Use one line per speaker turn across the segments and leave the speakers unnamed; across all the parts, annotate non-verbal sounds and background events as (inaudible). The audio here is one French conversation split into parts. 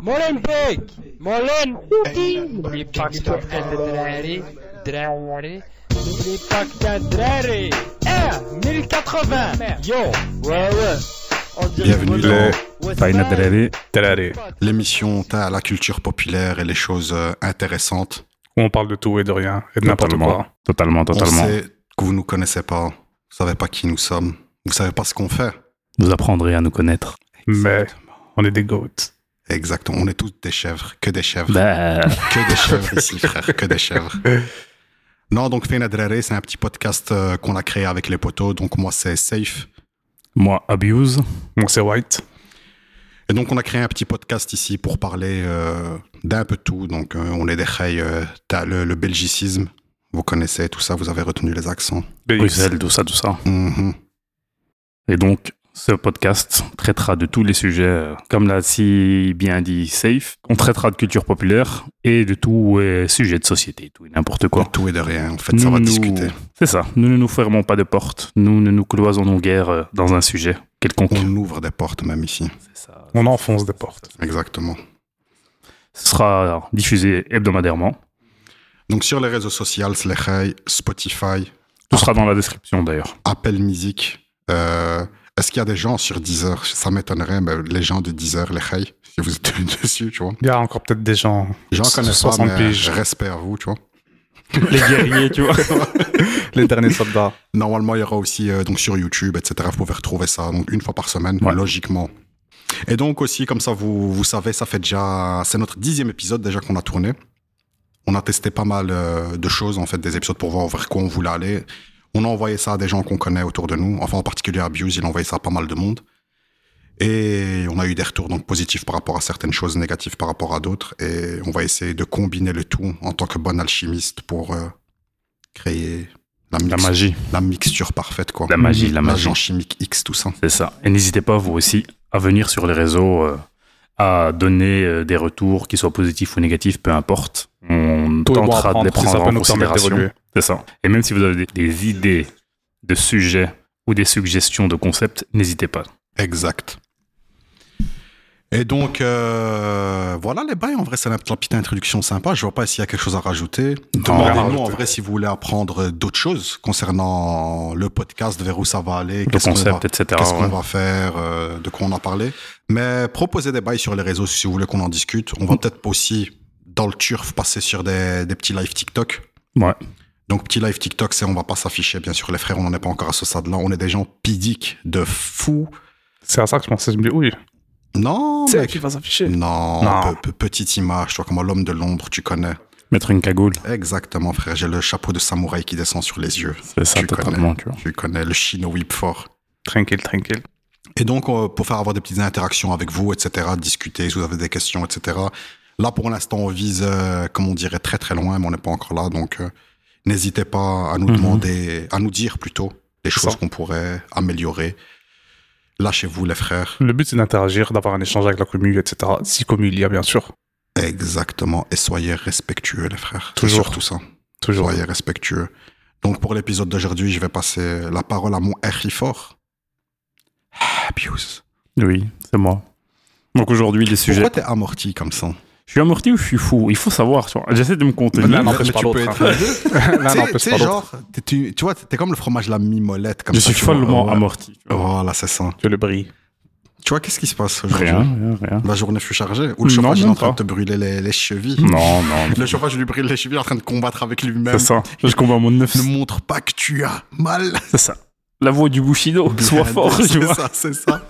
Molenbeek Molenbeek
N'oublie pas que toi t'es de Drari, Drari.
N'oublie pas que t'as Drary R 1080 Eh, Yo Ouais ouais
Bienvenue dans
Tainadreri, Terare,
l'émission T'as la culture populaire et les choses euh, intéressantes.
où on parle de tout et de rien et de n'importe
Totalement.
quoi.
Totalement, totalement.
On sait que vous nous connaissez pas, vous savez pas qui nous sommes, vous savez pas ce qu'on fait.
Vous apprendrez à nous connaître.
Mais on est des goats.
Exactement, on est tous des chèvres, que des chèvres,
Bah,
que des chèvres ici frère, que des chèvres. Non, donc Fena Drere, c'est un petit podcast euh, qu'on a créé avec les potos, donc moi c'est Safe.
(laughs) moi, Abuse.
Moi c'est white.
Et donc on a créé un petit podcast ici pour parler euh, d'un peu de tout, donc euh, on est des reilles, euh, t'as le, le belgicisme, vous connaissez tout ça, vous avez retenu les accents.
Base.
Bruxelles, tout ça, tout ça.
Mhm.
Et donc, ce podcast traitera de tous les sujets, euh, comme l'a si bien dit Safe. On traitera de culture populaire et de tout euh, sujet de société, tout et n'importe
De
quoi.
tout et de rien, en fait, ça va
Nous, nous-
discuter.
C'est ça. Nous ne nous fermons pas de porte. Nous ne nous cloisonnons guère euh, dans un sujet quelconque.
On ouvre des portes même ici.
C'est ça.
On enfonce des portes.
Exactement.
Ce sera diffusé hebdomadairement.
Donc sur les réseaux sociaux, Slechai, Spotify,
Tout sera dans la description d'ailleurs.
Apple Music. euh, Est-ce qu'il y a des gens sur Deezer Ça m'étonnerait, mais les gens de Deezer, Lechai, si vous êtes (laughs) dessus, tu vois.
Il y a encore peut-être des gens.
J'en connais pas,
60
mais (laughs)
piges.
respect à vous, tu vois.
Les guerriers, tu vois. les derniers soldats.
Normalement, il y aura aussi euh, donc sur YouTube, etc. Vous pouvez retrouver ça donc une fois par semaine,
Ouais.
logiquement. Et donc aussi, comme ça, vous, vous savez, ça fait déjà, c'est notre dixième épisode déjà qu'on a tourné. On a testé pas mal euh, de choses en fait, des épisodes pour voir vers quoi on voulait aller. On a envoyé ça à des gens qu'on connaît autour de nous. Enfin, en particulier à Abuse, il a envoyé ça à pas mal de monde. Et on a eu des retours donc positifs par rapport à certaines choses, négatifs par rapport à d'autres. Et on va essayer de combiner le tout en tant que bon alchimiste pour euh, créer la,
La
mix-
magie.
la mixture parfaite, quoi.
La magie, la magie.
L'agent chimique X, tout ça.
C'est ça. Et n'hésitez pas, vous aussi, à venir sur les réseaux, euh, à donner euh, des retours, qu'ils soient positifs ou négatifs, peu importe. On
Tout est bon à
tentera de
prendre
les
si
prendre
ça peut
en
nous permettre
considération.
d'évoluer.
C'est ça. Et même si vous avez des, des idées de sujets ou des suggestions de concepts, n'hésitez pas.
Exact. Et donc, euh, voilà les bails. En vrai, c'est la la petite introduction sympa. Je vois pas s'il y a quelque chose à rajouter.
rien à
Demandez-nous, en
rajouter.
vrai, si vous voulez apprendre d'autres choses concernant le podcast, vers où ça va aller,
Le
qu'est-ce qu'on va,
concept, etc.
qu'est-ce qu'on
ouais.
va faire, euh, de quoi on a parlé. Mais proposez des bails sur les réseaux si vous voulez qu'on en discute. On va peut-être aussi, dans le turf, passer sur des, des petits live TikTok.
Ouais.
Donc, petit live TikTok, c'est on va pas s'afficher, bien sûr, les frères, on n'en est pas encore à ce stade-là. On est des gens pidiques de fous.
C'est à ça que je pensais. Je me dis, oui.
Non,
C'est
Oh, mec.
qui va s'afficher.
Non,
Non.
pe- pe- petite image, toi, comme l'homme de l'ombre, tu connais.
Mettre une cagoule.
Exactement, frère, j'ai le chapeau de samouraï qui descend sur les yeux.
C'est ça,
Tu connais.
totalement, tu vois.
Tu connais le chino whip fort.
Tranquille, tranquille.
Et donc, euh, pour faire avoir des petites interactions avec vous, etc., discuter, si vous avez des questions, etc. Là, pour l'instant, on vise, euh, comme on dirait, très très loin, mais on n'est pas encore là. Donc, euh, n'hésitez pas à nous
Mhm.
demander, à nous dire plutôt des
Ça.
choses qu'on pourrait améliorer. Lâchez-vous, les frères.
Le but, c'est d'interagir, d'avoir un échange avec la commune, etc. Si commune il y a, bien sûr.
Exactement. Et soyez respectueux, les frères. C'est
Mhm. Toujours.
Surtout ça.
Toujours.
Soyez respectueux. Donc, pour l'épisode d'aujourd'hui, je vais passer la parole à mon RI fort. Ah, Abuse.
Oui, c'est moi. Donc aujourd'hui, les sujets.
Pourquoi t'es amorti comme ça
Je suis amorti ou je suis fou Il faut savoir, tu vois. J'essaie de me
L'un
contenir.
n'empêche
Mais
pas
tu
l'autre.
peux
hein.
(laughs)
L'un
Tu sais-
n'empêche
tu
pas
sais,
l'autre.
genre, t'es- tu, tu vois, t'es comme le fromage, la mimolette. Comme
Je
ça,
suis
tu vois.
follement
Ouais.
amorti. tu vois.
Voilà, c'est ça.
Que le bris.
Tu vois, qu'est-ce qui se passe aujourd'hui
Rien, rien, rien.
La journée fut chargée Ou le
Non,
chauffage il est
même
en train de
pas.
te brûler les, les chevilles
Non, non.
Le chauffage lui brûle les chevilles, il est en train de combattre avec lui-même.
C'est ça. Je combats mon neuf.
Ne montre pas que tu as mal.
C'est ça. La voix du Bushido, sois fort, tu
C'est
vois.
ça, c'est ça.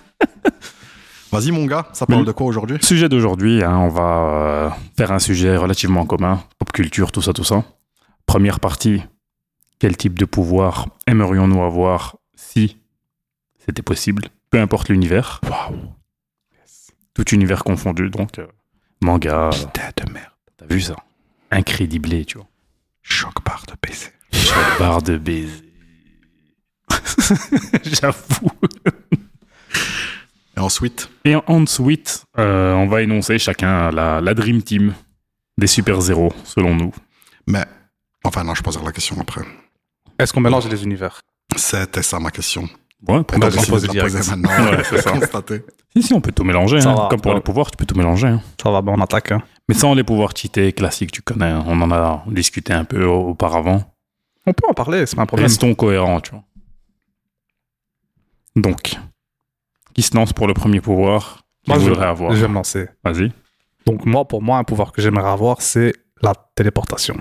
Vas-y, mon gars, ça parle
Mais-
de quoi aujourd'hui
Sujet d'aujourd'hui, hein, on va euh, faire un sujet relativement commun, pop culture, tout ça, tout ça. Première partie, quel type de pouvoir aimerions-nous avoir si c'était possible, peu importe l'univers. Tout univers confondu, donc euh, manga, euh,
Putain de merde.
t'as vu ça Incrédiblé,
(laughs)
tu vois.
Choc barre de PC.
Barre de baiser. (laughs) J'avoue.
Et ensuite,
Et ensuite, euh, on va énoncer chacun la, la Dream Team des super-héros, selon nous.
mais. Enfin, non, je poserai la question après.
Est-ce qu'on mélange les univers
C'était ça ma question.
Ouais, pour
Attends,
la
on
propose
la
de direct.
poser maintenant.
Ouais, c'est ça.
Constaté.
Si, si, on peut tout mélanger.
Ça
hein.
va.
Comme pour les pouvoirs, tu peux tout mélanger. hein.
Ça va, ben on attaque. Hein.
Mais sans les pouvoirs cheatés classiques, tu connais. hein. On en a discuté un peu au- auparavant.
On peut en parler, c'est pas un problème.
Restons cohérents, tu vois. Donc, qui se lance pour le premier pouvoir qu'il
Moi, je-
voudrait avoir
Je vais me lancer.
Vas-y.
Donc moi, pour moi, un pouvoir que j'aimerais avoir, c'est la téléportation.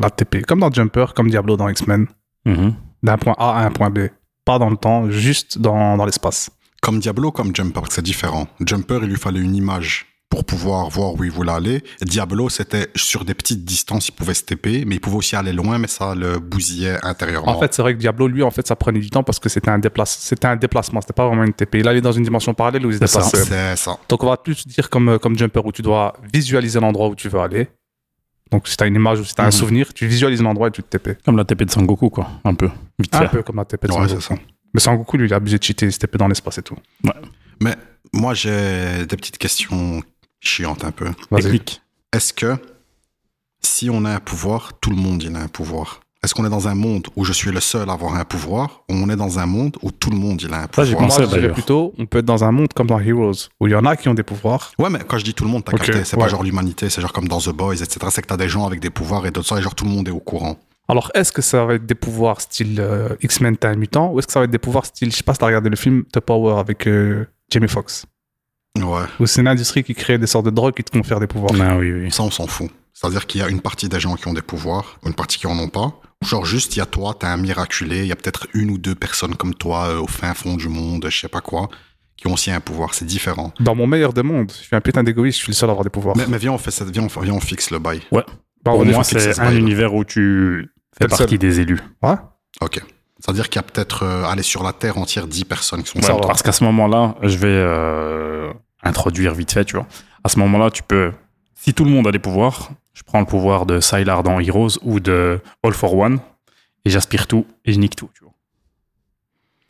La TP. Comme dans Jumper, comme Diablo dans X-Men.
Mhm.
D'un point A à un point B. Pas dans le temps, juste dans, dans l'espace.
Comme Diablo, comme Jumper, c'est différent. Jumper, il lui fallait une image pour pouvoir voir où il voulait aller. Diablo, c'était sur des petites distances, il pouvait se taper, mais il pouvait aussi aller loin, mais ça le bousillait intérieurement.
En fait, c'est vrai que Diablo, lui, en fait, ça prenait du temps parce que c'était un, déplace... c'était un déplacement, c'était pas vraiment une TP. Là, il est dans une dimension parallèle où il se
C'est ça.
déplace.
c'est ça.
Donc, on va plus dire comme, euh, comme Jumper où tu dois visualiser l'endroit où tu veux aller. Donc, si t'as une image ou si t'as un
Mhm.
souvenir, tu visualises l'endroit et tu te TP.
Comme la TP de Sangoku, quoi. Un peu. Vite
Un
fait.
peu comme la TP de
Ouais,
Sangoku.
c'est ça.
Mais Sangoku, lui, il a obligé de cheater, il se TP dans l'espace et tout.
Mais moi, j'ai des petites questions chiantes un peu.
Vas-y.
Technique.
Est-ce que si on a un pouvoir, tout le monde il a un pouvoir Est-ce qu'on est dans un monde où je suis le seul à avoir un pouvoir ou on est dans un monde où tout le monde il a un
Ça, j'ai
pouvoir
pensé.
Moi, je dirais
d'ailleurs.
plutôt, on peut être dans un monde comme dans Heroes, où il y en a qui ont des pouvoirs.
Ouais, mais quand je dis tout le monde, t'as
Ok,
capté. C'est
ouais.
pas genre l'humanité, c'est genre comme dans The Boys, etc. C'est que t'as des gens avec des pouvoirs et d'autres, ça, et genre tout le monde est au courant.
Alors, est-ce que ça va être des pouvoirs style euh, X-Men, t'es un mutant, ou est-ce que ça va être des pouvoirs style, je sais pas si t'as regardé le film The Power avec euh, Jamie Foxx,
Ouais,
où c'est une industrie qui crée des sortes de drogues qui te confèrent des pouvoirs.
Ah oui, oui.
ça, on s'en fout. C'est-à-dire qu'il y a une partie des gens qui ont des pouvoirs, une partie qui en ont pas. Genre juste, il y a toi, t'es un miraculé, il y a peut-être une ou deux personnes comme toi euh, au fin fond du monde, je sais pas quoi, qui ont aussi un pouvoir. C'est différent.
Dans mon meilleur des mondes, je suis un putain d'égoïste, je suis le seul à avoir des pouvoirs.
Mais, mais viens, on fait ça, viens, on, viens, on fixe le bail.
Bah,
Pour
on est
moi,
faut fixer
c'est
ce
un
bail-là.
univers où tu
T'es
fais
le seul.
partie des élus.
Ouais.
Ok. C'est-à-dire qu'il y a peut-être, euh, allez, sur la Terre entière, 10 personnes qui sont
Ça
Ouais,
va.
parce qu'à ce moment-là, je vais euh, introduire vite fait, tu vois. À ce moment-là, tu peux. Si tout le monde a des pouvoirs, je prends le pouvoir de Sylar dans Heroes ou de All for One et j'aspire tout et je nique tout, tu vois.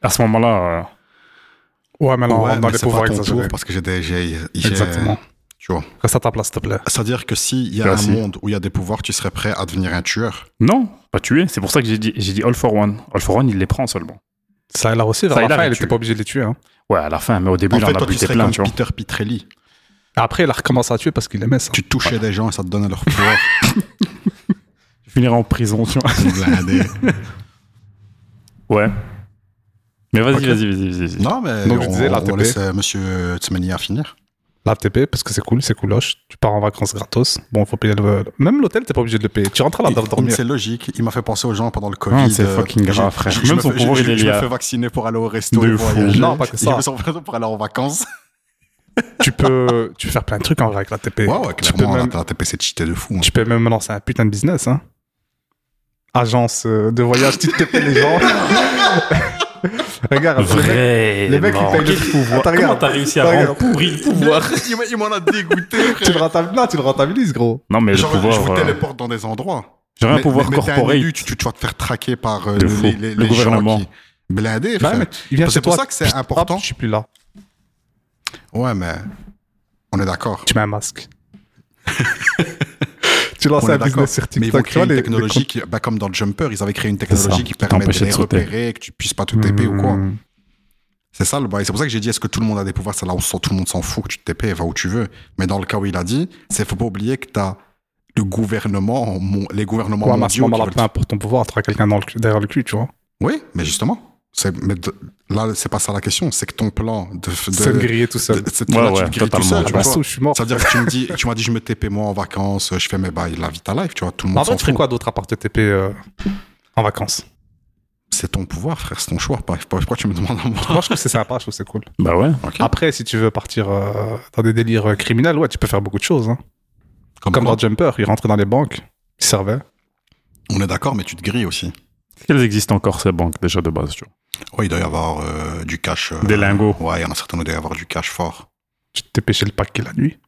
À ce moment-là, euh,
Ouais, mais là, on
Ouais,
rentre dans
mais
les
c'est pas
pouvoirs
ton tour
exagérés.
parce que j'ai des. j'ai- j'ai-
Exactement.
Tu vois.
Reste à ta place, s'il te plaît.
C'est-à-dire que s'il y a
Merci.
un monde où il y a des pouvoirs, tu serais prêt à devenir un tueur.
non, pas tuer. C'est pour ça que j'ai dit, j'ai dit All for One. All for One, il les prend seulement.
Ça, là aussi, vers
Ça,
la
il a
fin, il
vécu.
était pas obligé de les tuer. hein.
Ouais, à la fin, mais au début,
En
il
fait,
en a
toi, tu
buté
serais
plein,
comme
tu vois.
Peter Pitrelli.
Après, il a recommencé à tuer parce qu'il aimait ça.
Tu touchais des gens et ça te donnait leur pouvoir.
Je finirai en prison, tu vois.
Blindé.
(laughs) Ouais. Mais vas-y,
Ok.
vas-y, vas-y, vas-y. vas-y.
non, mais
Donc,
on,
je disais, la
on
TP.
laisse euh, monsieur Tsmeni à finir.
La TP, parce que c'est cool, c'est cooloche. Tu pars en vacances gratos. Bon, faut payer le. Même l'hôtel, t'es pas obligé de le payer. Tu rentres là,
Il-
dans le dormir.
C'est logique. Il m'a fait penser aux gens pendant le Covid.
Ah, c'est
euh,
fucking
je-
grave, frère.
je- Je
Même
me
son
fais-
pouvoir,
je-
il est
je
lié
me
à-
fais vacciner pour aller au resto.
De
et
fou.
voyager.
Non, pas que ça.
Ils me sont fait pour aller en vacances.
tu peux, tu peux faire plein de trucs en vrai avec la TP.
Ouais, ouais,
tu, peux
clairement,
même,
la TP, c'est cheaté de fou. hein.
tu peux même lancer un putain de business. Hein. Agence euh, de voyage, tu TP les
(laughs)
gens. Regarde, le mec-
Vraiment.
les mecs, ils payent le pouvoir. Attends,
Comment
regarde,
t'as réussi à
Regarde.
rendre pourri le pouvoir
Il m'a- il m'en a dégoûté,
tu
frère.
le rentabilises, non, tu (laughs) le rentabilises, gros.
Non, mais
Genre,
le pouvoir.
je vous
euh,
téléporte dans des endroits.
J'aurais un
Mais-
pouvoir
mais- mais t'es un
corporate.
élu, tu, tu- tu vas te faire traquer par euh,
De
les,
fou.
les- les-
Le
les gens
gouvernement.
qui- Blindé,
Bah,
frère.
mais tu- il vient
C'est
chez
pour
toi.
ça que c'est
Hop,
important.
je suis plus là.
Ouais, mais on est d'accord.
Tu mets un
(laughs)
masque. tu lances
On est
un business
d'accord.
sur TikTok.
Mais ils vont
tu
créer
vois,
une
les- les
technologie, qui, bah, comme dans le Jumper, ils avaient créé une
ça,
technologie qui
qui
permet de
t'empêchait
les
de sauter.
repérer, que tu puisses pas tout
comptes-
TP ou quoi.
Hmm.
C'est ça le bail. C'est pour ça que j'ai dit est-ce que tout le monde a des pouvoirs C'est là où s- tout le monde s'en fout que tu te TP, va où tu veux. Mais dans le cas où il a dit, c'est faut pas oublier que t'as le gouvernement, mon- les gouvernements
Quoi, à ce
mondiaux. qui
moment-là,
veulent-
peu importe ton pouvoir, t'auras quelqu'un dans le cul- derrière le cul, tu vois.
Oui, mais justement, c'est mais de- là c'est pas ça la question. C'est que ton plan de, de,
C'est de griller tout seul.
de- c'est- là,
Ouais,
tu
ouais,
le grilles tout
totalement,
seul,
tu
tu
Bah,
vois.
sauf, je suis mort.
Ça veut dire que tu me dis, tu m'as dit, je me TP moi en vacances, je fais mes bails, la vie ta life, tu vois, tout le
Bah, En
monde
vrai,
s'en
tu ferais
fout.
quoi d'autre à part te TP euh, en vacances
C'est ton pouvoir, frère, c'est ton choix. Pas- pas- Pourquoi tu me demandes à moi
Moi, je trouve que c'est sympa, je trouve que c'est cool.
Bah ouais.
Ok.
Après, si tu veux partir euh, dans des délires euh, criminels, ouais, tu peux faire beaucoup de choses. hein. Comme
quoi
dans Jumper, il rentrait dans les banques, il servait.
On est d'accord, mais tu te grilles aussi.
Est-ce qu'elles existent encore, ces banques, déjà de base, tu vois
Oui, il doit y avoir euh, du cash. euh,
Des lingots.
Ouais, il y en a certains où il doit y avoir du cash fort.
Tu te TP chez le paquet la nuit.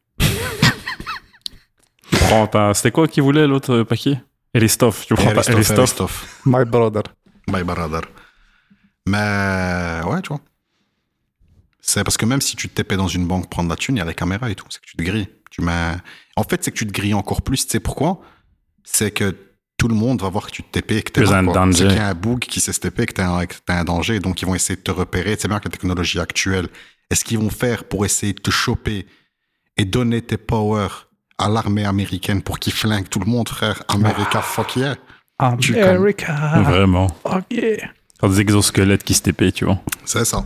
Prends ta- C'était quoi qui voulait l'autre euh, paquet Elistov. Tu prends ta
Aristoff,
Elistov.
Aristoff.
My brother.
Bye, brother. Mais ouais, tu vois. C'est parce que même si tu te tapais dans une banque prendre la thune, il y a les caméras et tout. C'est que tu te grilles. Tu mets... En fait, c'est que tu te grilles encore plus. Tu sais pourquoi C'est que tout le monde va voir que tu te TP et que t'es
Que
là,
un
quoi.
danger.
C'est qu'il y a un bug qui s'est TP et que t'es un, que t'es un danger. Donc, ils vont essayer de te repérer. C'est bien que la technologie actuelle, est-ce qu'ils vont faire pour essayer de te choper et donner tes powers à l'armée américaine pour qu'ils flinguent tout le monde, frère America, fuck yeah Tu connais.
Ah, America.
Vraiment.
Oh, yeah.
Genre des exosquelettes qui se TP, tu vois.
C'est ça.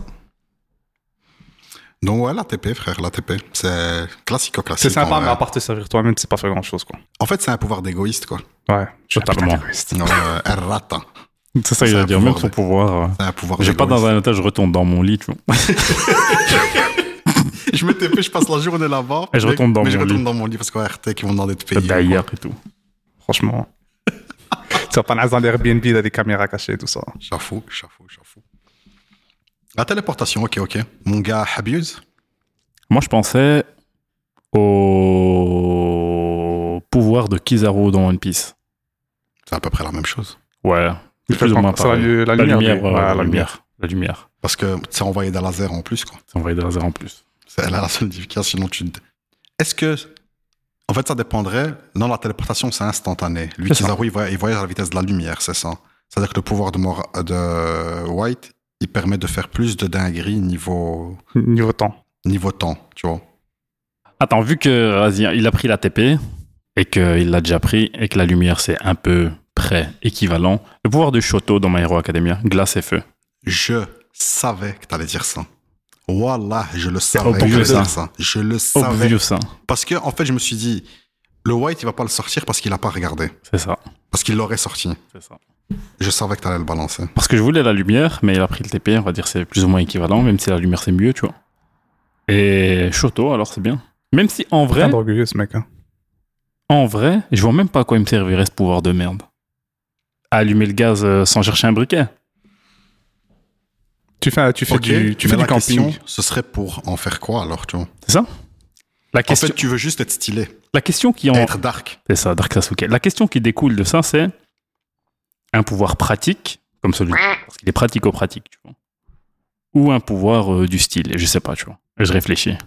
Donc, ouais, l'ATP, frère, l'ATP. C'est classico-classique.
C'est sympa,
en vrai.
mais à part te servir toi-même, c'est pas faire grand-chose, quoi.
En fait, c'est un pouvoir d'égoïste, quoi.
Ouais.
Totalement.
Non, euh, un ratin.
C'est ça,
C'est
il
un
a dire.
pouvoir
Même son
de-
pouvoir. euh,
C'est un pouvoir
J'ai pas
d'égoïste.
dans un état, je retombe dans mon lit, tu vois.
je me TP, je passe la journée là-bas.
Et je
Mais-
retourne dans
mais je
mon
retourne
lit.
dans mon lit parce qu'au RT, qui vont demander de payer.
D'ailleurs et tout.
Franchement. Tu vas pas dans un Airbnb, il y a des caméras cachées et tout ça.
J'avoue, j'avoue, j'avoue. La téléportation, ok, ok. Mon gars, Habius,
Moi, je pensais au pouvoir de Kizaru dans One Piece.
c'est à peu près la même chose.
Ouais.
Il fait
Plus ou
le-
moins
c'est la,
pareil.
lu- la
La
lumière.
lumière,
lui.
ouais,
Ouais,
la lumière. La lumière.
Parce que c'est envoyé d'un laser en plus, quoi.
Ça envoie des lasers en plus.
C'est elle a la seule différence, sinon tu. Est-ce que. En fait, ça dépendrait. Non, la téléportation, c'est instantané. Lui,
C'est ça.
Kizaru, il voy- il voyage à la vitesse de la lumière, c'est ça. C'est-à-dire que le pouvoir de, Mor- de White, il permet de faire plus de dingueries niveau,
Niveau temps.
niveau temps, tu vois.
Attends, vu que Razia, il a pris la TP et qu'il l'a déjà pris et que la lumière c'est un peu près équivalent, le pouvoir de Shoto dans My Hero Academia, glace et feu.
Je savais que t'allais dire ça. Wallah, je le savais que
obvious,
t'allais
hein.
dire ça. Je le savais.
Obvious, hein.
Parce que, en fait, je me suis dit, le White, il va pas le sortir parce qu'il a pas regardé.
C'est ça.
Parce qu'il l'aurait sorti.
C'est ça.
Je savais que t'allais le balancer.
Parce que je voulais la lumière, mais il a pris le TP, on va dire c'est plus ou moins équivalent, même si la lumière c'est mieux, tu vois. Et Shoto, alors c'est bien. Même si en vrai,
Ah
Putain d'orgueilleux, ce mec. hein.
en vrai, je vois même pas à quoi il me servirait ce pouvoir de merde. À allumer le gaz euh, sans chercher un briquet.
Tu fais, tu fais
Ok,
du, tu
mais
fais du
la
camping.
question, ce serait pour en faire quoi alors, tu vois
C'est ça la
En
question,
fait, tu veux juste être stylé,
la question qui en
Oh.
être dark.
C'est ça, Dark Sasuke. La question qui découle de ça, c'est un pouvoir pratique, comme celui parce qu'il est pratico-pratique, tu vois. Ou un pouvoir euh, du style, je sais pas, tu vois. Je réfléchis.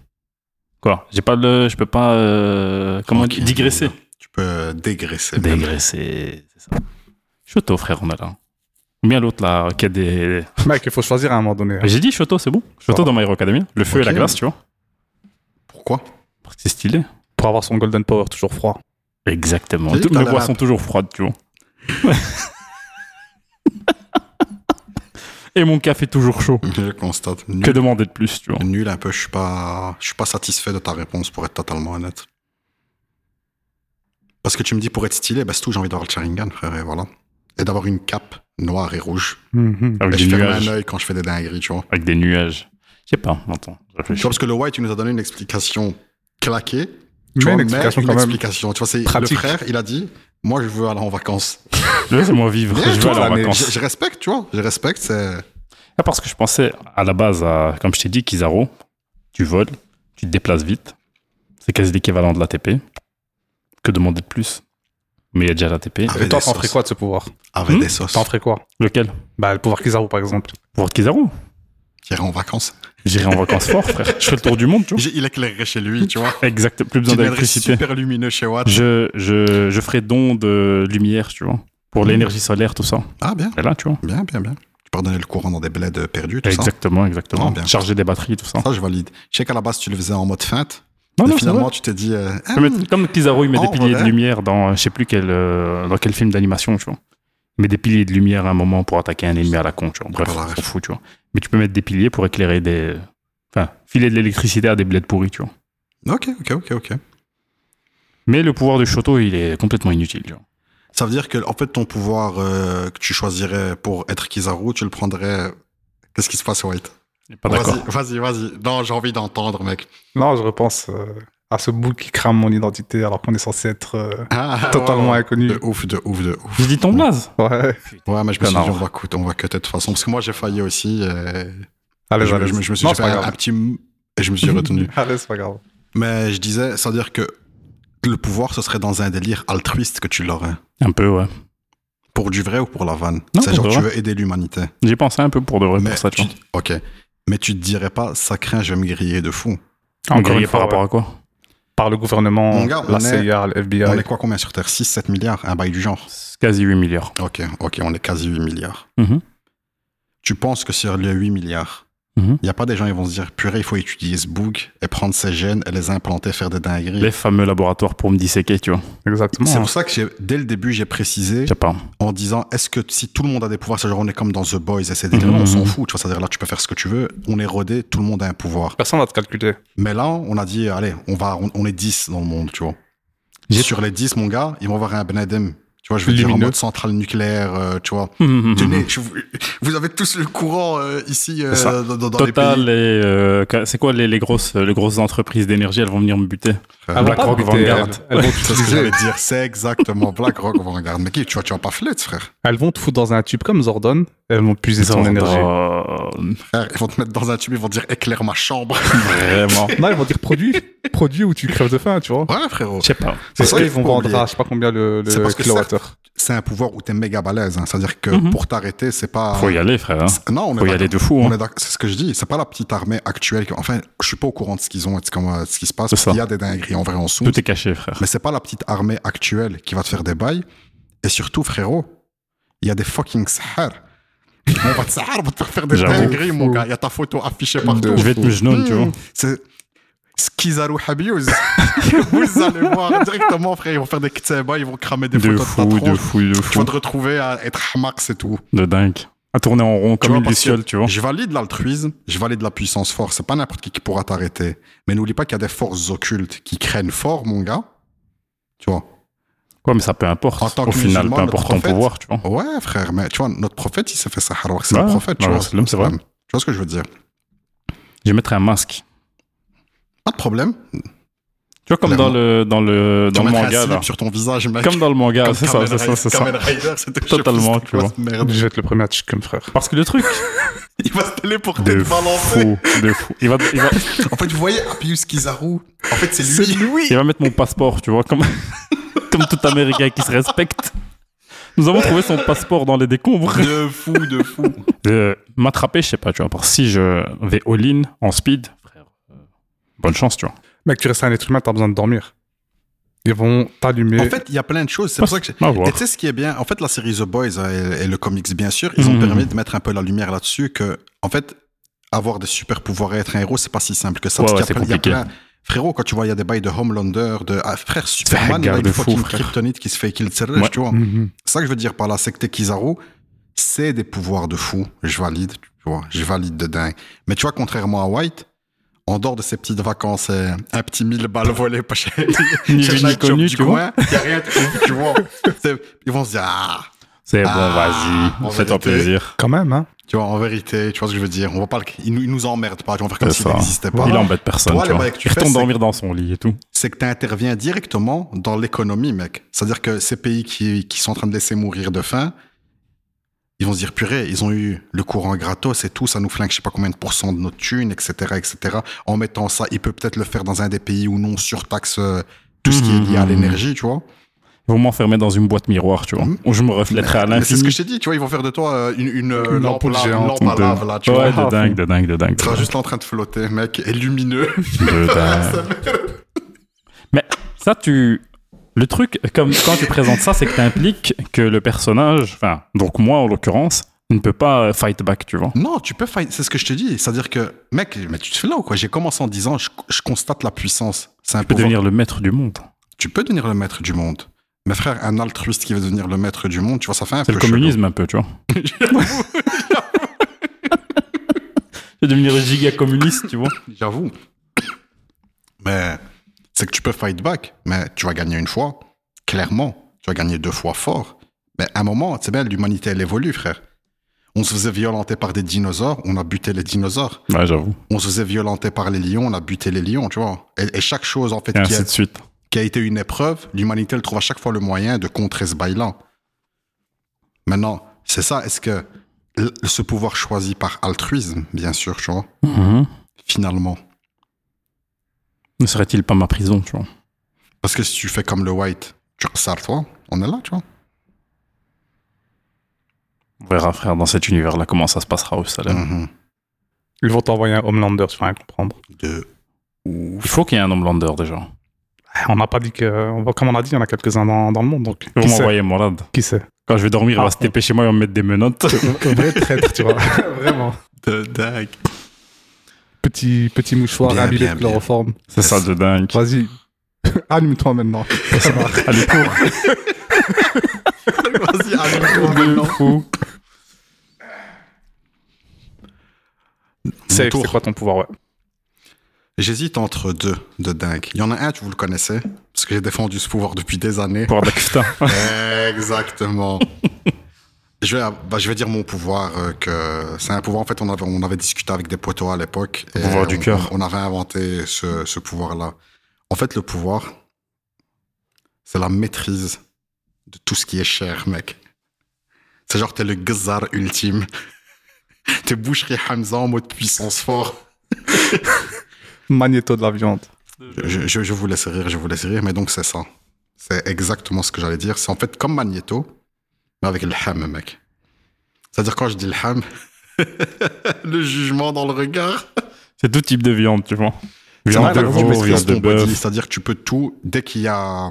Quoi J'ai pas le, je peux pas, euh, comment on dit,
Tranquille,
digresser.
mon gars. Tu peux dégraisser. même.
Dégresser, c'est ça. Shoto, frère, on a là. Ou bien l'autre là, qui a des.
Mec, il faut choisir à un moment donné. hein.
J'ai dit Shoto, c'est bon. Shoto dans My Hero Academia, le feu et la
Ok.
glace, tu vois.
Pourquoi (laughs)
Parce que c'est stylé.
Pour avoir son Golden Power toujours froid.
Exactement.
J'ai dit
Toutes
que
mes
t'allais
voix
rap.
sont toujours froides, tu vois. Et mon café toujours chaud.
Je constate. Nul,
Que demander de plus, tu vois.
nul un peu. Je suis pas, je suis pas satisfait de ta réponse pour être totalement honnête. Parce que tu me dis pour être stylé, bah c'est tout. J'ai envie d'avoir le Sharingan, frère, et voilà. Et d'avoir une cape noire et rouge.
Mhm.
Avec
et
des
je ferme un
nuages.
œil quand je fais des dingueries, tu vois.
Avec des nuages. Je sais pas, attends. je
Tu
réfléchis.
vois, parce que le White, il nous a donné une explication claquée. Tu
Mais
vois,
une explication
mais
quand
une
même.
explication. Tu vois, c'est le
Pratique.
frère, il a dit, moi, je veux aller en vacances.
Laisse-moi vivre.
Bien,
je vais
toi,
aller en
là, mais
vacances.
Je, je respecte, tu vois. Je respecte, euh, c'est.
Ah, parce que je pensais à la base, à- comme je t'ai dit, Kizaru, tu voles, tu te déplaces vite. C'est quasi l'équivalent de l'ATP. Que demander de plus Mais il y a déjà l'ATP.
Ah,
Et toi,
des
t'en
sauces.
ferais quoi de ce pouvoir
Avec
Hmm
des sauces.
T'en ferais quoi
Lequel
Bah, le pouvoir Kizaru, par exemple.
Pour de Kizaru
J'irai en vacances.
J'irai en vacances fort, frère. Je ferai le tour du monde,
(laughs)
tu vois.
J'ai- Il éclairerait chez lui, tu vois.
Exact, plus
Tu
besoin
deviendrais
d'électricité.
super lumineux chez Watt.
Je, je, je ferai don de lumière, tu vois, pour
Hmm.
l'énergie solaire, tout ça.
Ah, bien,
Et là, tu vois.
bien, bien, bien. Tu peux redonner le courant dans des bleds euh, perdus, tout
Exactement,
Non,
exactement.
bien.
Charger des batteries, tout ça.
ça. Ça, je valide. Je sais qu'à la base, tu le faisais en mode feinte.
Non,
et
Ah non, c'est
finalement, Ah,
vrai.
tu t'es dit. euh, Ah,
Je vais mettre- Comme Kizaru, il met
En
des piliers
vrai.
de lumière dans euh, je sais plus quel, euh, dans quel film d'animation, tu vois. Il met des piliers de lumière à un moment pour attaquer un ennemi à la con, tu vois. Bref,
Voilà, Ah, bref.
on s'en fout, tu vois. Mais tu peux mettre des piliers pour éclairer des. Enfin, filer de l'électricité à des bleds pourris, tu vois.
Ok, ok, ok, ok.
Mais le pouvoir de Shoto, il est complètement inutile, tu vois.
Ça veut dire que, en fait, ton pouvoir euh, que tu choisirais pour être Kizaru, tu le prendrais. euh, Qu'est-ce qui se passe, White
Il est Pas Ah, d'accord.
Vas-y, vas-y, vas-y. Non, j'ai envie d'entendre, mec.
Non, je repense euh, à ce bout qui crame mon identité alors qu'on est censé être euh,
Ah,
totalement
ouais, ouais.
inconnu.
De ouf, de ouf, de ouf.
Je dis ton blaze.
Ouais.
Ouais, mais je me suis dit,
Connard.
on va cut, on va cutter de toute façon. Parce que moi, j'ai failli aussi. euh,
Allez,
je,
allez.
je me- je me suis
non,
fait
c'est pas
un, un
grave.
petit. m- Et je me suis retenu.
Allez, c'est pas grave.
mais je disais, c'est-à-dire que le pouvoir, ce serait dans un délire altruiste que tu l'aurais.
Un peu, ouais.
Pour du vrai ou pour la vanne
Non,
C'est
pour
genre,
le
tu
vrai.
veux aider l'humanité.
J'ai pensé un peu pour de vrai
Mais
pour ça, tu
tu-
vois.
Ok. Mais tu te dirais pas, ça craint, je vais me griller de fou.
Encore
une
par
fois,
rapport à quoi
par le gouvernement,
Mon gars, on
la
est-
CIA, le
On
FBI.
est quoi combien sur Terre 6-7 milliards Un bail du genre.
Quasi 8 milliards.
Ok, ok, on est quasi 8 milliards.
Mhm.
Tu penses que sur les 8 milliards, il
Mhm.
n'y a pas des gens qui vont se dire purée, il faut étudier ce bug et prendre ces gènes et les implanter, faire des dingueries
Les fameux laboratoires pour me disséquer, tu vois.
Exactement.
C'est pour ça que j'ai- dès le début, j'ai précisé
Je sais pas.
en disant est-ce que si tout le monde a des pouvoirs, c'est genre on est comme dans The Boys et c'est
Mhm.
délires, on s'en fout, tu vois, c'est-à-dire là, tu peux faire ce que tu veux, on est rodé, tout le monde a un pouvoir.
Personne va te calculer.
Mais là, on a dit allez, on, va, on, on est 10 dans le monde, tu vois.
J'ai-
Sur les 10, mon gars, ils vont avoir un Benadem. Tu vois, je veux dire en
Lumineux.
mode centrale nucléaire, euh, tu vois. Tenez, je vous- vous avez tous le courant euh, ici euh,
C'est ça.
dans, dans- dans les
Total
pays.
et euh, ca- c'est quoi les, les grosses les grosses entreprises d'énergie elles vont venir me buter
Elles vont pas
BlackRock,
te buter,
Vanguard.
Elles, elles vont
C'est ce que
t'utiliser.
j'allais dire, c'est exactement BlackRock, on va regarder. Mais qui, tu vois, tu vas pas flûte, frère.
(laughs) Elles vont te foutre dans un tube comme Zordon. Elles vont puiser son
Zordon.
énergie.
Oh,
Frère, Ils vont te mettre dans un tube, ils vont dire éclaire ma chambre.
(laughs) Vraiment.
Non, ils vont dire produit. produit où tu crèves de faim, tu vois.
(laughs) Ouais, frérot.
Je sais pas.
C'est
C'est
ça
ça, ils
qu'il faut
vont
pas
vendre
oublier.
à je sais pas combien le,
C'est
le
parce que
kilowattheure.
C'est un pouvoir où t'es méga balèze. hein. C'est-à-dire que
Mhm.
pour t'arrêter, c'est pas.
Faut y aller frère. hein.
C'est- Non, on est
Faut y
d'accord.
aller de fou.
On
hein.
est d'accord. C'est ce que je dis. C'est pas la petite armée actuelle. qui- Enfin, je suis pas au courant de ce qu'ils ont et de comment- de ce qui se passe.
C'est ça.
Il y a des dingueries en vrai en sous.
Tout est caché frère.
Mais c'est pas la petite armée actuelle qui va te faire des bails. Et surtout, frérot, il y a des fucking
(laughs)
sahar. On va te sahar, on va te faire faire des
J'avoue.
dingueries, mon gars. Il y a ta photo affichée partout.
Je vais être Mejnoun, tu
Hmm,
vois.
C'est Skizarou Habiyouz. (laughs) Vous allez voir directement, frère. Ils vont faire des ktseba, ils vont cramer des
De
photos
fou,
de ta
de
tronche.
fou, de
Tu vas
fou.
te retrouver à être hamak, c'est tout.
De dingue. À tourner en rond comme
vois,
une
parce que
luciole, tu vois.
Je valide l'altruisme, je valide la puissance forte. C'est pas n'importe qui qui pourra t'arrêter. Mais n'oublie pas qu'il y a des forces occultes qui craignent fort, mon gars. Tu vois.
Ouais, mais ça peu
En
importe.
tant
Au
que
final,
musulman,
peu
notre
importe ton
prophète-
pouvoir, tu vois.
Ouais, frère, mais tu vois, notre prophète, il s'est fait Sahara. C'est
Ouais,
le prophète, tu
ouais,
vois.
c'est l'homme, c'est vrai.
Tu vois ce que je veux dire
Je mettrais un masque.
Pas de problème.
Tu vois, comme
Clairement.
dans le, dans le, dans
tu
le
mettrais
manga,
un
là.
slip sur ton visage, mec.
Comme dans le manga,
Comme
c'est ça,
Kamen
c'est ça,
Rider-
c'est ça.
Kamen Rider, c'était
(laughs) Totalement,
je sais pas
tu vois.
cette Merde. (laughs)
Je vais être le premier à te comme frère.
Parce que le truc,
Il va se téléporter,
de
te balancer.
fou, de fou. Il va, il va,
En fait, vous voyez, Appius Kizaru, en fait, c'est lui.
il va mettre mon passeport, tu vois, comme, (laughs) comme tout Américain qui se respecte. Nous avons trouvé son passeport dans les
(laughs)
décombres.
De fou, de fou.
Euh, M'attraper, je sais pas, tu vois. Parce que si je vais all-in en speed, frère, euh, bonne chance, tu vois.
Mec, tu restes un être humain, t'as besoin de dormir. Ils vont t'allumer.
En fait, il y a plein de choses. C'est pour ça que j'ai-
À voir.
Et tu sais ce qui est bien En fait, la série The Boys euh, et, et le comics, bien sûr, ils ont
Mhm.
permis de mettre un peu la lumière là-dessus que, en fait, avoir des super pouvoirs et être un héros, c'est pas si simple que ça.
Ouais,
Parce
ouais,
qu'il y a
c'est
plein- il y a
compliqué.
plein- Frérot, quand tu vois, il y a des bails de Homelander, de ah, frère Superman, il y a
garde
une
fou,
fucking
frère.
kryptonite qui se fait kill Serge,
Ouais.
tu vois.
Mhm.
C'est ça que je veux dire par la secte Kizaru, c'est des pouvoirs de fou. Je valide, tu vois, je valide de dingue. Mais tu vois, contrairement à White, en dehors de ses petites vacances, euh, un petit mille balles volées pas chez
Ni
chez
vu
la
ni
job
connu,
du
tu vois.
coin,
(laughs)
y a rien de ouf, tu vois. C'est- Ils vont se dire, ah,
C'est bon,
Ah, en
vas-y, fais-toi
vérité.
plaisir.
Quand même, hein.
tu vois, en vérité, tu vois ce que je veux dire. On va pas, le- ils nous, ils nous emmerdent pas, tu vois, on va faire comme
C'est
s'ils
ça.
n'existaient pas.
Il embête personne,
Toi,
tu
le
vois.
bail que tu
Il
fais,
retourne
c'est-
dormir dans son lit et tout.
c'est que tu interviens directement dans l'économie, mec. C'est-à-dire que ces pays qui, qui sont en train de laisser mourir de faim, ils vont se dire, purée, ils ont eu le courant gratos et tout, ça nous flingue je sais pas combien de pourcents de notre thune, etc., etc. En mettant ça, il peut peut-être le faire dans un des pays où non surtaxe euh, tout ce qui est lié à
Mhm.
l'énergie, tu vois.
Ils vont m'enfermer dans une boîte miroir, tu vois,
Mhm.
où je me reflèterai à
Mais c'est ce que
l'infini.
je t'ai dit, tu vois, ils vont faire de toi euh, une, une, euh,
Une
lampe,
ampoule
là-
géante
lampe à
de-
lave, là, tu
ouais,
vois.
de dingue, de dingue, de dingue.
Tu seras juste là en train de flotter, mec, et
(laughs)
lumineux.
de dingue. Mais ça, tu. Le truc, comme quand tu présentes ça, c'est que tu impliques que le personnage, enfin, donc moi en l'occurrence, ne peut pas euh, fight back, tu vois.
Non, tu peux fight. C'est ce que je te dis. C'est-à-dire que, mec, mais tu te fais là ou quoi J'ai commencé en disant, je, je constate la puissance. C'est un
Tu peux
pouvoir-
devenir le maître du monde.
Tu peux devenir le maître du monde. Mais frère, un altruiste qui veut devenir le maître du monde, tu vois, ça fait un
C'est
peu
le
chelou.
communisme un peu, tu vois. (laughs) Je vais devenir giga communiste, tu vois.
J'avoue. Mais c'est que tu peux fight back, mais tu vas gagner une fois, clairement. Tu vas gagner deux fois fort. Mais à un moment, c'est bien, l'humanité, elle évolue, frère. On se faisait violenter par des dinosaures, on a buté les dinosaures.
Ouais, j'avoue.
On se faisait violenter par les lions, on a buté les lions, tu vois. Et, et chaque chose, en fait,
Et
qui
ainsi
a,
de suite.
qui a été une épreuve, l'humanité, elle trouve à chaque fois le moyen de contrer ce bail-là. Maintenant, c'est ça, est-ce que l- ce pouvoir choisi par altruisme, bien sûr, tu vois,
Mhm.
finalement
Ne serait-il pas ma prison, tu vois
Parce que si tu fais comme le white, tu ressars toi, on est là, tu vois.
On verra, frère, dans cet univers-là, comment ça se passera au salaire.
Mhm.
Ils vont t'envoyer un Homelander, tu vas rien comprendre.
De...
Il faut qu'il y ait un Homelander déjà.
Eh, On n'a pas dit que. on va- Comme on a dit, il y en a quelques-uns dans, dans le monde. Donc,
Vous
qui sait,
m'envoyez malade.
qui (laughs) sait
Quand je vais dormir, il
Ah,
va se taper chez moi, il va me mettre des
(laughs)
menottes.
Un vrai traître, tu vois. (laughs) Vraiment.
De dingue.
Petit, petit mouchoir
Bien,
habillé
bien,
de
bien.
chloroforme.
C'est ça de dingue.
Vas-y, (laughs) allume-toi maintenant. Ça va.
(laughs)
Allez, cours.
Vas-y, (laughs) allez-toi maintenant.
Fou.
C'est
tour.
c'est quoi ton pouvoir, ouais.
J'hésite entre deux de dingue. Il y en a un, tu vous le connaissez, parce que j'ai défendu ce pouvoir depuis des années.
Pour Dakfta. (laughs)
Exactement. je, vais, bah, je vais dire mon pouvoir, euh, que c'est un pouvoir, en fait, on avait, on avait discuté avec des poteaux à l'époque.
Le
et
pouvoir du
on-
cœur.
On a réinventé ce, ce pouvoir-là. En fait, le pouvoir, c'est la maîtrise de tout ce qui est cher, mec. C'est genre, t'es le gazar ultime. (laughs) t'es Boucherie Hamza en mode puissance fort.
Magnéto de la viande.
Je, je, je vous laisse rire, je vous laisse rire, mais donc c'est ça. C'est exactement ce que j'allais dire. C'est en fait comme Magneto, mais avec le ham, mec. C'est-à-dire, quand je dis le ham, (laughs) le jugement dans le regard.
C'est tout type de viande, tu vois.
C'est en
Viande
fait,
de
tu
veau,
maîtrises
viande de
ton body,
bœuf.
C'est-à-dire, que tu peux tout. Dès qu'il y a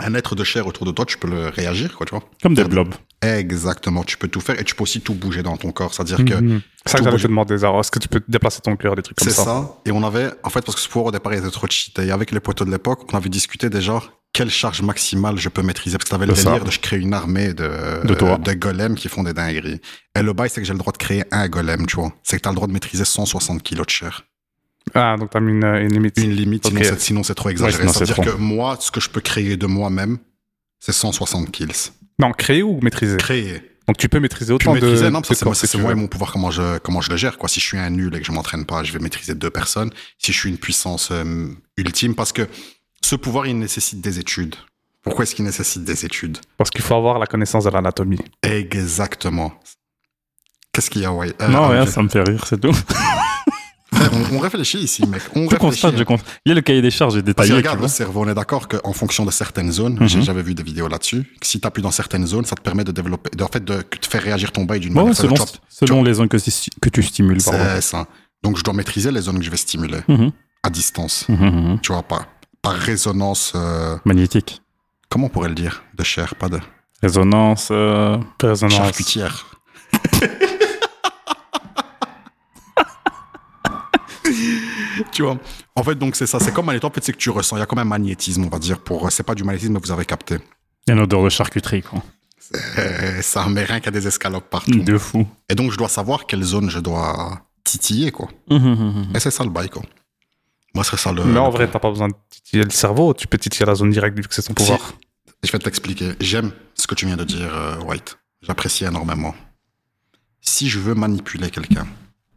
un être de chair autour de toi, tu peux le réagir, quoi, tu vois.
Comme des blobs.
Exactement, tu peux tout faire et tu peux aussi tout bouger dans ton corps. C'est-à-dire
Hmm.
que
Mhm. C'est ça que
Tout
j'allais
bouge.
te demander, Zara. Est-ce que tu peux te déplacer ton cœur, des trucs comme
C'est
ça,
ça. Et on avait, en fait, parce que ce pouvoir au départ il était trop cheaté. Et avec les poteaux de l'époque, on avait discuté déjà quelle charge maximale je peux maîtriser. Parce que t'avais le
C'est ça.
délire de je crée une armée de,
De toi.
de golems qui font des dingueries. Et le bail, c'est que j'ai le droit de créer un golem, tu vois. C'est que t'as le droit de maîtriser 160 kilos de chair.
Ah, donc t'as mis une, une limite.
Une limite, sinon
Ok.
c'est- sinon c'est trop exagéré.
sinon c'est
C'est-à-dire
trop.
que moi, ce que je peux créer de moi-même, c'est 160 kills.
Non, créer ou maîtriser
Créer.
Donc tu peux maîtriser
Tu
autant de.
maîtrises, non,
de
parce que c'est
corps
moi- c'est
que tu
moi et
veux.
mon pouvoir, comment je, comment je le gère. Quoi. Si je suis un nul et que je m'entraîne pas, je vais maîtriser deux personnes. Si je suis une puissance euh, ultime, parce que ce pouvoir, il nécessite des études. Pourquoi est-ce qu'il nécessite des études
Parce qu'il faut avoir la connaissance de l'anatomie.
Exactement. Qu'est-ce qu'il y a, ouais Euh,
Non,
ah,
rien,
je-
ça me fait rire, c'est tout.
Frère, on, on réfléchit ici, mec. On
Je
réfléchit.
constate, je constate. Il y a le cahier des charges est
Parce que
détaillé.
regarde,
tu
le
vois.
cerveau, on est d'accord qu'en fonction de certaines zones,
Mhm.
j'ai- j'avais vu des vidéos là-dessus, que si tu appuies dans certaines zones, ça te permet de développer, de, en fait, de, de faire réagir ton bail d'une
Ouais,
manière.
selon,
Ça doit-
selon les zones que, si- que tu stimules, pardon.
C'est ça. Donc, je dois maîtriser les zones que je vais stimuler
Mhm,
à distance.
mhm, mhm.
tu vois, par, par résonance, euh,
Magnétique.
comment on pourrait le dire De chair, pas de
Résonance. euh,
Résonance.
(laughs)
charcutière. tu vois En fait, donc, c'est ça. C'est comme magnéto, en fait, c'est que tu ressens. Il y a comme un magnétisme, on va dire. pour C'est pas du magnétisme, mais vous avez capté.
Il y a une odeur de charcuterie, quoi.
Euh, ça en met rien qu'à des escalopes partout.
De fou.
Et donc, je dois savoir quelle zone je dois titiller, quoi. Et c'est ça le bail, quoi. Moi, c'est ça le.
Mais en vrai, t'as pas besoin de titiller le cerveau. Tu peux titiller la zone directe vu que c'est ton pouvoir.
Je vais t'expliquer. J'aime ce que tu viens de dire, euh, White. J'apprécie énormément. Si je veux manipuler quelqu'un,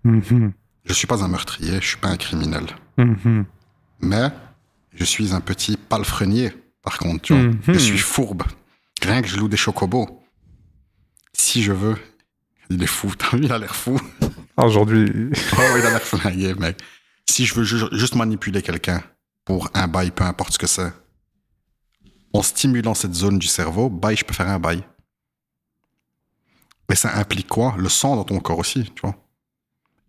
Mhm.
je suis pas un meurtrier, je suis pas un criminel.
Mhm.
Mais je suis un petit palefrenier, par contre. tu vois.
Mhm.
Je suis fourbe. Rien que je loue des chocobos. Si je veux, il est fou. (laughs) T'as vu, il a l'air fou.
Ah, Aujourd'hui,
(laughs) Oh, il a l'air flingué, mec. Si je veux ju- juste manipuler quelqu'un pour un bail, peu importe ce que c'est, en stimulant cette zone du cerveau, bail, je peux faire un bail. Mais ça implique quoi Le sang dans ton corps aussi, tu vois.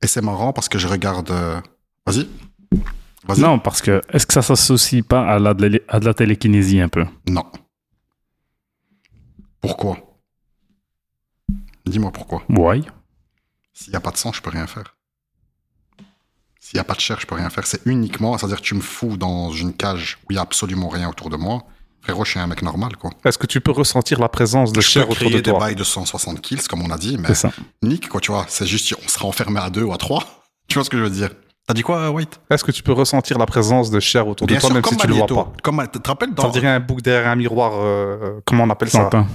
Et c'est marrant parce que je regarde. euh, Vas-y. Vas-y.
Non, parce que est-ce que ça s'associe pas à la, de la- à de la télékinésie un peu
Non. Pourquoi Dis-moi pourquoi.
Ouais.
S'il n'y a pas de sang, je peux rien faire. S'il n'y a pas de chair, je peux rien faire. C'est uniquement, c'est-à-dire que tu me fous dans une cage où il n'y a absolument rien autour de moi. Frérot, je suis un mec normal, quoi.
est-ce que tu peux ressentir la présence de
je
chair
peux
autour de
créer des
toi
bails de 160 kills, comme on a dit, mais
C'est ça.
nique, quoi, tu vois. C'est juste, on sera enfermé à deux ou à trois. (laughs) Tu vois ce que je veux dire T'as dit quoi, euh, White
Est-ce que tu peux ressentir la présence de chair autour de toi même si tu le vois
Magneto.
pas
Comme, tu te rappelles
Ça
dans...
dirait un bouc derrière un miroir. euh, comment on appelle ça
Santin.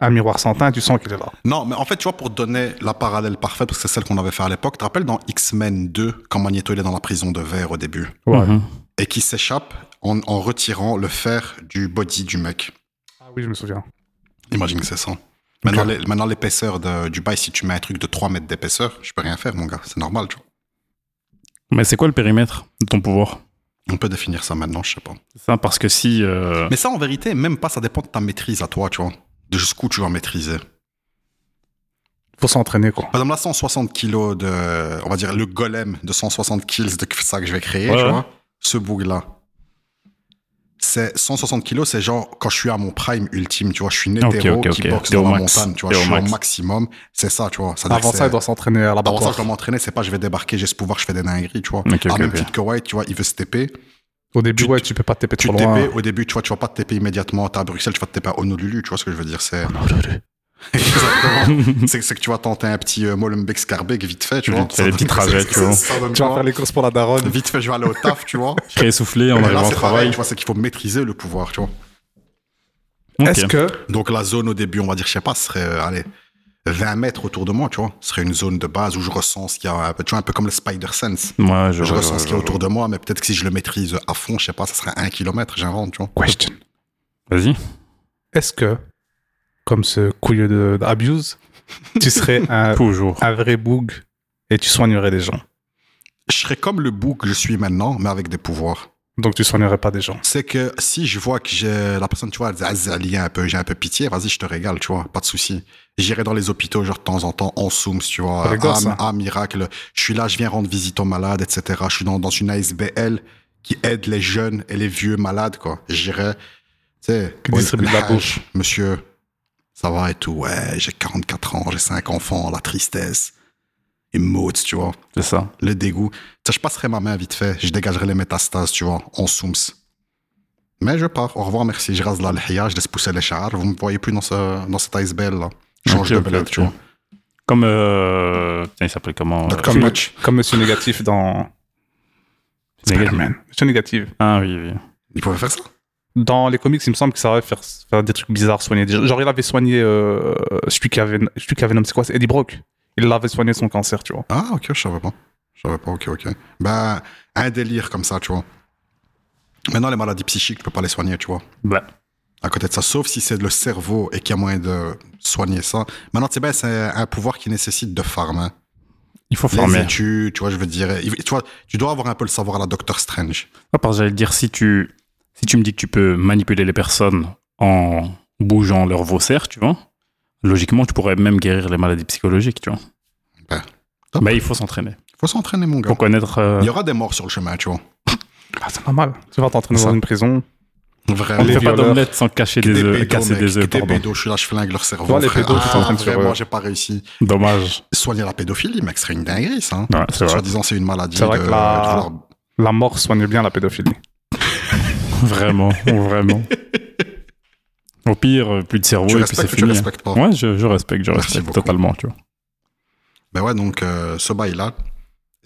Un miroir sans teint, tu sens qu'il est là.
Non, mais en fait, tu vois, pour donner la parallèle parfaite, parce que c'est celle qu'on avait fait à l'époque, tu te rappelles dans X-Men 2, quand Magneto, il est dans la prison de verre au début
Ouais.
Mhm.
et qui s'échappe en, en retirant le fer du body du mec.
Ah oui, je me souviens.
Imagine que c'est ça. Maintenant, les- maintenant, l'épaisseur de- du bail, si tu mets un truc de 3 mètres d'épaisseur, je peux rien faire, mon gars. C'est normal, tu vois.
Mais c'est quoi le périmètre de ton pouvoir
On peut définir ça maintenant, je sais pas.
C'est ça, parce que si. euh,
Mais ça, en vérité, même pas, ça dépend de ta maîtrise à toi, tu vois. De jusqu'où tu vas maîtriser.
Faut s'entraîner, quoi.
Par exemple, là, 160 kilos de. On va dire le golem de 160 kills de ça que je vais créer,
Ouais,
tu
ouais.
vois. Ce boug-là. c'est 160 kilos, c'est genre quand je suis à mon prime ultime, tu vois, je suis
Ok,
nétéro
ok, ok.
qui boxe
T'es au
dans la
max.
montagne, tu vois,
T'es
je
au
suis
max.
au maximum, c'est ça, tu vois. Ça veut dire
Avant
que
ça, il
c'est-
doit s'entraîner à la
avant ça, je dois
barre.
m'entraîner, c'est pas je vais débarquer, j'ai ce pouvoir, je fais des dingueries, tu vois.
Ok, ok,
à même
ok.
titre que White, tu vois, il veut se TP.
Au début,
tu-
ouais, tu peux pas te taper
Tu
trop
te
loin.
TP, au début, tu vois, tu vas pas te TP immédiatement, t'es à Bruxelles, tu vas te TP à Honolulu, tu vois ce que je veux dire, c'est. (laughs) Exactement. c'est c'est que tu vas tenter un petit euh, Molenbeek Scarbeck vite fait, tu vois.
Vite fait, les petits trajets, tu vois.
Tu vas faire les courses pour la daronne.
Vite fait, je vais aller au taf, tu vois.
Je serais essoufflé en
Mais là,
arrivant au
Ah, c'est pareil,
travail.
tu vois, c'est qu'il faut maîtriser le pouvoir, tu vois.
Est-ce
Ok.
que
Donc la zone au début, on va dire, je sais pas, ce serait euh, allez, 20 mètres autour de moi, tu vois. Ce serait une zone de base où je ressens ce qu'il y a, un peu, tu vois, un peu comme le Spider Sense.
Ouais, je,
Je, ressens ce
ressens
qu'il y a autour de moi, mais peut-être que si je le maîtrise à fond, je sais pas, ça serait un kilomètre, j'invente, tu vois.
Question.
Vas-y.
Ah
Est-ce que, comme ce couilleux de d'Abuse, tu serais (laughs) un,
Toujours.
un vrai boug et tu soignerais des gens
Je serais comme le bouc que je suis maintenant, mais avec des pouvoirs.
Donc tu soignerais pas des gens.
C'est que si je vois que j'ai la personne, tu vois, elle zazalie un peu, j'ai un peu pitié, vas-y, je te régale, tu vois, pas de souci. J'irai dans les hôpitaux, genre de temps en temps, en Soums, tu vois.
Ça rigole,
ah,
ça.
ah, miracle, je suis là, je viens rendre visite aux malades, etc. Je suis dans, dans une ASBL qui aide les jeunes et les vieux malades, quoi. J'irai, tu sais,
Qui
au-
distribue de la
Hajj,
bouffe.
Monsieur, ça va et tout, ouais, j'ai 44 ans, j'ai 5 enfants, la tristesse. Une maute, tu vois
C'est ça.
le dégoût. Ça, je passerai ma main vite fait, je dégagerai les métastases, tu vois, en soums. Mais je pars, au revoir, merci, je rase la lihia, je laisse pousser les chars, vous me voyez plus dans, ce, dans cette ice belle là. Change
Ok,
de
ok,
bled,
ok.
tu vois.
Comme. euh, Putain, il s'appelait comment euh,
Docteur
Comme,
Match.
comme Monsieur Négatif dans
Négatif.
Spider-Man. Monsieur Négatif.
Ah oui, oui.
Il pouvait faire ça
Dans les comics, il me semble qu'il savait faire, faire des trucs bizarres, soigner des gens. Genre, il avait soigné euh, celui qui avait, celui qui avait nommé, c'est quoi C'est Eddie Brock. Il l'avait soigné de son cancer, tu vois.
Ah, ok, je savais pas. Je savais pas, ok, ok. Ben, un délire comme ça, tu vois. Maintenant, les maladies psychiques, tu peux pas les soigner, tu vois.
Ouais.
À côté de ça, sauf si c'est le cerveau et qu'il y a moyen de soigner ça. Maintenant, tu sais bien, c'est un pouvoir qui nécessite de farm. hein.
Il faut
Les
former.
études, tu vois, je veux dire. il- Tu vois, tu dois avoir un peu le savoir à la Doctor Strange.
Ah, parce que j'allais te dire, si tu, si tu me dis que tu peux manipuler les personnes en bougeant leur vocère, tu vois, logiquement, tu pourrais même guérir les maladies psychologiques, tu vois.
Ouais. Bah, Top.
Mais il faut s'entraîner.
Faut s'entraîner, mon gars.
Pour connaître. euh,
Il y aura des morts sur le chemin, tu vois.
Ah, c'est pas mal. Tu vas t'entraîner dans
Ça.
une prison.
on
Vraiment.
ne
les
fait pas
violeurs.
d'omelette sans cacher
Que
des œufs,
pédos,
casser
mec,
des
que
œufs, pardon.
pédos, je suis là, je flingue leur cerveau.
Toi, les
frère.
pédos, tu
ah,
t'entraînes sur
vraiment,
euh,
eux.
j'ai pas réussi.
Dommage.
Soigner la pédophilie, mec, ce serait une dinguerie, ça. hein.
Ouais, c'est
(laughs)
vrai.
Soi-disant, c'est une maladie.
C'est vrai
de-
que la-
de vouloir-
La mort soigne bien la pédophilie.
Vraiment, vraiment. Au pire, euh, plus de cerveau
Tu
et puis c'est
respectes ou tu
fini. hein.
respectes pas
Ouais, je, je respecte, je
Merci
respecte
beaucoup.
totalement, tu vois.
Ben ouais, donc, euh, ce bail-là.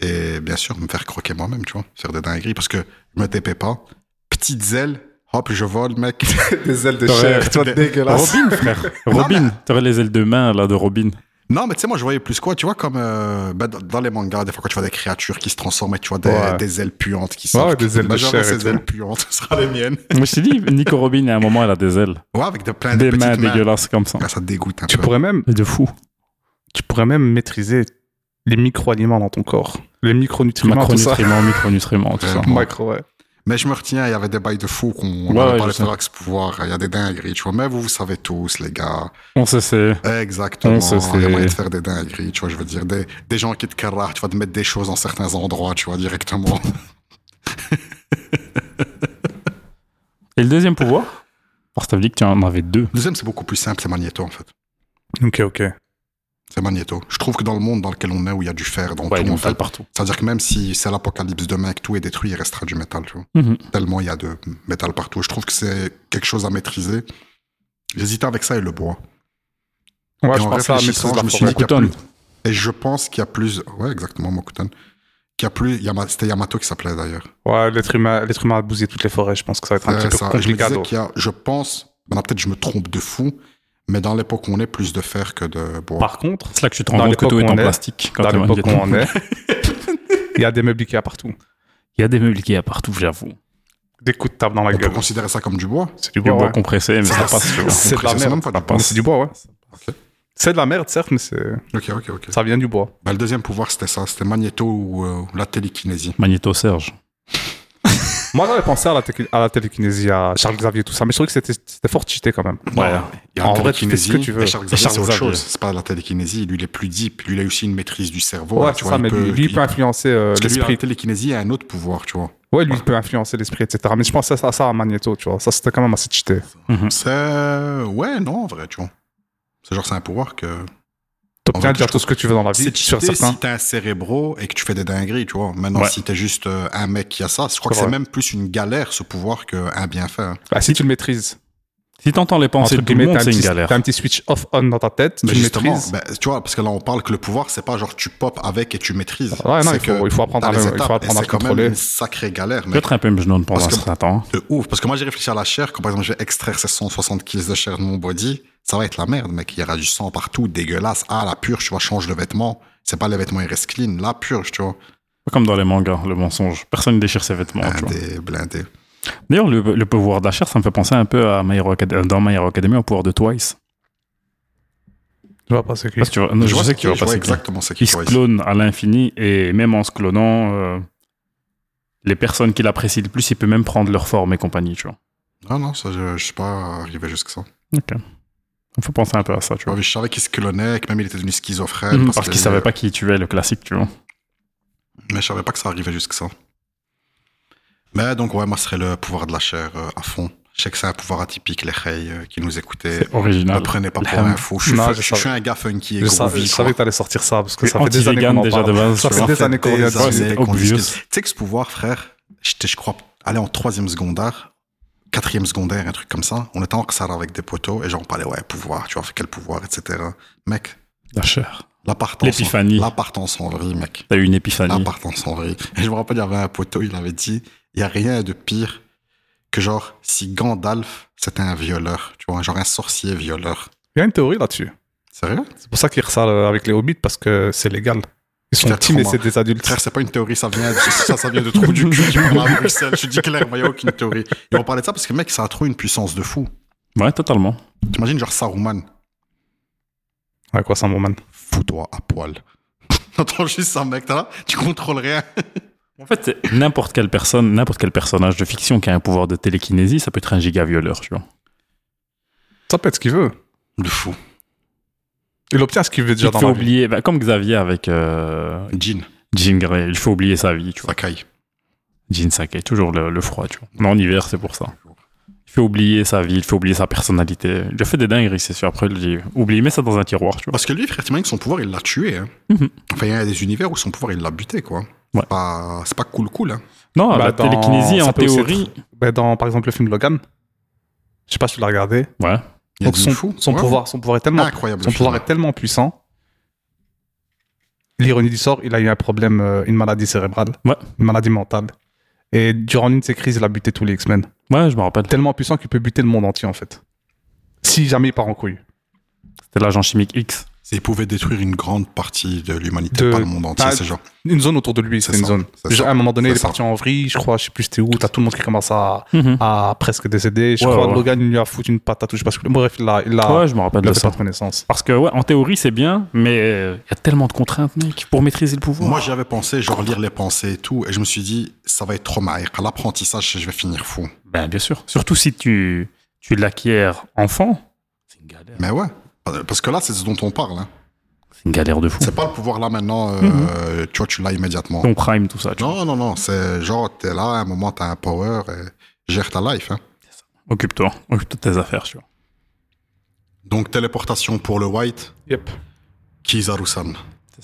Et bien sûr, me faire croquer moi-même, tu vois. Faire des dingueries, parce que je me TP pas. Petites ailes, hop, je vole, mec. (laughs)
Des ailes de
T'aurais-
chèvre, toi,
des-
dégueulasse.
Robin, frère.
Non,
Robin. T'aurais les ailes de main, là, de Robin.
Non, mais tu sais, moi, je voyais plus quoi, tu vois, comme euh, ben, dans- dans les mangas, des fois, quand tu vois des créatures qui se transforment et tu vois des,
Ouais.
des ailes puantes qui sortent.
des ailes de
Ben, j'aurais
chair
ces
et tout.
ailes puantes, (laughs) ce sera les miennes.
Moi, je t'ai dit, Nico Robin, à un moment, elle a des ailes.
Ouais, avec de plein de
Des
petites
mains
mains.
dégueulasses comme ça.
Ah, ça te dégoûte un
Tu
peu.
pourrais même
C'est de fou.
tu pourrais même maîtriser les micro-aliments dans ton corps. Les micronutriments, tout ça.
Macronutriments, micronutriments, tout ça.
Vraiment.
Macro, ouais.
Mais je me retiens, il y avait des bails de fou qu'on
Ouais,
n'allait
ouais,
pas
je
les
sais.
faire avec ce pouvoir. Il y a des dingueries, tu vois. Mais vous, vous savez tous, les gars.
On sait, c'est.
Exactement.
On se
Il y a moyen de
sait.
faire des dingueries, tu vois. Je veux dire, des, des gens qui te carrent, tu vois, de mettre des choses en certains endroits, tu vois, directement.
Et le deuxième pouvoir Parce que t'avais dit que tu en avais deux.
Deuxième, c'est beaucoup plus simple, c'est Magneto, en fait.
Ok, ok.
C'est Magneto. Je trouve que dans le monde dans lequel on est, où il y a du fer dans
Ouais,
tout,
il
en
en
fait,
fait partout.
c'est-à-dire que même si c'est l'apocalypse demain et que tout est détruit, il restera du métal, tu vois.
Mhm.
Tellement il y a de métal partout. Je trouve que c'est quelque chose à maîtriser. J'hésitais avec ça et le bois.
Ouais,
Et
je
en
pense à la maîtrise
réfléchissant,
de la
je me suis
forêt.
dit qu'il y a
Mokuton.
plus- Et je pense qu'il y a plus. Ouais, exactement, Mokuton. Qu'il y a plus. Yama- C'était Yamato qui s'appelait d'ailleurs.
Ouais, l'être humain, l'être humain a bousillé toutes les forêts. Je pense que ça va être un
Ouais,
petit peu
Euh, ça, je me
compliqué.
disais qu'il y a. Je pense. Maintenant, peut-être je me trompe de fou, mais dans l'époque où on est, plus de fer que de bois.
Par contre,
C'est là que tu te rends
Dans
compte que tout
l'époque
est
où
en
on est,
plastique. quand
dans
t'es
l'époque où
Magneto.
on est, (laughs) il y a des meubles Ikea partout.
Il y a des meubles qui y a partout, j'avoue.
Des coups de table dans la
on peut
gueule.
considérer ça comme du bois.
C'est du
Du
bois,
bois
ouais.
compressé, mais ça
Ça,
passe.
c'est-
C'est de la
compressé,
merde.
même pas du bois.
Mais C'est du bois, ouais.
Ok.
C'est de la merde, certes, mais c'est...
Ok, ok, ok.
ça vient du bois.
Bah, le deuxième pouvoir, c'était ça. C'était Magneto ou euh, la télékinésie.
Magneto Serge.
Moi, j'avais pensé à la, télé- à la télékinésie, à Charles Xavier, tout ça, mais je trouvais que c'était c'était fort cheaté quand même.
Ouais. Il y a
En
la
vrai, tu fais ce
télékinésie,
que tu veux.
et Charles
Et
Xavier,
Charles
c'est autre
Xavier.
chose. C'est pas la télékinésie. Lui, il est plus deep. Lui, il a aussi une maîtrise du cerveau.
Ouais,
hein, tu
c'est
vois,
ça,
il
mais lui, lui, il peut influencer euh,
Parce que lui, la
l'esprit.
télékinésie a un autre pouvoir, tu vois.
Ouais, lui, il peut influencer l'esprit, etc. Mais je pensais à ça, à ça, à Magneto, tu vois. Ça, c'était quand même assez cheaté.
C'est. Ouais, non, en vrai, tu vois. C'est genre, c'est un pouvoir que.
T'obtiens
vrai,
déjà
je
tout ce que tu veux dans la vie,
C'est
sur
cheaté si
certains.
t'es un cérébro et que tu fais des dingueries, tu vois. Maintenant,
Ouais.
si t'es juste euh, un mec qui a ça, je crois
C'est
que c'est
vrai.
même plus une galère, ce pouvoir, qu'un bienfait. hein.
Bah, si tu le maîtrises,
Si t'entends les pensées de
entre
tout le
guillemets,
monde,
t'as un,
c'est une
petit-
galère.
t'as un petit switch off-on dans ta tête,
Mais
tu le
justement,
maîtrises.
ben, tu vois, parce que là, on parle que le pouvoir, c'est pas genre tu pop avec et tu maîtrises.
Ouais, non,
C'est
il faut,
que
il faut apprendre
t'as
à,
les
le- il
étapes,
faut
et c'est
apprendre à le
quand même
contrôler.
une sacrée galère, mec.
Peut-être un peu mjnoun pendant
Parce
un
que-
certain temps.
De ouf. Parce que moi, j'ai réfléchi à la chair. Quand par exemple, je vais extraire ces 160 kilos de chair de mon body, ça va être la merde, mec. Il y aura du sang partout, dégueulasse. Ah, la purge, tu vois, change de vêtement. C'est pas les vêtements, ils restent clean. La purge, tu vois.
Pas Comme dans les mangas, le mensonge. Personne ne déchire ses vêtements. tu vois.
blindé, blindé.
D'ailleurs, le, le pouvoir de la chair, ça me fait penser un peu à My Hero Acad- euh, dans My Hero Academy au pouvoir de Twice.
Tu vois pas ce que-
Je, sais que tu vas- non, je sais que tu vas
je vois
passer.
exactement ce
Qui
qu'il
se
faut
clone à l'infini et même en se clonant, euh, les personnes qu'il apprécie le plus, il peut même prendre leur forme et compagnie, tu vois.
Non, non, ça, je, je suis pas arrivé jusqu'à ça.
Ok. Il faut penser un peu à ça, tu
Tu vois,
vois.
mais je savais qu'il se clonait, que même il était devenu schizophrène.
Mhm, parce qu'il savait pas qui tu es, le classique, tu vois.
Mais je savais pas que ça arrivait jusque ça. Mais donc, ouais, moi, ce serait le pouvoir de la chair euh, à fond. Je sais que c'est un pouvoir atypique, les reilles euh, qui nous écoutaient.
C'est
Ne
original.
prenez pas pour
Ham.
un fou. Je suis,
Non,
fa- je
je
suis
savais.
un gars funky et
Je, savais-
groovy,
je
quoi.
savais que t'allais sortir ça, parce que
Mais
ça fait des années
anti-vegan,
qu'on en
déjà
parle.
de base.
Ça
tu
fait
vois.
des années qu'on revient
années.
dessus.
Ouais,
c'était
c'était obvious.
Tu sais que ce pouvoir, frère, j'étais, je crois, allé en troisième secondaire, quatrième secondaire, un truc comme ça. On était en salle avec des poteaux et genre on parlait, ouais, pouvoir, tu vois, quel pouvoir, etc. Mec,
La chair.
la
hein.
partance.
L'épiphanie.
La partance en vrille, mec.
T'as eu une
La
épiphanie.
partance en vrille. Et je me rappelle, il y avait un poteau, il avait dit, il y a rien de pire que genre si Gandalf, c'était un violeur, tu vois, genre un sorcier violeur.
Il y a une théorie là-dessus.
Sérieux?
C'est pour ça qu'ils ressortent avec les hobbits, parce que c'est légal. Ils sont
Putain,
petits, mais
trop
c'est des adultes.
Frère, c'est pas une théorie, ça vient, ça, ça vient de trou du cul. du monde à Bruxelles. Je te dis clairement, il n'y a aucune théorie. Et on parlait de ça parce que, mec, ça a trop une puissance de fou.
Ouais, totalement.
T'imagines, genre Saruman,
Ouais, quoi, ça, mon man
fous-toi à poil. (laughs) T'entends juste ça, mec, t'as là, tu contrôles rien.
En fait, c'est n'importe quelle personne, n'importe quel personnage de fiction qui a un pouvoir de télékinésie, ça peut être un giga violeur, tu vois.
Ça peut être ce qu'il veut.
De fou.
Il obtient ce qu'il veut déjà
Il
dans
faut
la vie.
oublier, bah, comme Xavier avec euh,
Jean,
Jean Grey, il faut oublier sa vie, tu vois.
Sakai.
Jean Sakai, toujours le, le froid, tu vois. Mais en hiver, c'est pour ça. Il faut oublier sa vie, il faut oublier sa personnalité. Il a fait des dingueries, c'est sûr. Après, il oublie, mets ça dans un tiroir, tu vois.
Parce que lui, frère, t'imagines que son pouvoir, il l'a tué. Hein.
Mhm.
Enfin, il y a des univers où son pouvoir, il l'a buté, quoi.
Ouais.
C'est pas- C'est pas cool, cool. Hein.
Non,
Bah,
Ah, la
dans-
télékinésie,
ça
en
peut aussi être-
théorie.
Bah, dans, par exemple, le film Logan. Je sais pas si tu l'as regardé.
Ouais.
Il y a
Donc
des
son,
fous.
son
Ouais.
pouvoir, son pouvoir est tellement,
Incroyable.
son
le
pouvoir
film.
est tellement puissant. L'ironie du sort, il a eu un problème, euh, une maladie cérébrale,
Ouais.
une maladie mentale. Et durant une de ses crises, il a buté tous les X-Men.
Ouais, je me rappelle.
Tellement puissant qu'il peut buter le monde entier en fait. Si jamais il part en couille.
C'était l'agent chimique X.
Il pouvait détruire une grande partie de l'humanité,
De-
pas le monde entier,
Ah,
c'est genre.
Une zone autour de lui,
C'est
c'est une
ça,
zone.
c'est
Déjà,
ça,
à un moment donné,
c'est
il est
ça.
parti en vrille, je crois, je sais plus c'était où, t'as tout le monde qui commence à, à presque décéder. Je
Ouais,
crois
ouais.
Logan il lui a foutu une patate ou je sais pas ce que. Bref, il a, il a,
Ouais, je me rappelle
il a
de
fait
ça.
pas de connaissance.
Parce que, ouais, en théorie, c'est bien, mais euh, il y a tellement de contraintes, mec, pour maîtriser le pouvoir.
Moi, j'y avais pensé, genre lire les pensées et tout, et je me suis dit, ça va être trop mal. L'apprentissage, je vais finir fou.
Ben, bien sûr. Surtout si tu, tu l'acquiers enfant. C'est une galère.
Mais ouais, parce que là, c'est ce dont on parle. hein.
C'est une galère de fou.
C'est pas le pouvoir là maintenant, euh,
Mhm.
tu vois, tu l'as immédiatement.
Ton prime, tout ça. tu vois.
Non, non, non, c'est genre, t'es là, à un moment, t'as un power, et gère ta life. hein.
Occupe-toi. Occupe-toi de tes affaires, tu vois.
Donc, téléportation pour le White,
Yep.
Kizaru-san.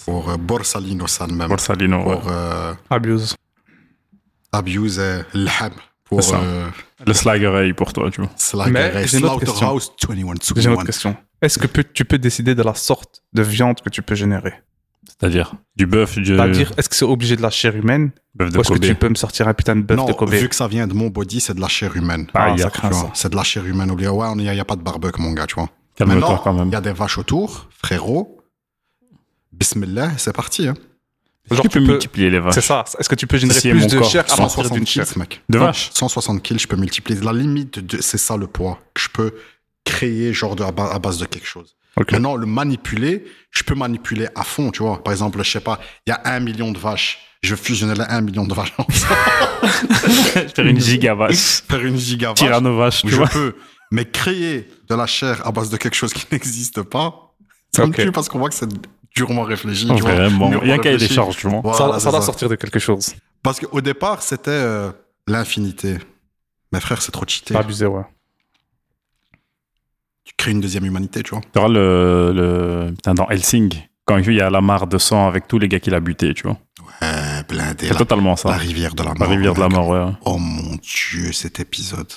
Pour euh, Borsalino-san même.
Borsalino, ouais.
Pour euh,
Abuse.
Abuse et Lham. Pour
C'est ça.
euh,
Le Slageray pour toi, tu vois.
Slugger
Mais
et
j'ai une autre question.
Slaughterhouse 21.
J'ai une autre
21.
question. Est-ce que peut- tu peux décider de la sorte de viande que tu peux générer
C'est-à-dire du bœuf, du
C'est-à-dire, Bah, est-ce que c'est obligé de la chair humaine
bœuf Euh, de
ou est-ce que
Kobe.
tu peux me sortir un putain de bœuf
Non,
de Kobe
vu que ça vient de mon body, c'est de la chair humaine.
Ah,
ça
yeah.
craint
Tu
ça.
vois, C'est de la chair humaine. Oubliez, ouais, il n'y a, y a pas de barbecue, mon gars, tu vois.
Calme-toi
Maintenant,
quand même.
Il y a des vaches autour, frérot. Bismillah, c'est parti. Hein.
Genre, tu peux multiplier les
C'est
vaches.
ça. Est-ce que tu peux générer
Si et
plus
mon
de
corps,
chair à partir
160
d'une chair
kills, mec.
De
Hop,
vaches.
160 kills, je peux multiplier. La limite, de- c'est ça le poids que je peux créer genre de, à, ba- à base de quelque chose.
Ok.
Maintenant, le manipuler, je peux manipuler à fond, tu vois. Par exemple, je sais pas, il y a un million de vaches. je fusionnais un million de vaches
(laughs) Faire une gigavache.
faire une gigavache.
Tyrannovache, tu
je
vois.
peux. Mais créer de la chair à base de quelque chose qui (laughs) n'existe pas, ça
Ok.
me tue parce qu'on voit que c'est durement réfléchi. tu vois.
Vraiment.
Mûrement
Il y a un cahier des
réfléchi.
charges, tu vois.
Voilà,
ça
c'est
ça doit
ça.
sortir de quelque chose.
Parce qu'au départ, c'était euh, l'infinité. Mais frère, c'est trop cheaté.
Pas abusé, ouais.
Tu crées une deuxième humanité, tu vois.
Tu vois, le, le- putain, dans Helsing, quand il y a la mare de sang avec tous les gars qu'il a butés, tu vois.
Ouais, blindé.
C'est
La,
totalement
la
ça.
rivière de la
La
mort.
rivière de la
mec.
mort, ouais.
Oh mon dieu, cet épisode.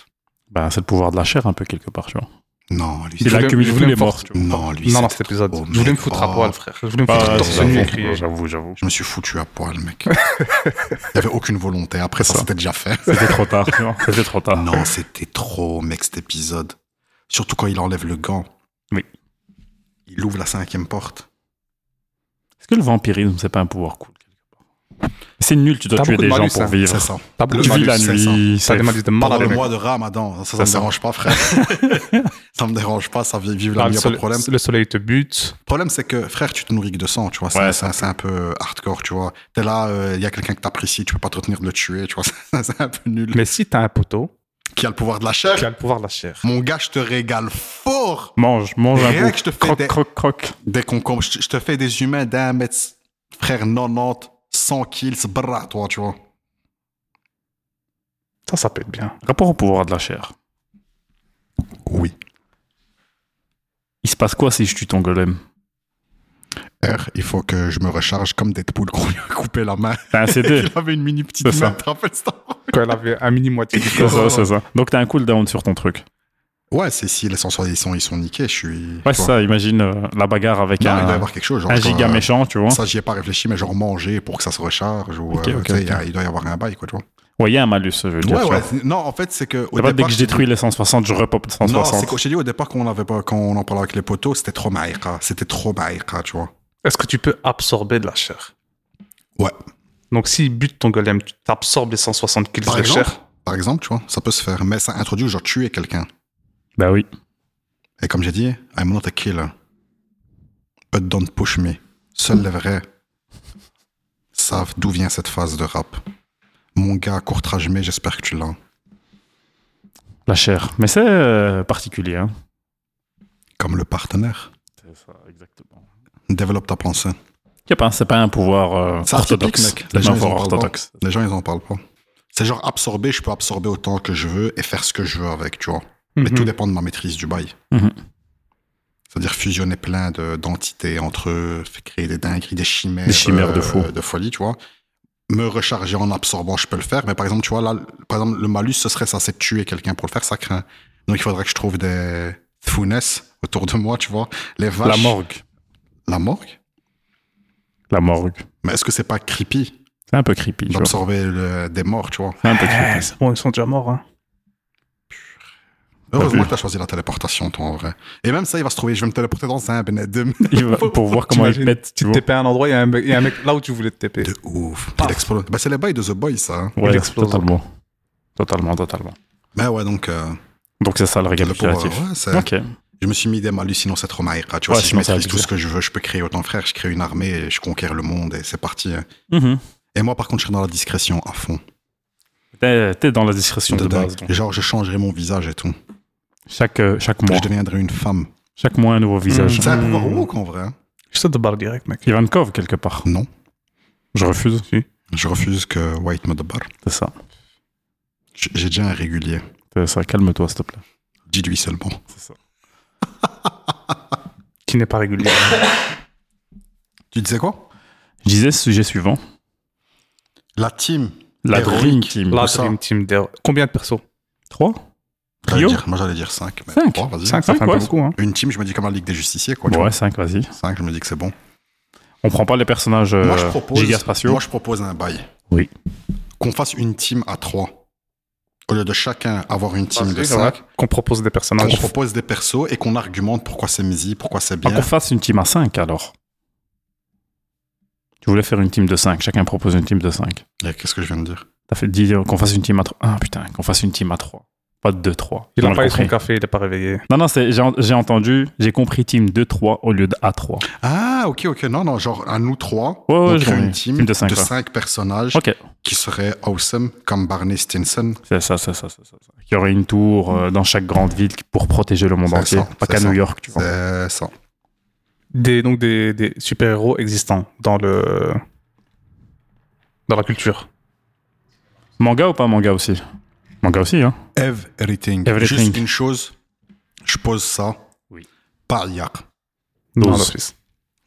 Ben, c'est le pouvoir de la chair, un peu, quelque part, tu vois.
Non, lui,
Il
Je
a
voulais-
accumulé
je
tous
voulais
les
me
morts,
forcer.
tu vois.
Non, lui,
Non, non,
c'est
cet épisode.
trop
je voulais me
mec.
foutre à
Oh,
poil, frère. Je voulais me foutre
ouais,
torse
j'avoue,
nu et crier.
j'avoue, (laughs) j'avoue.
Je me suis foutu à poil,
(laughs)
mec. Il n'y avait aucune volonté. Après ça,
Ça.
c'était déjà
(laughs)
fait.
C'était trop tard, tu vois. C'était trop tard.
Non, c'était trop, mec, cet épisode. Surtout quand il enlève le gant.
Oui.
Il ouvre la cinquième porte.
Est-ce que le vampirisme, c'est pas un pouvoir cool quelque part C'est nul, tu dois
T'as
tuer
beaucoup
des
de
gens
malus,
pour
hein.
vivre.
C'est ça.
T'as beaucoup
Le
Tu
de
vis
malus.
la
c'est
nuit,
T'as
c'est
des malus de malade,
Pendant le
mec.
mois de Ramadan, ça, ça me
C'est ça.
dérange pas,
(laughs)
frère. ça me dérange pas, ça vit- vive la
Bah,
nuit, y a pas de
le, soleil,
problème.
le soleil te bute.
Le problème, c'est que, frère, tu te nourris que de sang, tu vois. C'est
Ouais,
c'est- c'est un peu hardcore, tu vois. T'es là, il y a quelqu'un que t'apprécies, tu peux pas te retenir de le tuer, tu vois. (laughs) c'est un peu nul.
Mais si t'as un poteau
Qui a le pouvoir de la chair.
qui a le pouvoir de
(laughs)
la chair,
Mon gars, je te régale fort
Mange, mange un
Rien
bout.
que je te fais
Croc,
des-
croc, croc.
des concombres. Je, te- je te fais des humains d'un mètre, frère, 90, 100 kills, brrra, toi, tu vois.
ça, ça pète bien.
Rapport au pouvoir de la chair.
Oui.
Il se passe quoi si je tue ton golem
R, il faut que je me recharge comme Deadpool quand il a coupé la main.
T'as
(laughs)
un CD.
Il avait une mini petite
C'est
main,
ça.
tu te rappelles ça
Quand elle avait un mini moitié du
c'est
corps.
ça, c'est ça. Donc t'as un cooldown sur ton truc.
Ouais, c'est si les sensors ils sont, ils sont niqués, je suis.
Ouais,
tu vois.
c'est ça. Imagine euh, la bagarre avec
Non, il doit y
un,
avoir quelque chose. Genre,
un giga
euh,
méchant, tu vois.
Ça, j'y ai pas réfléchi, mais genre manger pour que ça se recharge. Ou,
Ok,
euh,
ok,
tu sais, il y a-
ok.
Il doit y avoir un bail, quoi, tu vois.
Ouais, il y a un malus, je veux dire.
ouais,
tu vois.
ouais. c'est- Non, en fait, c'est que. Au
C'est pas dès
départ,
que je détruis les 160, je repop les
Non, c'est
160.
que je t'ai dit au départ, quand on, avait pas, quand on en parlait avec les poteaux, c'était trop maïra. C'était trop maïra, tu vois.
(laughs) Est-ce que tu peux absorber de la chair
Ouais.
Donc, s'il bute ton golem, tu t'absorbes les 160 kills
Par
de
exemple,
chair.
Par exemple, tu vois, ça peut se faire. Mais ça introduit, genre, tuer quelqu'un.
Bah oui.
Et comme j'ai dit, I'm not a killer. But don't push me. Seuls les vrais savent d'où vient cette phase de rap. Mon gars, courtrage mais j'espère que tu l'as.
La chair. Mais c'est euh, particulier. Hein.
Comme le partenaire.
C'est ça, exactement.
Développe ta pensée.
c'est pas un pouvoir euh,
C'est
orthodoxe.
atypique, mec. Les
C'est
gens,
un
ils en
pouvoir
parlent pas.
orthodoxe.
Les gens, ils en parlent pas. C'est genre absorber, je peux absorber autant que je veux et faire ce que je veux avec, tu vois. Mais
Mhm.
tout dépend de ma maîtrise du bail.
Mhm.
C'est-à-dire fusionner plein de- d'entités entre eux, faire créer des dingueries, des chimères, euh,
Des chimères de fou.
de folie, tu vois. Me recharger en absorbant, je peux le faire. Mais par exemple, tu vois, là, par exemple, le malus, ce serait ça, c'est de tuer quelqu'un pour le faire, ça craint. Donc il faudrait que je trouve des founesses autour de moi, tu vois. Les
La
vaches.
morgue.
La morgue
La morgue.
Mais est-ce que c'est pas creepy
C'est un peu creepy. tu vois.
d'absorber le- des morts, tu vois
C'est un peu creepy.
Eh, c'est bon, ils sont déjà morts. Hein.
Heureusement
vu.
que t'as choisi la téléportation, toi, en vrai. Et même ça, il va se trouver, je vais me téléporter dans un benedum.
(laughs) Il va- pour voir comment il
T'imagines,
pète.
Tu
Tu vois.
TP à un endroit, il y, a un mec- il y a un mec là où tu voulais te TP.
De ouf.
Paf.
Il explose. Bah, c'est les bails de The Boys, ça. hein.
Ouais,
Il explose.
Totalement. Totalement, totalement.
Bah ouais, donc, euh,
Donc c'est ça le
le pouvoir,
récapitulatif.
ouais, c'est-
Ok.
je me suis mis des malus, sinon c'est trop maïra. Tu vois,
Ouais,
si je
sinon, c'est
maîtrise tout
abusé.
ce que je veux, je peux créer autant, frère. Je crée une armée, et je conquère le monde et c'est parti. hein.
Mhm.
Et moi, par contre, je suis dans la discrétion à fond.
T'es t'es dans la discrétion de,
De dingue.
base. donc.
Genre, je changerais mon visage et tout.
Chaque, euh, chaque mois.
Je deviendrais une femme.
Chaque mois, un nouveau
Mm.
visage.
C'est un pouvoir
Hmm.
woke, en vrai. hein.
Je te de balle direct, mec.
Ivankov, quelque part.
Non.
Je refuse.
Je refuse que White me débarre.
C'est ça.
J- J'ai déjà un régulier.
C'est ça. Calme-toi, s'il te plaît.
Dis-lui seulement.
C'est ça.
Qui n'est pas (laughs) régulier.
Tu disais quoi
Je disais, sujet suivant.
La team.
La
Héroïque.
Dream Team.
La
ça.
Dream Team d'Hero- Combien de persos
3
J'allais
Rio
dire- Moi, j'allais dire 5. Mais
Cinq.
trois, vas-y.
5, ça
Cinq,
fait un peu
ouais.
beaucoup. Hein.
Une team, je me dis comme la Ligue des Justiciers, quoi.
Ouais, 5, vas-y.
5, je me dis que c'est bon.
On prend pas les personnages euh,
moi, je propose,
gigaspatiaux.
moi, je propose un bail.
Oui.
Qu'on fasse une team à 3. Au lieu de chacun avoir une team de
Ouais,
5,
Qu'on propose des personnages.
on propose des persos et qu'on argumente pourquoi c'est Mizzy, pourquoi c'est
Ah,
bien.
qu'on fasse une team à 5 alors. Tu voulais faire une team de 5. Chacun propose une team de 5.
Et Eh, Qu'est-ce que je viens de dire
euh, T'as fait dire qu'on fasse une team à 3. Ah putain, qu'on fasse une team à 3. pas 2-3.
Il
On
a
l'a
pas eu son
compris.
café, il est pas réveillé.
Non, non, c'est- j'ai en- j'ai entendu, j'ai compris team 2-3 au lieu de A3.
Ah, ok, ok. Non, non, genre, à nous trois,
Ouais, ouais,
on
je
crée
comprends.
une team,
Team
de
de cinq,
cinq,
ouais.
personnages
Ok,
qui seraient awesome, comme Barney Stinson.
c'est ça, c'est ça, c'est ça. Il y aurait une tour euh, dans chaque grande ville pour protéger le monde
C'est
entier,
ça,
pas
c'est
qu'à
ça.
New York, tu vois.
C'est ça.
Des, donc des, des super-héros existants dans le. dans la culture.
Manga ou pas manga aussi Manga aussi, hein
Everything.
Everything.
Juste une chose, je pose ça.
Oui.
Pariah,
Dans
Douze.
l'office.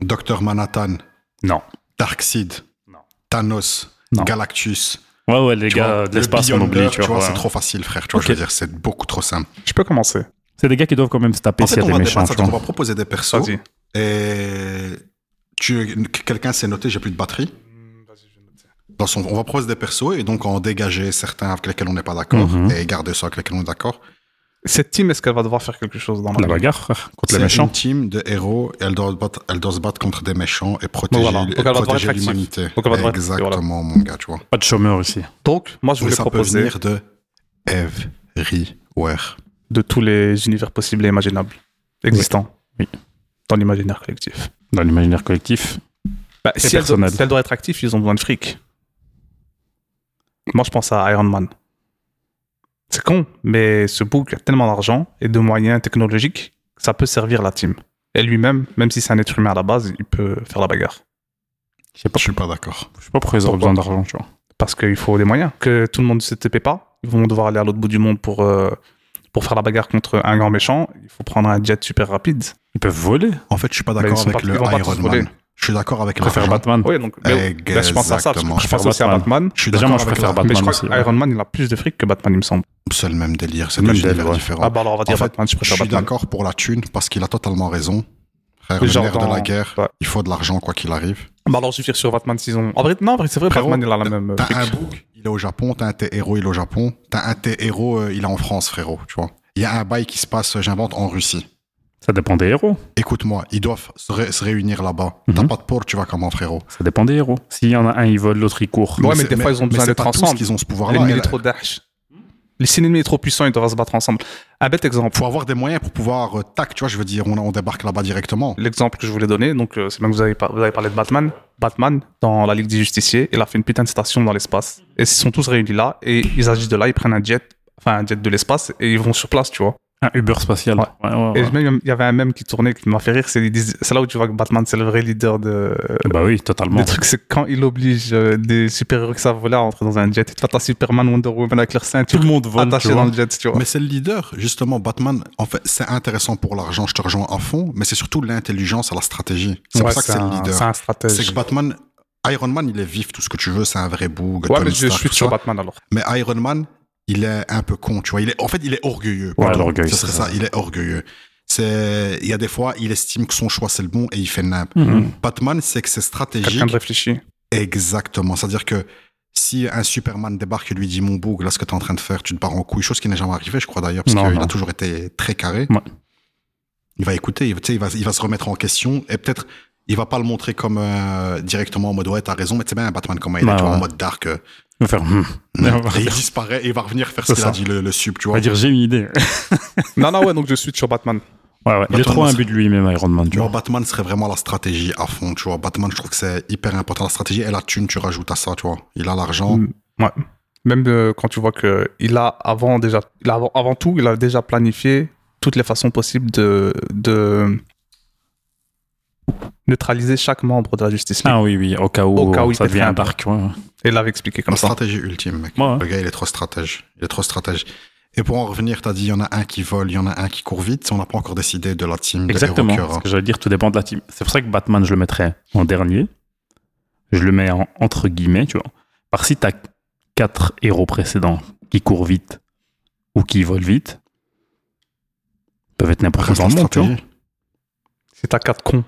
Docteur Manhattan,
Non.
Darkseid,
Non.
Thanos,
Non.
Galactus.
Ouais, ouais, les
tu
gars
vois,
de l'espace,
le
on oublie,
Beyonder,
tu vois. ouais.
c'est trop facile, frère. Tu vois,
Ok.
je veux dire, c'est beaucoup trop simple.
Je peux commencer.
C'est des gars qui doivent quand même se taper
En
s'il
fait,
y a
on
des
va
méchants,
débattre, ça,
tu
donc on
vois.
va proposer des persos.
Vas-y.
Et tu, quelqu'un s'est noté, j'ai plus de batterie. Dans son, on va proposer des persos et donc en dégager certains avec lesquels on n'est pas d'accord
Mhm.
et garder ceux avec lesquels on est d'accord.
Cette team, est-ce qu'elle va devoir faire quelque chose dans
La
la vie
bagarre, frère, contre les
C'est
méchants.
une team de héros et elle doit, se battre, elle doit se battre contre des méchants et protéger,
Voilà. Donc,
et
elle va devoir
protéger
être active.
l'humanité.
Donc, elle va devoir être-
Exactement, mon gars, tu vois.
Pas de chômeur ici.
Donc, moi, je
Et
voulais
ça
proposer
peut venir de everywhere.
de tous les univers possibles et imaginables existants.
Oui.
Dans l'imaginaire collectif.
Dans l'imaginaire collectif.
Bah, si, elle doit,
personnel.
si elle doit être active, ils ont besoin de fric. Moi, je pense à Iron Man. C'est con, mais ce book a tellement d'argent et de moyens technologiques que ça peut servir la team. Et lui-même, même si c'est un être humain à la base, il peut faire la bagarre.
Je sais pas,
Je suis pas d'accord.
je sais pas pourquoi ils auraient
Pourquoi
besoin d'argent, tu vois.
Parce qu'il faut des moyens. Que tout le monde ne se TP pas. Ils vont devoir aller à l'autre bout du monde pour, euh, pour faire la bagarre contre un grand méchant. Il faut prendre un jet super rapide.
Ils peuvent voler.
En fait, je suis pas
Bah, ils
d'accord
sont
avec
pas-
le
ils vont pas
Iron
tous voler.
Man. Je suis d'accord avec
Ils préfèrent
l'argent.
Batman.
Oui, donc mais- là, je pense à ça. parce
Eh,
que
Exactement.
Je pense aussi à
Batman.
Batman.
Je suis
Déjà,
d'accord
moi, je
avec
préfère
l'argent.
Batman
Mais je crois
aussi,
que
ouais.
Iron Man, il a plus de fric que Batman, il me semble.
C'est le même délire, c'est
Même
deux
délire,
univers
ouais.
différents.
Ah bah alors, on va dire
fait,
Batman, je
je
préfère
suis
Batman.
d'accord pour la thune parce qu'il a totalement raison. Frère,
Le
le nerf
jardin,
de la guerre,
ouais.
il faut de l'argent quoi qu'il arrive.
Bah alors, je suis fier sur Batman saison. En vrai, non, en vrai, c'est vrai,
Frérot,
Batman, il a la même euh,
T'as
fric.
un book, il est au Japon, t'as un de tes héros, il est au Japon, t'as un de tes héros, euh, il est en France, frérot, tu vois. Il y a un bail qui se passe, euh, j'invente, en Russie.
Ça dépend des héros.
Écoute-moi, ils doivent se, ré- se réunir là-bas.
Mhm.
T'as pas de port, tu vas comment, frérot
Ça dépend des héros. S'il y en a un, il vole, l'autre, il court.
Ouais, mais
c'est-
des fois, ils ont besoin
c'est
d'être
pas tous
ensemble.
qu'ils ont ce pouvoir-là.
L'ennemi
Il
est trop dash. Hmm? Les l'ennemi est trop puissant, ils doivent se battre ensemble. Un bête exemple.
faut avoir des moyens pour pouvoir, euh, tac, tu vois, je veux dire, on, on débarque là-bas directement.
L'exemple que je voulais donner, donc euh, c'est bien que vous avez, par- vous avez parlé de Batman. Batman, dans la Ligue des Justiciers, il a fait une putain de station dans l'espace. Et ils sont tous réunis là, et ils agissent de là, ils prennent un jet, enfin un jet de l'espace, et ils vont sur place, tu vois.
Un Uber spatial.
Ouais.
Ouais, ouais,
Et
ouais.
même, il y avait un mème qui tournait qui m'a fait rire, c'est ils disent- c'est là où tu vois que Batman, c'est le vrai leader de,
Bah oui, totalement.
Le truc, c'est quand il oblige euh, des super-héros qui savent voler à rentrer dans un jet. Et toi, t'as Superman, Wonder Woman avec leur
Tout
ceinture
le monde vole, tu
attachée
vois.
dans le jet, tu vois.
Mais c'est le leader, justement. Batman, en fait, c'est intéressant pour l'argent, je te rejoins à fond, mais c'est surtout l'intelligence et la stratégie. C'est
Ouais,
pour ça que c'est le
un- C'est
leader.
un
C'est
stratège.
que Batman, Iron Man, il est vif, tout ce que tu veux, c'est un vrai boug.
Ouais,
Tony
mais je
Stark,
suis
tout
sur
ça.
Batman alors.
Mais Iron Man, il est un peu con, tu vois. Il est, en fait, il est orgueilleux.
Ouais,
Pardon,
l'orgueil,
Ce serait
c'est
ça,
ça.
il est orgueilleux. C'est, il y a des fois, il estime que son choix c'est le bon et il fait nimp.
Mhm.
Batman, c'est que c'est stratégique.
Quelqu'un de réfléchi.
Exactement. C'est-à-dire que si un Superman débarque et lui dit mon boug, là ce que t'es en train de faire, tu te barres en couille, chose qui n'est jamais arrivée, je crois d'ailleurs, parce
Non,
qu'il
non.
a toujours été très carré.
Ouais.
Il va écouter, il, va- tu sais, il va, il va se remettre en question et peut-être il va pas le montrer comme euh, directement en mode ouais, t'as raison, mais tu sais bien, Batman, comment il est,
Ouais,
tu vois,
Bah, ouais.
en mode dark. euh,
Il va faire, hum.
et il disparaît et il va revenir faire ce
C'est
qu'il a
ça.
dit, le, le sub, tu
On
vois.
va dire, j'ai une idée.
non, non, ouais, donc je suis sur Batman.
Ouais, ouais. Il
Batman,
est trop
c'est-
imbu de lui-même, Iron Man, tu
Moi,
vois.
Batman serait vraiment la stratégie à fond, tu vois. Batman, je trouve que c'est hyper important. La stratégie et la thune, tu rajoutes à ça, tu vois. Il a l'argent.
Mm. Ouais. Même euh, quand tu vois que il a avant déjà, il a avant, avant tout, il a déjà planifié toutes les façons possibles de, de neutraliser chaque membre de la Justice League.
Ah oui, oui, au cas où,
Au cas où il
ça
pèterait
devient
un
un dark. Ouais, ouais.
Et il l'avait expliqué comme
La
ça.
stratégie ultime, mec.
Ouais, ouais.
Le gars, il est trop stratège. Il est trop stratège. Et pour en revenir, t'as dit, il y en a un qui vole, il y en a un qui court vite. On n'a pas encore décidé de la team
Exactement.
de Hero
Ce que j'allais dire, tout dépend de la team. C'est pour ça que Batman, je le mettrais en dernier. Je le mets en, entre guillemets, tu vois. Par si t'as quatre héros précédents qui courent vite ou qui volent vite, peuvent être n'importe
Reste
quoi
la
dans le monde, tu vois.
stratégie.
C'est t'as quatre
(laughs)
cons.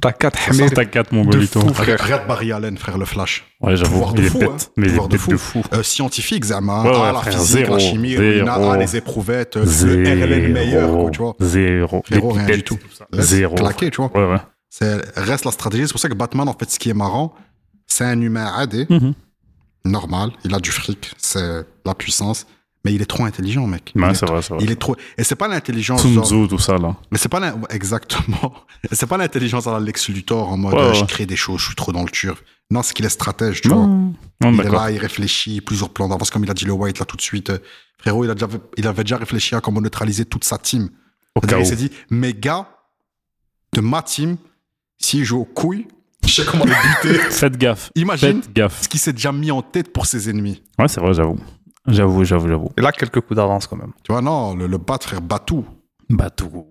t'as quatre
Mais
Hammer.
t'as quatre
de
mongolitos.
fou,
Regarde
frère.
regarde Barry Allen, frère, le Flash.
Ouais, j'avoue,
Pouvoir de
il est
fou, hein.
bête. Mais il est
Pouvoir de
bête de fou.
Euh, scientifique, Zama.
Ouais, ouais,
ah, la
frère,
physique,
zéro,
la chimie,
zéro.
Rina, ah, les éprouvettes, euh, le RLN meilleur, quoi,
Zéro.
tu vois.
Zéro.
Frérot,
Des
rien
têtes.
du tout. Laisse
Zéro.
Claquer, tu vois.
Ouais, ouais.
C'est, reste la stratégie. C'est pour ça que Batman, en fait, ce qui est marrant, c'est un humain AD,
Mhm.
normal, il a du fric, c'est la puissance, Mais il est trop intelligent, mec. il,
Ouais,
est
c'est
trop-
vrai, c'est vrai.
il est trop. Et c'est pas l'intelligence.
Sun
Oh, genre-
Tzu, tout ça, là.
Mais c'est pas l'in- exactement. (laughs) C'est pas l'intelligence à la Lex Luthor en mode
Ouais,
euh,
ouais.
je crée des choses, je suis trop dans le turf. Non, c'est qu'il est stratège, tu vois.
Non, non,
Il est
d'accord.
là, il réfléchit, plusieurs plans d'avance, comme il a dit le White là tout de suite. euh, Frérot, il, a déjà, il avait déjà réfléchi à comment neutraliser toute sa team.
Au
C'est-à-dire,
cas où.
Il s'est dit, mes gars de ma team, s'ils jouent aux couilles, je sais comment les buter.
Faites gaffe.
Imagine
Faites gaffe.
ce qu'il s'est déjà mis en tête pour ses ennemis.
Ouais, c'est vrai, j'avoue. J'avoue, j'avoue, j'avoue.
Il a quelques coups d'avance quand même.
Tu vois, non, le, le bat, frère, bat tout.
Batou.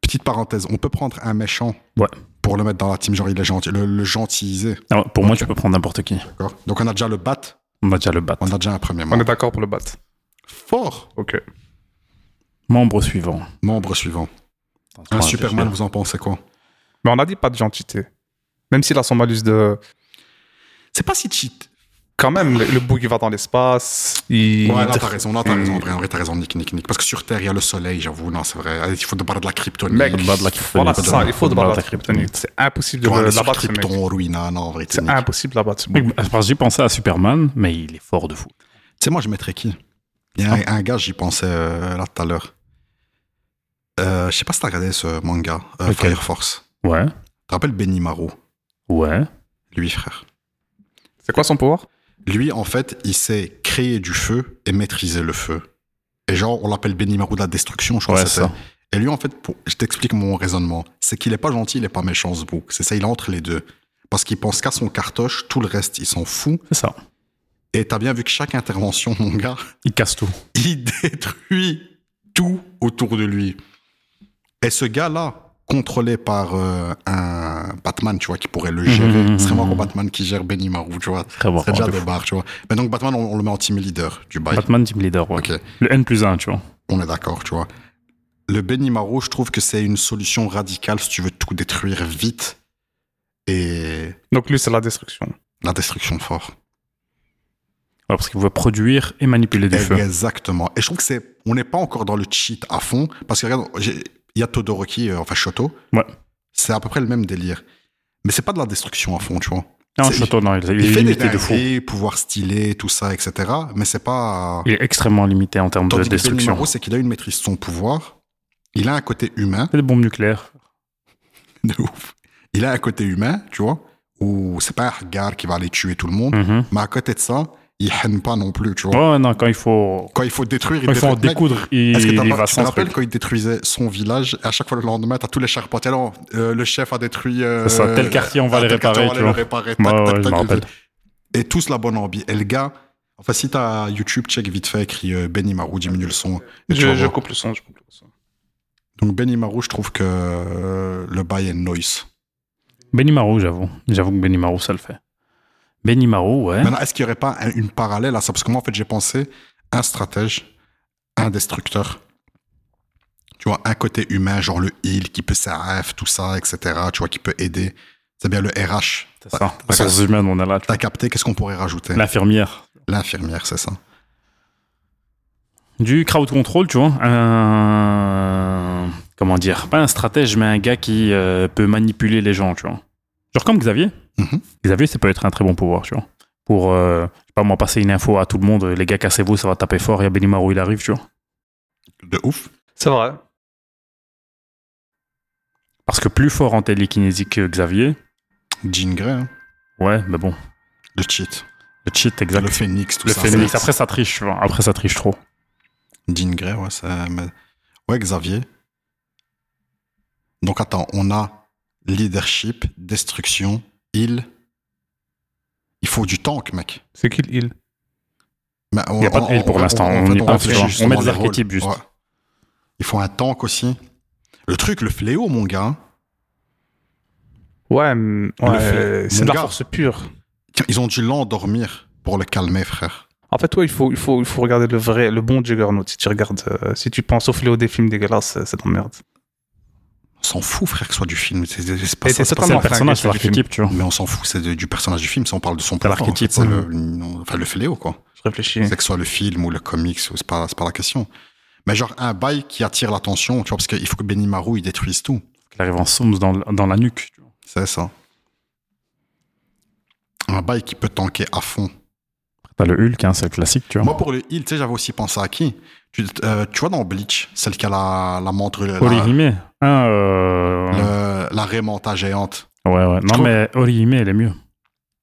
Petite parenthèse, on peut prendre un méchant
Ouais.
pour le mettre dans la team, genre il est gentil, le, le gentilliser.
Ah ouais, pour moi, tu peux prendre n'importe qui.
D'accord Donc on a déjà le bat,
On va déjà le battre.
on a déjà un premier
On est
membre.
d'accord pour le bat.
Fort
Ok.
Membre suivant.
Membre suivant. Un Superman, vous en pensez quoi
Mais on a dit pas de gentillité. Même s'il a son malus de.
C'est pas si cheat.
Quand même, le, le bouc il va dans l'espace. Il...
Ouais, là, t'as raison, là, t'as
il-
raison, en vrai, en vrai, t'as raison, Nick, Nick, Nick. Parce que sur Terre, il y a le soleil, j'avoue, non, c'est vrai. Allez, Il faut te battre de la kryptonite.
Mec,
Faut te battre la kryptonite.
voilà,
Faut te
ça,
battre-
il faut de battre la
kryptonite.
kryptonite. C'est impossible de
Pour aller
le-
sur
l'abattre, ce mec.
Krypton, Ruina, non, en vrai,
C'est
Nick.
impossible de l'abattre, ce
Mec,
mec.
parce que J'ai pensé à Superman, mais il est fort de fou.
Tu sais, moi, je mettrais qui Il y a un, un gars, j'y pensais euh, là tout à l'heure. Euh, je sais pas si t'as regardé ce manga, euh,
Lequel
Fire Force.
Ouais.
Tu te rappelles Benny Maro
Ouais.
Lui, frère.
C'est quoi son pouvoir
Lui, en fait, il sait créer du feu et maîtriser le feu. Et genre, on l'appelle Benny Maru de la destruction, je crois
Ouais,
que
c'est
c'était.
ça.
Et lui, en fait, pour- je t'explique mon raisonnement. C'est qu'il est pas gentil, il est pas méchant, ce bouc. C'est ça, il est entre les deux. Parce qu'il pense qu'à son cartoche, tout le reste, il s'en fout.
C'est ça.
Et t'as bien vu que chaque intervention, mon gars, (laughs)
Il casse tout.
il détruit tout autour de lui. Et ce gars-là, contrôlé par euh, un Batman, tu vois, qui pourrait le gérer,
Mhm,
ce serait moi
mhm,
qu'on
mhm.
Batman qui gère Benny Maru, tu vois.
Très
C'est déjà
de
des
fou.
barres, tu vois. Mais donc Batman, on, on le met en team leader du bail.
Batman Team Leader, ouais.
Ok,
Le N plus 1, tu vois.
on est d'accord, tu vois. Le Benimaru, je trouve que c'est une solution radicale si tu veux tout détruire vite et
Donc lui, c'est la destruction.
la destruction fort.
Ouais, parce qu'il veut produire et manipuler
Eh,
du feu.
Exactement. Et je trouve que c'est, on n'est pas encore dans le cheat à fond parce que regarde, j'ai- il y a Todoroki, euh, enfin Shoto.
Ouais.
C'est à peu près le même délire, mais c'est pas de la destruction à fond, tu vois.
Non,
C'est-
Shoto, non, il, il
Il,
est
fait des
limité de fou.
dingueries, pouvoir stylé, tout ça, etc. Mais c'est pas.
Il est extrêmement limité en termes de
Tandis que
destruction.
Benimaru, c'est qu'il a une maîtrise de son pouvoir. Il a un côté humain. (laughs)
C'est des bombes nucléaires.
De ouf. Il a un côté humain, tu vois, où c'est pas un regard qui va aller tuer tout le monde,
Mhm.
mais à côté de ça, il haine pas non plus, tu vois.
Ouais, ouais, non, quand il faut,
Quand il faut détruire, il
quand il faut en
détruit. Mec,
découdre,
Est-ce
il,
que t'as
il
pas-
va
tu te
sans
rappelles
truc.
quand il détruisait son village, et à chaque fois le lendemain, t'as tous les charpentiers, alors euh, le chef a détruit... euh,
C'est ça, tel quartier, on va
ah,
les
tel quartier,
réparer,
on va
tu
le
vois.
réparer, tac,
Ouais,
tac,
ouais, je
tac,
me
tac.
rappelle.
Et tous la bonne ambi. Et le gars, enfin si t'as YouTube, check vite fait, écrit euh, Benny Maru, diminue le son. et tu vas
Je, je
voir.
coupe le son, je coupe le son.
Donc Benny Maru, je trouve que euh, le bail est noise.
Benimaru, j'avoue. J'avoue que Benimaru, ça le fait. Benimaru, ouais.
Maintenant, est-ce qu'il n'y aurait pas un- une parallèle à ça Parce que moi, en fait, j'ai pensé un stratège, un destructeur. Tu vois, un côté humain, genre le heal qui peut s'arrêter, tout ça, etc. Tu vois, qui peut aider. C'est bien le RH.
C'est
T'as-
ça.
t'as-
Ressources humaines, on est là. tu vois.
T'as capté, qu'est-ce qu'on pourrait rajouter
L'infirmière.
L'infirmière, c'est ça.
Du crowd control, tu vois. Un. Comment dire Pas un stratège, mais un gars qui euh, peut manipuler les gens, tu vois. Genre comme Xavier.
Mhm.
Xavier, ça peut être un très bon pouvoir, tu vois. Pour, euh, je sais pas moi, passer une info à tout le monde. Les gars, cassez-vous, ça va taper fort. Il y a Benimaru, il arrive, tu vois.
De ouf.
C'est vrai.
Parce que plus fort en télékinésie que Xavier,
Jean Grey, hein.
ouais, mais bon.
le cheat.
Le cheat, exact.
Le phénix, tout
Le
ça.
phénix.
c'est-
Après, ça triche, tu vois. Après, ça triche trop.
Jean Grey, ouais, ça. mais- Ouais, Xavier. Donc attends, on a leadership, destruction, heal. Il faut du tank, mec.
C'est qui il
Mais on-
Il n'y a pas de
on-
heal pour
on-
l'instant,
en
on
fait,
y pense,
réfléchit
tu vois.
justement
On met des
les rôles.
archétypes, juste.
Il faut un tank aussi. Le truc, le fléau, mon gars.
Ouais, mm,
Le
ouais,
fait-
c'est
mon
de la
gars.
force pure.
Tiens, Ils ont dû l'endormir pour le calmer, frère.
En fait, ouais, il faut, il faut, il faut regarder le vrai, le bon Juggernaut. Si tu regardes, euh, si tu penses au fléau des films dégueulasses, euh, c'est de la merde.
On s'en fout, frère, que ce soit du film. C'est c'est- c'est pas
Et
ça,
c'est
pas
C'est
totalement
le
ça.
personnage,
fringué,
c'est l'archétype, tu vois.
Mais on s'en fout, c'est de- du personnage du film. Si on parle de son
C'est
pouvoir, en fait,
l'archétype,
c'est
ouais.
le, non, enfin, le fléau, quoi.
Je réfléchis.
Mm.
C'est que ce soit le film ou le comics, ou c'est pas, c'est pas la question. Mais genre, un bail qui attire l'attention, tu vois, parce qu'il faut que Benimaru, il détruise tout.
Il arrive en somme dans, le- dans la nuque. tu vois.
C'est ça. Un bail qui peut tanker à fond.
T'as le Hulk, hein, c'est le classique, tu vois.
Moi, pour le heal, tu sais, j'avais aussi pensé à qui tu, euh, tu vois, dans Bleach, celle qui a la, la montre, la,
Orihime. Ah, euh,
le- la raie manta géante.
Ouais, ouais. Non,
trouve-
mais Orihime, elle est mieux.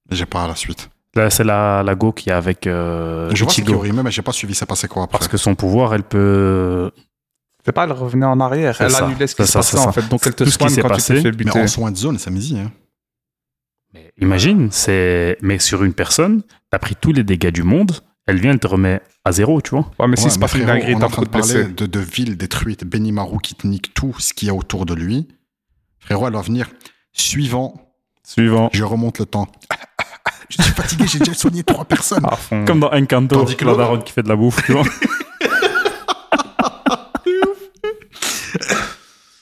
J'ai pas la suite.
Là, c'est la, la Go qui est avec euh,
je vois c'est
Ichigo.
Kyurime, mais j'ai pas suivi, c'est passé quoi après.
Parce que son pouvoir, elle peut.
C'est pas, elle revenait en arrière.
C'est
Elle
ça,
annulait ce
c'est
qui se
ça,
passait,
c'est ça.
en fait. Donc, elle te
Tout ce qui
soigne
s'est
quand tu
passé,
te fais
Mais
buter.
en soin de zone, c'est midi. Hein.
Imagine, c'est. Mais sur une personne, t'as pris tous les dégâts du monde, elle vient, elle te remet à zéro, tu vois.
Ouais, mais si
Ouais,
c'est pas une
frérot,
dinguerie,
on est
t'as
en train
beaucoup
de
de
parler
blessés.
de, de villes détruites, Benimaru qui te nique tout ce qu'il y a autour de lui. Frérot, elle va venir. Suivant,
Suivant.
je remonte le temps. (laughs) je suis fatigué, j'ai déjà soigné trois personnes.
À fond.
Comme dans Encanto,
Tandis que
la
l'autre-
daronne qui fait de la bouffe, tu vois.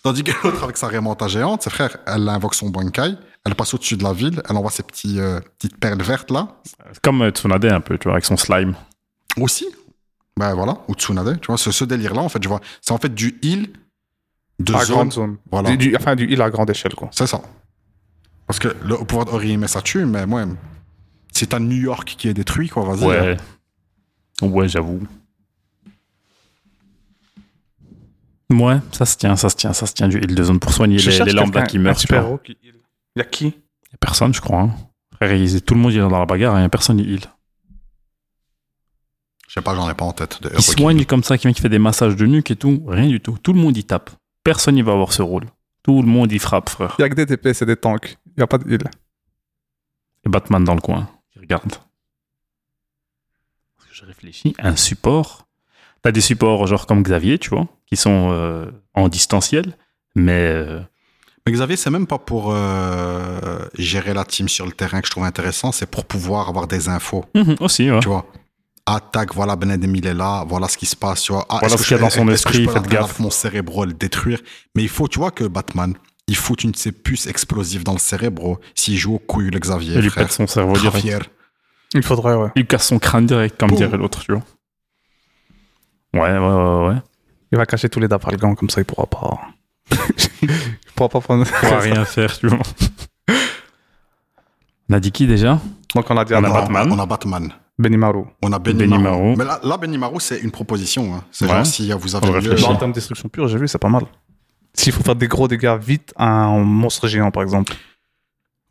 Tandis que l'autre, avec sa rémanta géante, ses frères, elle invoque son bankai, elle passe au-dessus de la ville, elle envoie ses petits, euh, petites perles vertes là.
Comme euh, Tsunade un peu, tu vois, avec son slime.
Aussi. Ben voilà, ou Tsunade, tu vois, ce, ce délire-là, en fait, je vois. C'est en fait du heal de
À
zone.
grande zone.
Voilà.
Du- du- Enfin, du heal à grande échelle, quoi.
C'est ça. Parce que le pouvoir d'Orihime, ça tue, mais moi, c'est à New York qui est détruit, quoi, vas-y.
Ouais. Ouais, j'avoue. Ouais, ça se tient, ça se tient, ça se tient du heal de zone pour soigner
Je
les,
cherche
les lambdas
quelqu'un,
qui
un
meurent. tu vois.
super-héros qui heal. Y a qui
Y a Personne, je crois. hein. Frère, ils- tout le monde il est dans la bagarre et y a personne il heal.
Je sais pas, j'en ai pas en tête. De
Il soigne comme ça, quelqu'un qui fait des massages de nuque et tout. Rien du tout. Tout le monde y tape. Personne n'y va avoir ce rôle. Tout le monde y frappe, frère.
Y a que des TP, c'est des tanks. Y a pas de heal.
Et Batman dans le coin. qui regarde. Je réfléchis. Un support. T'as des supports genre comme Xavier, tu vois, qui sont euh, en distanciel, mais euh,
Mais Xavier, c'est même pas pour euh, gérer la team sur le terrain que je trouve intéressant, c'est pour pouvoir avoir des infos,
hum, hum, aussi, ouais.
tu vois. Attaque, voilà, Ben Ademil est là, voilà ce qui se passe, tu vois. Ah,
Voilà
est-ce
ce
que
qu'il y a
je-
dans son
est-ce que je
esprit,
peux
faites
l'atteindre
gaffe.
avec Mon cérébro, le détruire. Mais il faut, tu vois, que Batman, il fout une de ses puces explosives dans le cérébro s'il joue au couille, le Xavier.
Il lui
frère.
pète son cerveau
Très
direct.
fier.
Il faudrait, ouais.
Il casse son crâne direct, comme
Boum.
dirait l'autre, tu vois. Ouais, ouais, ouais, ouais.
Il va cacher tous les daps gang comme ça, il pourra
(laughs)
pas. il pourra pas prendre.
On va rien faire, tu vois. On a dit qui déjà
Donc on a dit
On
Adam,
a
Non,
Batman.
On a Batman.
Benimaru.
On a Benimaru.
Benimaru.
Mais là, là Benimaru, c'est une proposition. hein. C'est
Ouais.
genre si vous avez
On
lieu.
réfléchit.
Genre, en termes de destruction pure, j'ai vu, c'est pas mal. S'il faut faire des gros dégâts vite à un monstre géant, par exemple.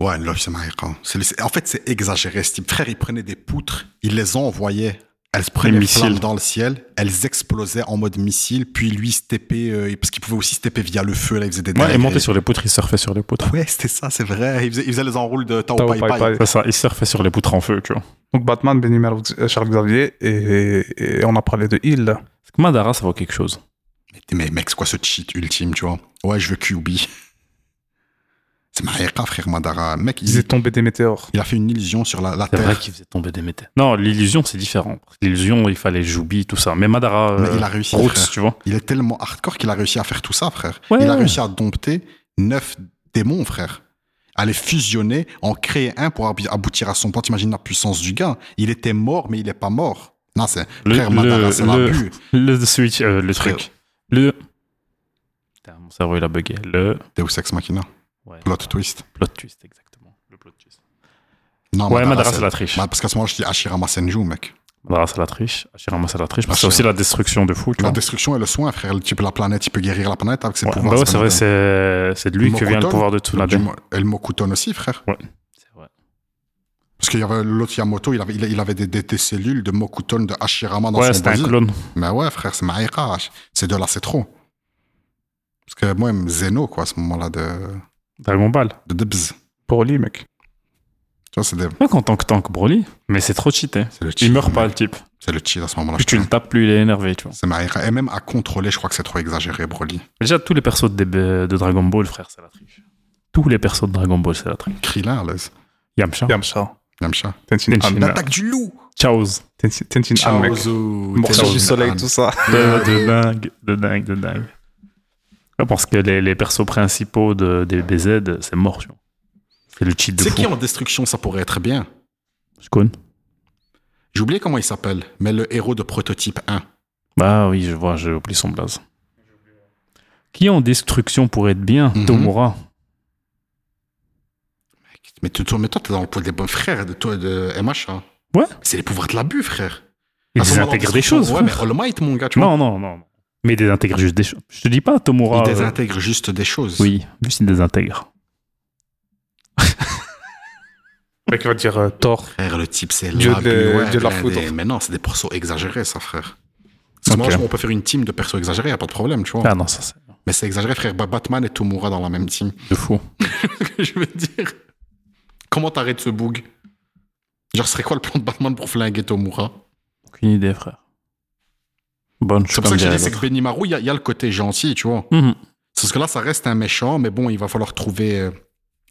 Ouais, là, c'est marrant. hein. C'est- c'est- En fait, c'est exagéré. Ce type frère, il prenait des poutres, il les envoyait. Elles se prenaient
Des
les
missiles.
flammes dans le ciel, elles explosaient en mode missile, puis lui, il se tapait, euh, parce qu'il pouvait aussi se taper via le feu, là, il faisait des
Ouais,
dingueries.
il montait sur les poutres, il surfait sur les poutres.
Ouais, c'était ça, c'est vrai. Il faisait, il faisait les enroules de Tao,
Tao
Pai
Pai
Pai.
Pai.
C'est ça, il surfait sur les poutres en feu, tu vois.
Donc Batman, Benimaru, X- euh, Charles Xavier, et, et on a parlé de heal.
Parce que Madara, ça vaut quelque chose.
Mais mec, c'est quoi ce cheat ultime, tu vois Ouais, je veux QB. C'est marrant, frère Madara. Mec,
Ils
il,
est tombé des météores.
il a fait une illusion sur la, la
C'est
Terre.
vrai qu'il faisait tomber des métaux. Non, l'illusion, c'est différent. L'illusion, il fallait Joubi, tout ça. Mais Madara,
Mais
euh,
il a réussi,
Roots,
frère.
tu vois.
Il est tellement hardcore qu'il a réussi à faire tout ça, frère.
Ouais.
Il a réussi à dompter neuf démons, frère. À les fusionner, en créer un pour abi- aboutir à son plan. T'imagines la puissance du gars. Il était mort, mais il n'est pas mort. Non, c'est
Le-
frère
le-
Madara, c'est
le-
l'abus.
Le switch, euh, le
Frère.
truc. Le. Putain, mon cerveau, il a bugué. Le.
Deus Ex Machina.
Ouais.
Plot twist.
Plot twist, exactement. Le plot twist.
Non,
Ouais, Madara, c'est la triche.
Bah, parce qu'à ce moment-là, je dis Ashirama Senju, mec.
Madara, c'est la triche. Hashirama, c'est la triche. Parce que c'est
Hashirama.
aussi la destruction de fou, tu
La
vois.
destruction et le soin, frère. Tu peux la planète, il peut guérir la planète avec ses
Ouais,
pouvoirs.
bah ouais, c'est vrai, c'est c'est de lui que vient le
Mokuton.
pouvoir de Tsunade.
Du mo- Et le Mokuton aussi, frère.
C'est vrai.
Parce qu'il y avait l'autre Yamoto, il avait, il avait des, des- des cellules de Mokuton de Ashirama dans
Ouais,
son
c'était un
body.
clone.
Mais Ben ouais, frère, c'est Maïra. C'est de là, c'est trop. Parce que moi, même Zeno, quoi, à ce moment-là, de,
Dragon Ball.
de Dubs.
Pour lui, mec.
Tu vois, c'est des-
Pas qu'en tant que tank Broly, mais c'est trop cheaté.
c'est le cheat.
Il meurt
mec.
pas, le type.
C'est le cheat à ce moment-là.
Plus tu le
Ah, putain.
tapes, plus il est énervé, tu vois.
C'est Maïra. Et même à contrôler, je crois que c'est trop exagéré, Broly.
Déjà, tous les persos de, DB de Dragon Ball, frère, c'est la triche. Tous les persos de Dragon Ball, c'est la triche.
Krillin, là. c'est-
Yamcha,
Yamcha.
Yamcha.
Tenshin
Tenshin.
Han.
Krillin.
L'attaque du loup
Chaos.
Tenshin Tenshin Han, mec. Morceau
Chaozu
du soleil,
Han.
tout ça.
Euh,
De, de dingue, de dingue, de dingue. Je pense Ah, que les, les persos principaux de, des BZ, c'est mort, tu vois. C'est le cheat de
C'est
fou.
qui en destruction, ça pourrait être bien
Je connais.
J'ai oublié comment il s'appelle, mais le héros de prototype 1.
Bah oui, je vois, j'ai oublié son blaze. Qui en destruction pourrait être bien
Mhm.
Tomura.
Mais, tu- toi- mais toi, t'es dans le poids des bons frères de, toi, de MH. hein.
Ouais.
C'est les pouvoirs de l'abus, frère.
Ils
À ce moment-là, Ah, on
désintègrent
se
des
retrouve,
choses.
Ouais,
frère.
mais All Might, mon gars, tu vois.
non, non, non. Mais ils désintègrent juste des choses. Je te dis pas, Tomura.
Il
euh,
désintègre juste des choses.
Oui, juste il désintègre.
Le mec il va dire euh, Thor.
Frère, le type, c'est
Dieu
l'abus,
de-
ouais,
Dieu de la
blindé.
foudre.
Mais non, c'est des persos exagérés, ça, frère. Parce que
Ok.
moi, on peut faire une team de persos exagérés, y a pas de problème, tu vois.
Ah non, ça c'est
Mais c'est exagéré, frère. Ba- Batman et Tomura dans la même team. (laughs)
de fou.
je veux dire. Comment t'arrêtes ce bug Genre, ce serait quoi le plan de Batman pour flinguer Tomura
Aucune idée, frère. Bonne
C'est
chose.
pour ça
comme
que j'ai
dirait
dit, c'est que
l'autre.
Benimaru, il y, a- il y a le côté gentil, tu vois.
Mhm.
Parce que là, ça reste un méchant, mais bon, il va falloir trouver euh,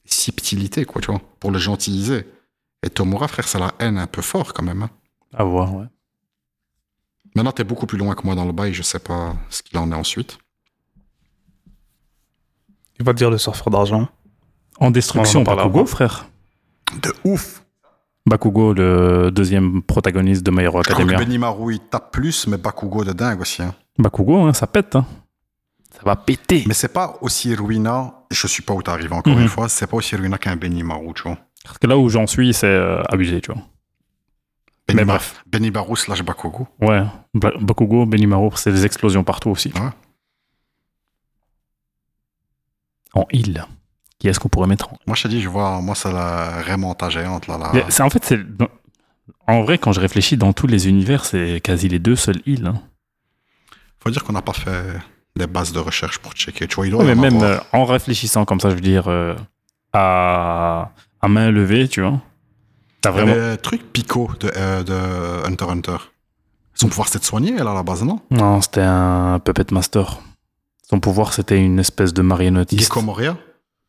subtilité, quoi, tu vois, pour le gentiliser. Et Tomura, frère, ça la haine un peu fort quand même. hein.
À voir, ouais.
Maintenant, t'es beaucoup plus loin que moi dans le bail, je sais pas ce qu'il en est ensuite.
Il va dire le surfeur d'argent.
En destruction,
On en parlera
Bakugo,
après.
frère.
De ouf
Bakugo, le deuxième protagoniste de My Hero
Je crois que
Academia.
Benimaru, il tape plus, mais Bakugo de dingue aussi. hein.
Bakugo, hein, ça pète. Hein. Ça va péter.
Mais c'est pas aussi ruinant, je suis pas où t'arrives encore
Mhm.
une fois, c'est pas aussi ruinant qu'un Benimaru, tu vois.
Parce que là où j'en suis, c'est euh, abusé, tu vois. Mais
Benima-
bref.
Benimaru slash Bakugo.
Ouais, Ba- Bakugo, Benimaru, c'est des explosions partout aussi.
Ouais.
En île. Qui est-ce qu'on pourrait mettre en
Moi, je te dis, je vois, moi, c'est la Raymanta géante, là. la-
Il y a- c'est- En fait, c'est. dans- En vrai, quand je réfléchis, dans tous les univers, c'est quasi les deux seules îles. hein.
Faut dire qu'on n'a pas fait des bases de recherche pour checker. Tu vois, il doit
Ouais, mais
y en
même
avoir.
euh, en réfléchissant comme ça, je veux dire, euh, à... à main levée, tu vois. T'as
Il y avait
vraiment.
Le truc Pico de, euh, de Hunter x Hunter. Son pouvoir, c'est de soigner, elle, à la base, non
Non, c'était un Puppet Master. Son pouvoir, c'était une espèce de marionnettiste.
Gecko Moria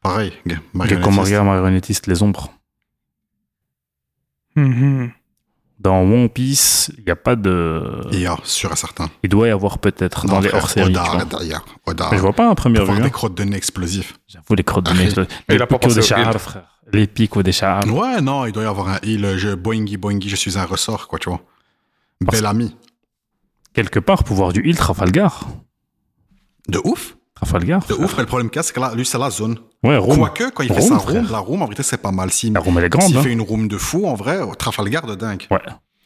Pareil, ge- marionnettiste.
Gecko Moria, marionnettiste, les ombres.
Mm-hmm.
Dans One Piece, il n'y a pas de.
Il y a, sûr et certain. euh,
Il doit y avoir peut-être dans
Non,
les
frère,
hors-séries. tu
Oda,
vois.
Oda, il y a. Oda.
Mais je vois pas un premier
Faut voir
vue. hein.
des Ah, crottes de nez explosives.
J'avoue, les crottes de nez.
Il
Les
a pas
picots
pensé
des
au
charabes,
guild.
frère. Les picots des charabes.
Ouais, non, il doit y avoir un heal. euh, Je, boingy, boingy, je suis un ressort, quoi, tu vois.
Parce-
Bel ami.
quelque part pouvoir du heal Trafalgar.
De ouf
Trafalgar.
De
frère.
ouf, mais le problème qu'il y a, c'est que là, lui, c'est la zone.
Ouais, Rome.
Quoique, quand il fait
Room,
sa
frère.
room, la room, en vérité, c'est pas mal. S'il
La Rome, elle est grande.
s'il
hein.
fait une room de fou, en vrai, oh, Trafalgar de dingue.
Ouais.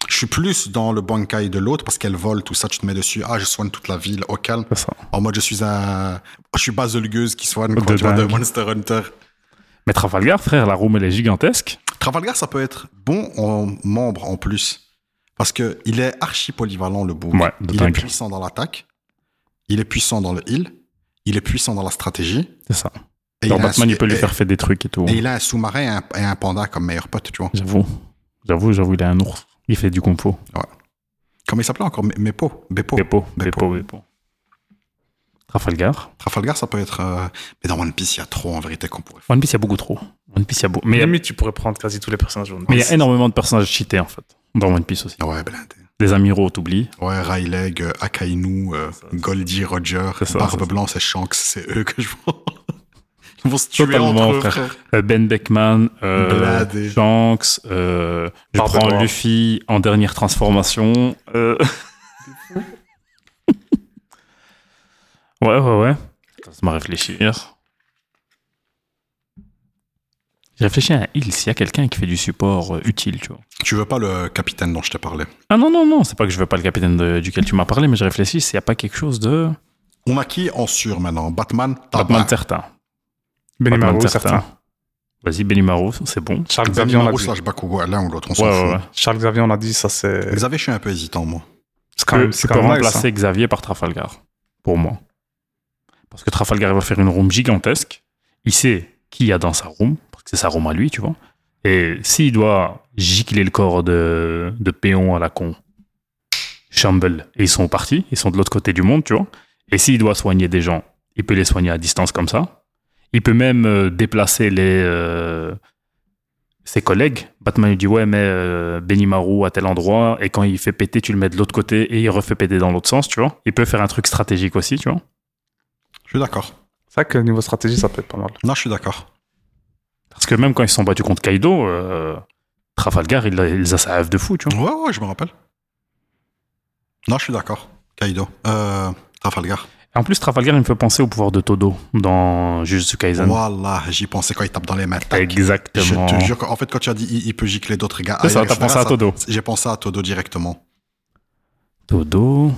Je suis plus dans le bankai de l'autre parce qu'elle vole, tout ça, tu te mets dessus. Ah, je soigne toute la ville au calme.
C'est ça.
En mode, je suis un. Je suis baselgueuse qui soigne, quoi,
De
tu vois, de
dingue.
Monster Hunter.
Mais Trafalgar, frère, la Rome, elle est gigantesque.
Trafalgar, ça peut être bon en membre en plus. Parce que il est archi polyvalent, le boom.
Ouais, de
il est
dingue.
puissant dans l'attaque. Il est puissant dans le heal. Il est puissant dans la stratégie.
C'est ça.
Et
Dans
a un
Batman,
sou-
il peut lui
et-
faire faire des trucs et tout.
Et il a un sous-marin et un, et un panda comme meilleur pote, tu vois.
J'avoue. J'avoue, j'avoue, il a un ours. Il fait du kung fu.
Oh, Comment il s'appelait encore Me- Mepo Beppo.
Beppo,
Beppo.
Beppo, Beppo. Trafalgar.
Trafalgar, ça peut être. euh, Mais dans One Piece, il y a trop en vérité qu'on pourrait faire.
One Piece, il y a beaucoup trop. One Piece, il y a beaucoup. Mais il y a-
Limite, tu pourrais prendre quasi tous les personnages. jaunes.
mais il y a énormément de personnages cheatés, en fait. Dans One Piece aussi.
Ouais, blindé.
Les amiraux, t'oublies.
Ouais, Rayleigh, euh, Akainu, euh, Goldie, Roger,
C'est ça, c'est ça.
Barbe Blanche et Shanks, c'est eux que je vois. (laughs) Ils vont se tuer
Totalement,
entre eux,
frère.
frère.
Euh, Ben Beckman, euh,
Bladé.
Shanks, euh, je
Barbe
prends
Noire.
Luffy en dernière transformation. euh. (laughs) ouais, ouais, ouais. Putain, Ça m'a réfléchi. J'ai réfléchi à un heal, s'il y a quelqu'un qui fait du support euh, utile, tu vois.
Tu veux pas le capitaine dont je t'ai parlé
Ah non, non, non, c'est pas que je veux pas le capitaine de- duquel tu m'as parlé, mais je réfléchis s'il n'y a pas quelque chose de...
On a qui en sûr maintenant Batman
Batman
Batman.
certain.
Benimaru,
Batman
certain.
Vas-y, Benimaru, c'est bon.
Charles Xavier, on
Benimaro
l'a dit.
slash Bakugo, l'un ou l'autre, on s'en
Ouais,
fout.
ouais, ouais.
Charles Xavier, on l'a dit, ça c'est.
Xavier, je suis un peu hésitant, moi.
C'est
Tu
quand même.
peux-
c'est
tu
quand
peux
même nice,
remplacer Xavier par Trafalgar, pour moi. Parce que Trafalgar, il va faire une room gigantesque. Il sait qui il y a dans sa room, parce que c'est sa room à lui, tu vois. Et s'il doit gicler le corps de, de Péon à la con, Shamble, et ils sont partis, ils sont de l'autre côté du monde, tu vois. Et s'il doit soigner des gens, il peut les soigner à distance comme ça. Il peut même euh, déplacer les, euh, ses collègues. Batman lui dit Ouais, mais euh, Benimaru à tel endroit, et quand il fait péter, tu le mets de l'autre côté et il refait péter dans l'autre sens, tu vois. Il peut faire un truc stratégique aussi, tu vois.
Je suis d'accord.
C'est vrai que niveau stratégie, ça peut être pas mal.
Non, je suis d'accord.
Parce que même quand ils se sont battus contre Kaido, euh, Trafalgar, il, a- il les a sa F de fou, tu vois.
Ouais, ouais, je me rappelle. Non, je suis d'accord. Kaido. Euh, Trafalgar.
En plus, Trafalgar, il me fait penser au pouvoir de Todo dans Jujutsu Kaisen.
Voilà, j'y pensais quand il tape dans les mains. tac.
Exactement.
Je te jure, qu'en- en fait, quand tu as dit il, il peut gicler d'autres gars,
C'est ça,
ailleurs,
t'as
etc.,
pensé à
ça-
Todo.
J'ai pensé à Todo directement.
Todo.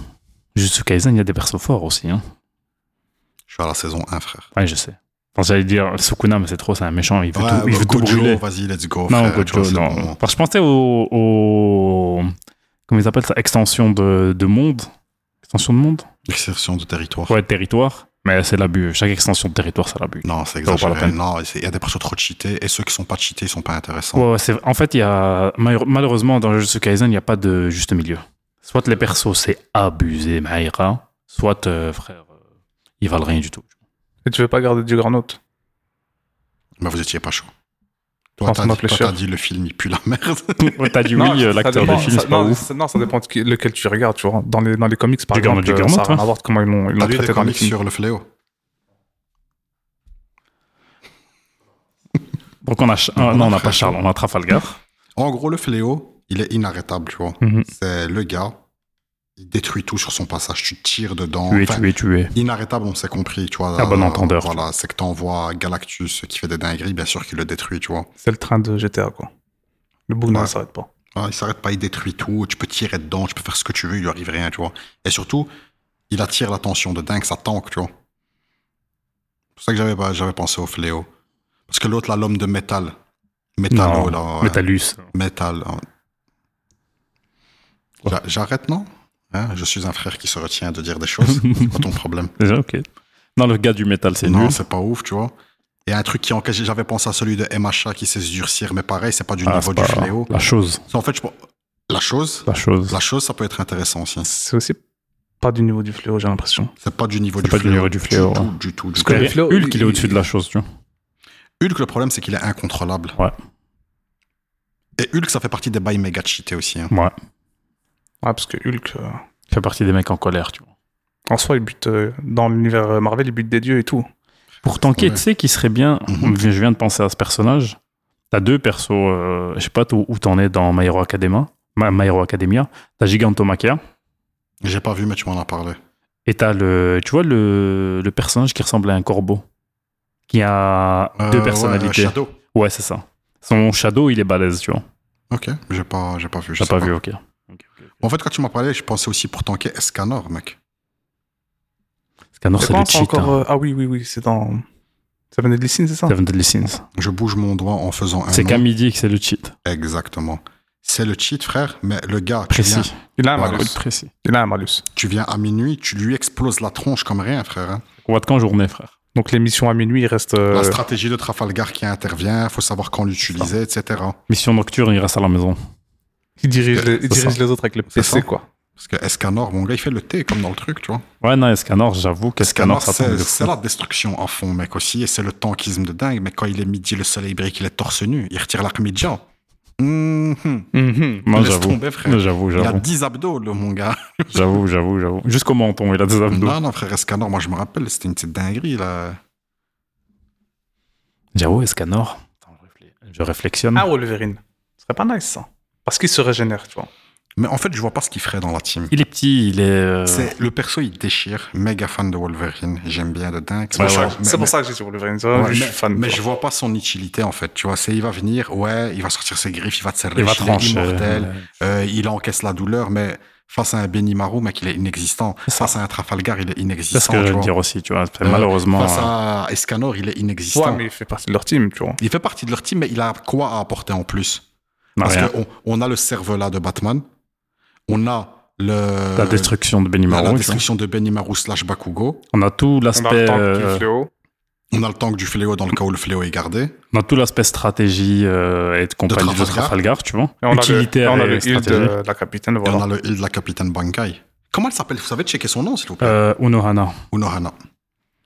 Jujutsu Kaisen, il y a des persos forts aussi. Hein.
Je suis à la saison 1, frère.
Ouais, je sais. Enfin, J'allais dire Sukuna, mais c'est trop, c'est un méchant. Il veut
Ouais, bah,
tout, il veut tout
Gojo,
brûler.
vas-y, let's go.
Non,
frère,
Gojo,
Joe, c'est
non.
le moment.
Enfin, je pensais au, au- Comment ils appellent ça Extension de, de monde Extension de monde
Exertion de territoire.
Ouais, territoire. Mais c'est l'abus. Chaque extension de territoire, c'est l'abus.
Non, c'est
Ça vaut pas la
exagéré.
peine.
Non, c'est- il y a des persos trop cheatés et ceux qui sont pas cheatés, ils sont pas intéressants.
Ouais, ouais, c'est- en fait, il y a, mal- malheureusement, dans Jujutsu Kaisen, il n'y a pas de juste milieu. Soit les persos, c'est abusé, Maïra. Soit, euh, frère, euh, ils valent rien du (laughs) tout.
Et tu veux pas garder du granote
Mais Bah, vous étiez pas chaud.
Enfin,
Toi, t'as
ça m'a
dit, toi,
plécheur.
t'as dit le film, il pue la (laughs) merde.
T'as dit
Non,
oui,
ça
euh, l'acteur
dépend,
du film,
ça-
c'est pas
non,
ouf.
ça- Non, ça dépend de qui- lequel tu regardes, tu vois. Dans les, dans les comics, par
Du
exemple,
Garnet, du
euh,
Garnet,
ça n'a rien
hein.
à voir de comment ils l'ont ils
T'as
l'ont
lu
traité
des
dans les
comics
films.
sur le fléau
Donc, on a. Ch-
Non,
ah, non, on n'a
frère.
pas Charles, on a Trafalgar.
En gros, le fléau, il est inarrêtable, tu vois.
Mhm.
C'est le gars, il détruit tout sur son passage. Tu tires dedans.
Tuer,
Enfin,
tuer, tuer.
Inarrêtable, on s'est compris, tu vois.
Ah, bon
Euh,
entendeur.
Voilà, c'est que t'envoies Galactus qui fait des dingueries, bien sûr qu'il le détruit, tu vois.
C'est le train de GTA, quoi. Le bout
Ouais.
ne s'arrête pas.
Ah, il s'arrête pas, il détruit tout, tu peux tirer dedans, tu peux faire ce que tu veux, il lui arrive rien, tu vois. Et surtout, il attire l'attention de dingue, ça tank, tu vois. C'est pour ça que j'avais, pas- j'avais pensé au fléau. Parce que l'autre, là, l'homme de métal. Métallo,
Non,
là. ouais.
Métallus.
Métal. hein. J'a- J'arrête, non Hein, Je suis un frère qui se retient de dire des
(laughs)
choses. c'est pas ton problème.
Déjà, ok. Non, le gars du métal, c'est
Non,
nul.
c'est pas ouf, tu vois. Et un truc qui en j'avais pensé à celui de MHA qui sait se durcir, mais pareil, c'est pas du
Ah,
niveau
c'est
du
pas-
fléau.
La chose.
En fait, je pense- la chose,
La chose.
la chose, ça peut être intéressant aussi.
C'est aussi pas du niveau du fléau, j'ai l'impression.
C'est pas du niveau
C'est
du
pas du
fléau.
niveau du fléau,
tout,
ouais.
du tout. du
Parce
tout.
que
Hulk,
le
fléau,
Hulk, il
il-
est au-dessus de la chose, tu vois.
le problème, c'est qu'il est incontrôlable.
Ouais.
Et Hulk, ça fait partie des bails méga cheatés aussi. hein.
Ouais.
Ouais, parce que Hulk, euh,
Il fait partie des mecs en colère, tu vois.
en soi, il bute euh, dans l'univers euh, Marvel, il bute des dieux et tout.
Pourtant, qui
Ouais.
tu sais qui serait bien
Mhm.
Je viens de penser à ce personnage. T'as deux persos, euh, je sais pas où où t'en es dans My Hero Academia. Ma- My Hero Academia. T'as Gigantomachia
J'ai pas vu, mais tu m'en as parlé.
et t'as le, tu vois le, le personnage qui ressemble à un corbeau, qui a
Euh,
deux
ouais,
personnalités.
euh, Shadow.
Ouais, c'est ça. Son shadow, il est balèze, tu vois.
Ok, j'ai pas, j'ai pas vu. je
T'as
sais
pas, vu, ok.
En fait, quand tu m'en parlais, je pensais aussi pour tanker Escanor, mec.
Scanor,
C'est
c'est
quand
le
c'est
cheat.
encore.
hein.
euh, Ah oui, oui, oui, c'est dans. Ça venait de Lysine, c'est ça
Seven Deadly Sins.
Je bouge mon doigt en faisant un.
C'est
nom.
qu'à midi que c'est le cheat.
Exactement. C'est le cheat, frère, mais le gars, tu viens,
Précis.
Il a un
Voilà.
malus.
Faut être précis.
Il a un malus.
tu viens à minuit, tu lui exploses la tronche comme rien, frère. hein.
Combat de quand journée, frère
Donc les missions à minuit, il reste. euh,
La stratégie de Trafalgar qui intervient, faut savoir quand l'utiliser, etc.
Mission nocturne, il reste à la maison.
il dirige, les, il
c'est
dirige
ça.
les autres avec le
C'est
PC,
ça.
quoi.
Parce que Escanor, mon gars, il fait le thé comme dans le truc, tu vois.
Ouais, non, Escanor, j'avoue qu'Escanor,
Escanor,
ça tombe
c'est
de
c'est
fou.
la destruction à fond, mec, aussi. Et c'est le tankisme de dingue. Mais quand il est midi, le soleil brille, il est torse nu, il retire l'armidjan. Mhm.
Non,
Laisse
j'avoue.
tomber, frère.
J'avoue,
Il a
j'avoue.
10 abdos, le, mon gars.
J'avoue, j'avoue, j'avoue. Jusqu'au menton, il a des abdos.
Non, non, frère Escanor, moi je me rappelle, c'était une petite dinguerie, là.
J'avoue, Escanor. Attends, je réflé- Je réflexionne.
Ah, Wolverine. Ce serait pas nice, ça. Parce qu'il se régénère, tu vois.
Mais en fait, je vois pas ce qu'il ferait dans la team.
Il est petit, il est. euh,
C'est le perso, il déchire. Méga fan de Wolverine. J'aime bien de dingue.
Ouais,
C'est pour
ouais.
ça-
Mais-
C'est
mais-
pour ça que j'ai dit Wolverine. c'est
ouais,
vrai, je
mais,
suis fan.
mais
quoi.
je vois pas son utilité en fait. Tu vois, c'est il va venir, ouais, il va sortir ses griffes, il va te serrer.
Il va
est
trancher.
immortel, euh, il encaisse la douleur, mais face à un Benimaru, mec, il est inexistant. Face à un Trafalgar, il est
C'est ce
inexistant.
que
tu
je veux
vois.
dire aussi, tu vois. C'est
Euh,
Malheureusement.
Face
euh,
à Escanor, il est
Ouais,
inexistant.
mais il fait partie de leur team, tu vois.
Il fait partie de leur team, mais il a quoi à apporter en plus
non,
Parce
Bah, rien.
qu'on on a le cervelas de Batman, on a le
La destruction de
euh, la- la
Benimaru. tu vois.
destruction de Benimaru slash Bakugo,
On a tout
On a le
l'aspect.
temps
euh,
du fléau.
on a le tank du fléau dans le cas où le fléau est gardé.
On a tout l'aspect stratégie euh, et de compagnie de
Trafalgar.
Trafalgar, tu vois.
Et on a le, et
Utilitaire
on euh, a
et
le heal
stratégie.
de la capitaine,
Et on
voilà.
a le heal de la capitaine Bankai. Comment elle s'appelle Vous savez checker son nom, s'il vous plaît
Euh, Unohana.
Unohana.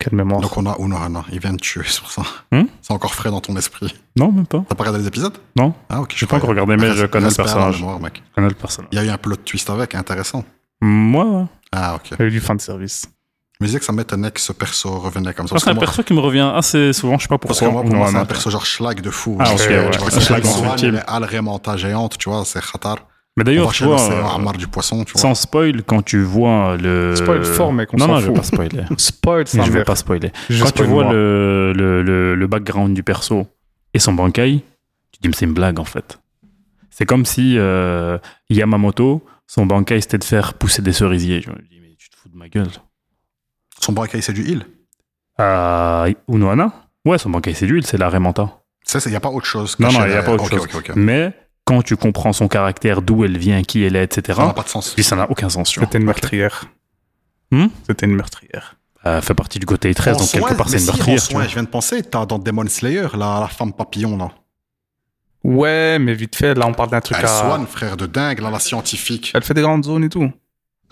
Quelle mémoire.
Donc on a Unohana. Il vient de tuer sur ça.
Hmm
c'est encore frais dans ton esprit.
Non, même pas.
T'as pas regardé les épisodes
Non.
Ah, ok.
Je pas encore regardé, mais je connais le personnage.
mec.
Je connais le personnage.
Il y a eu un plot twist avec, intéressant.
Moi, ouais.
Ah, ok.
Il y a eu du fan de service.
Mais je disais que ça m'étonnait que ce perso revenait comme ça.
c'est
que
un
moi,
perso qui me revient assez souvent, je sais pas pourquoi.
parce que moi, pour moi, c'est
Unohana.
un perso genre schlag de fou.
Ah,
Genre,
ok,
tu
ouais.
vois,
Schlag
Schlag
en
Swan,
ultime.
il est Al Remanta géante, tu vois, c'est Khatar.
Mais
On
d'ailleurs,
va
tu
chez le
vois,
serreur à
euh,
marre du poisson, tu vois.
sans spoil, quand tu vois le.
Spoil fort, mec, on
Non,
s'en
non, je vais
fout.
pas spoiler.
Spoil, ça
je vais pas spoiler.
Je
quand tu
spoil
vois
moi.
le, le, le, le background du perso et son bankai, tu te dis, mais c'est une blague en fait. C'est comme si euh, Yamamoto, son bankai, c'était de faire pousser des cerisiers. Je me dis, mais tu te fous de ma gueule.
Son braquet, c'est du heal.
Euh, Unohana Ouais, son bankai, c'est d'huile, c'est la Remanta.
Ça, il n'y a pas autre chose.
Non,
caché
non, y a
derrière.
pas autre
Ok,
chose. Hein?
ok, ok.
Mais quand tu comprends son caractère, d'où elle vient, qui elle est, etc.,
Ça n'a pas de sens.
tu dis, ça n'a aucun sens. tu vois.
C'était une meurtrière.
Hmm
C'était une meurtrière.
Euh, fait partie du côté 13,
En
donc quelque
soin-
part,
mais
c'est une
si, en
meurtrière. tu
soin, je viens de penser, t'as dans Demon Slayer, la, la femme papillon, là.
Ouais, mais vite fait, là, on parle d'un truc
Elle
à.
soigne, frère de dingue, là, la scientifique.
Elle fait des grandes zones et tout.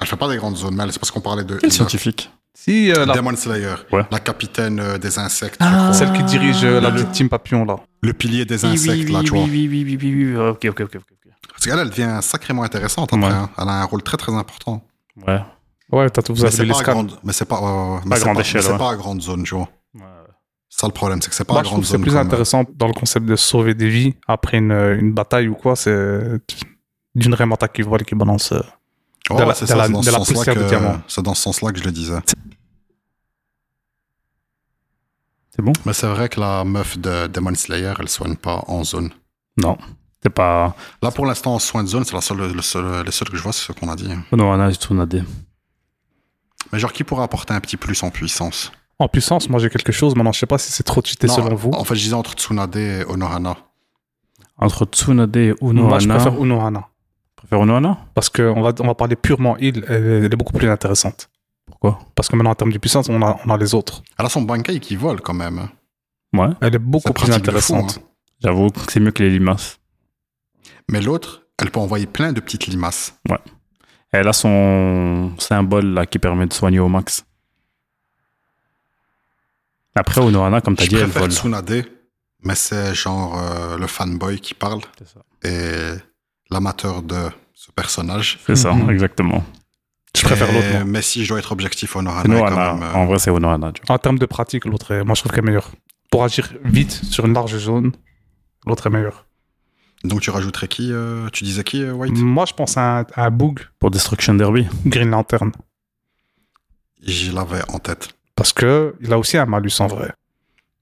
Elle fait pas des grandes zones, mais elle- c'est parce qu'on parlait de
Quel
Hilda.
scientifique
Si, euh, la-
Demon Slayer,
Ouais.
la capitaine euh, des insectes, je crois.
celle qui dirige euh, la
Ah.
petite team papillon, là.
le pilier des insectes, là, tu vois.
oui, oui, oui, oui, oui, oui. Ok, ok, ok. ok.
Parce qu'elle, elle devient sacrément intéressante après.
Ouais.
hein. Elle a un rôle très très important.
Ouais.
Ouais, t'as tout
mais
vous
c'est
vu les
pas, à
scans.
grande, mais c'est pas, euh, mais
Pas
c'est
grande
pas-
échelle,
mais c'est
ouais.
pas à grande zone, tu vois.
ouais.
Ça le problème, c'est que c'est pas
Moi,
à
je
grande
trouve que c'est
zone.
plus
comme, euh,
intéressant dans le concept de sauver des vies après une, euh, une bataille ou quoi. C'est d'une remata qui vole qui balance. euh,
ouais,
de
ouais,
la-
Oh, c'est
de
ça,
la-
c'est dans
de
ce
la
sens-là
poussière de
que-
diamant.
c'est dans ce sens-là que je le disais.
C'est bon
Mais c'est vrai que la meuf de Demon Slayer, elle soigne pas en zone.
Non. C'est pas.
Là, pour l'instant, en soins de zone, c'est la seule, le seul, les seuls que je vois, c'est ce qu'on a dit.
Onohana Tsunade.
Mais genre, qui pourrait apporter un petit plus en puissance
En puissance, moi j'ai quelque chose. Maintenant, je sais pas si c'est trop cheaté
Non,
selon vous.
En fait, je disais entre Tsunade et Onohana.
Entre Tsunade et
Moi,
Unohana.
je
je
préfère Unohana.
préfère Unohana
Parce qu'on va, on va parler purement il, elle, elle est beaucoup plus intéressante.
Pourquoi
Parce que maintenant, en termes de puissance, on a, on a les autres.
Elle a son bankai qui vole quand même.
Ouais.
Elle est beaucoup
C'est
plus
pratique de fou,
intéressante.
hein.
J'avoue que c'est mieux que les limaces.
Mais l'autre, elle peut envoyer plein de petites limaces.
Elle a son symbole là qui permet de soigner au max. Après, Onohana, comme t'as
Je
dit, elle
préfère
vole.
Tsunade, mais c'est genre euh, le fanboy qui parle
C'est ça.
et l'amateur de ce personnage.
C'est ça,
Mhm.
exactement.
Je préfère
Et-
l'autre. moi.
Mais si je dois être objectif, Onohana
C'est
est
Unohana.
quand même. euh,
En vrai, c'est Onohana. tu vois.
En termes de pratique, l'autre est, moi je trouve qu'elle est meilleure. Pour agir vite sur une large zone, l'autre est meilleure.
Donc tu rajouterais qui euh, Tu disais qui, euh, White
Mm.
Moi je pense à un, à un Boog,
Pour Destruction Derby.
Green Lantern.
Je l'avais en tête.
Parce que il a aussi un malus en vrai.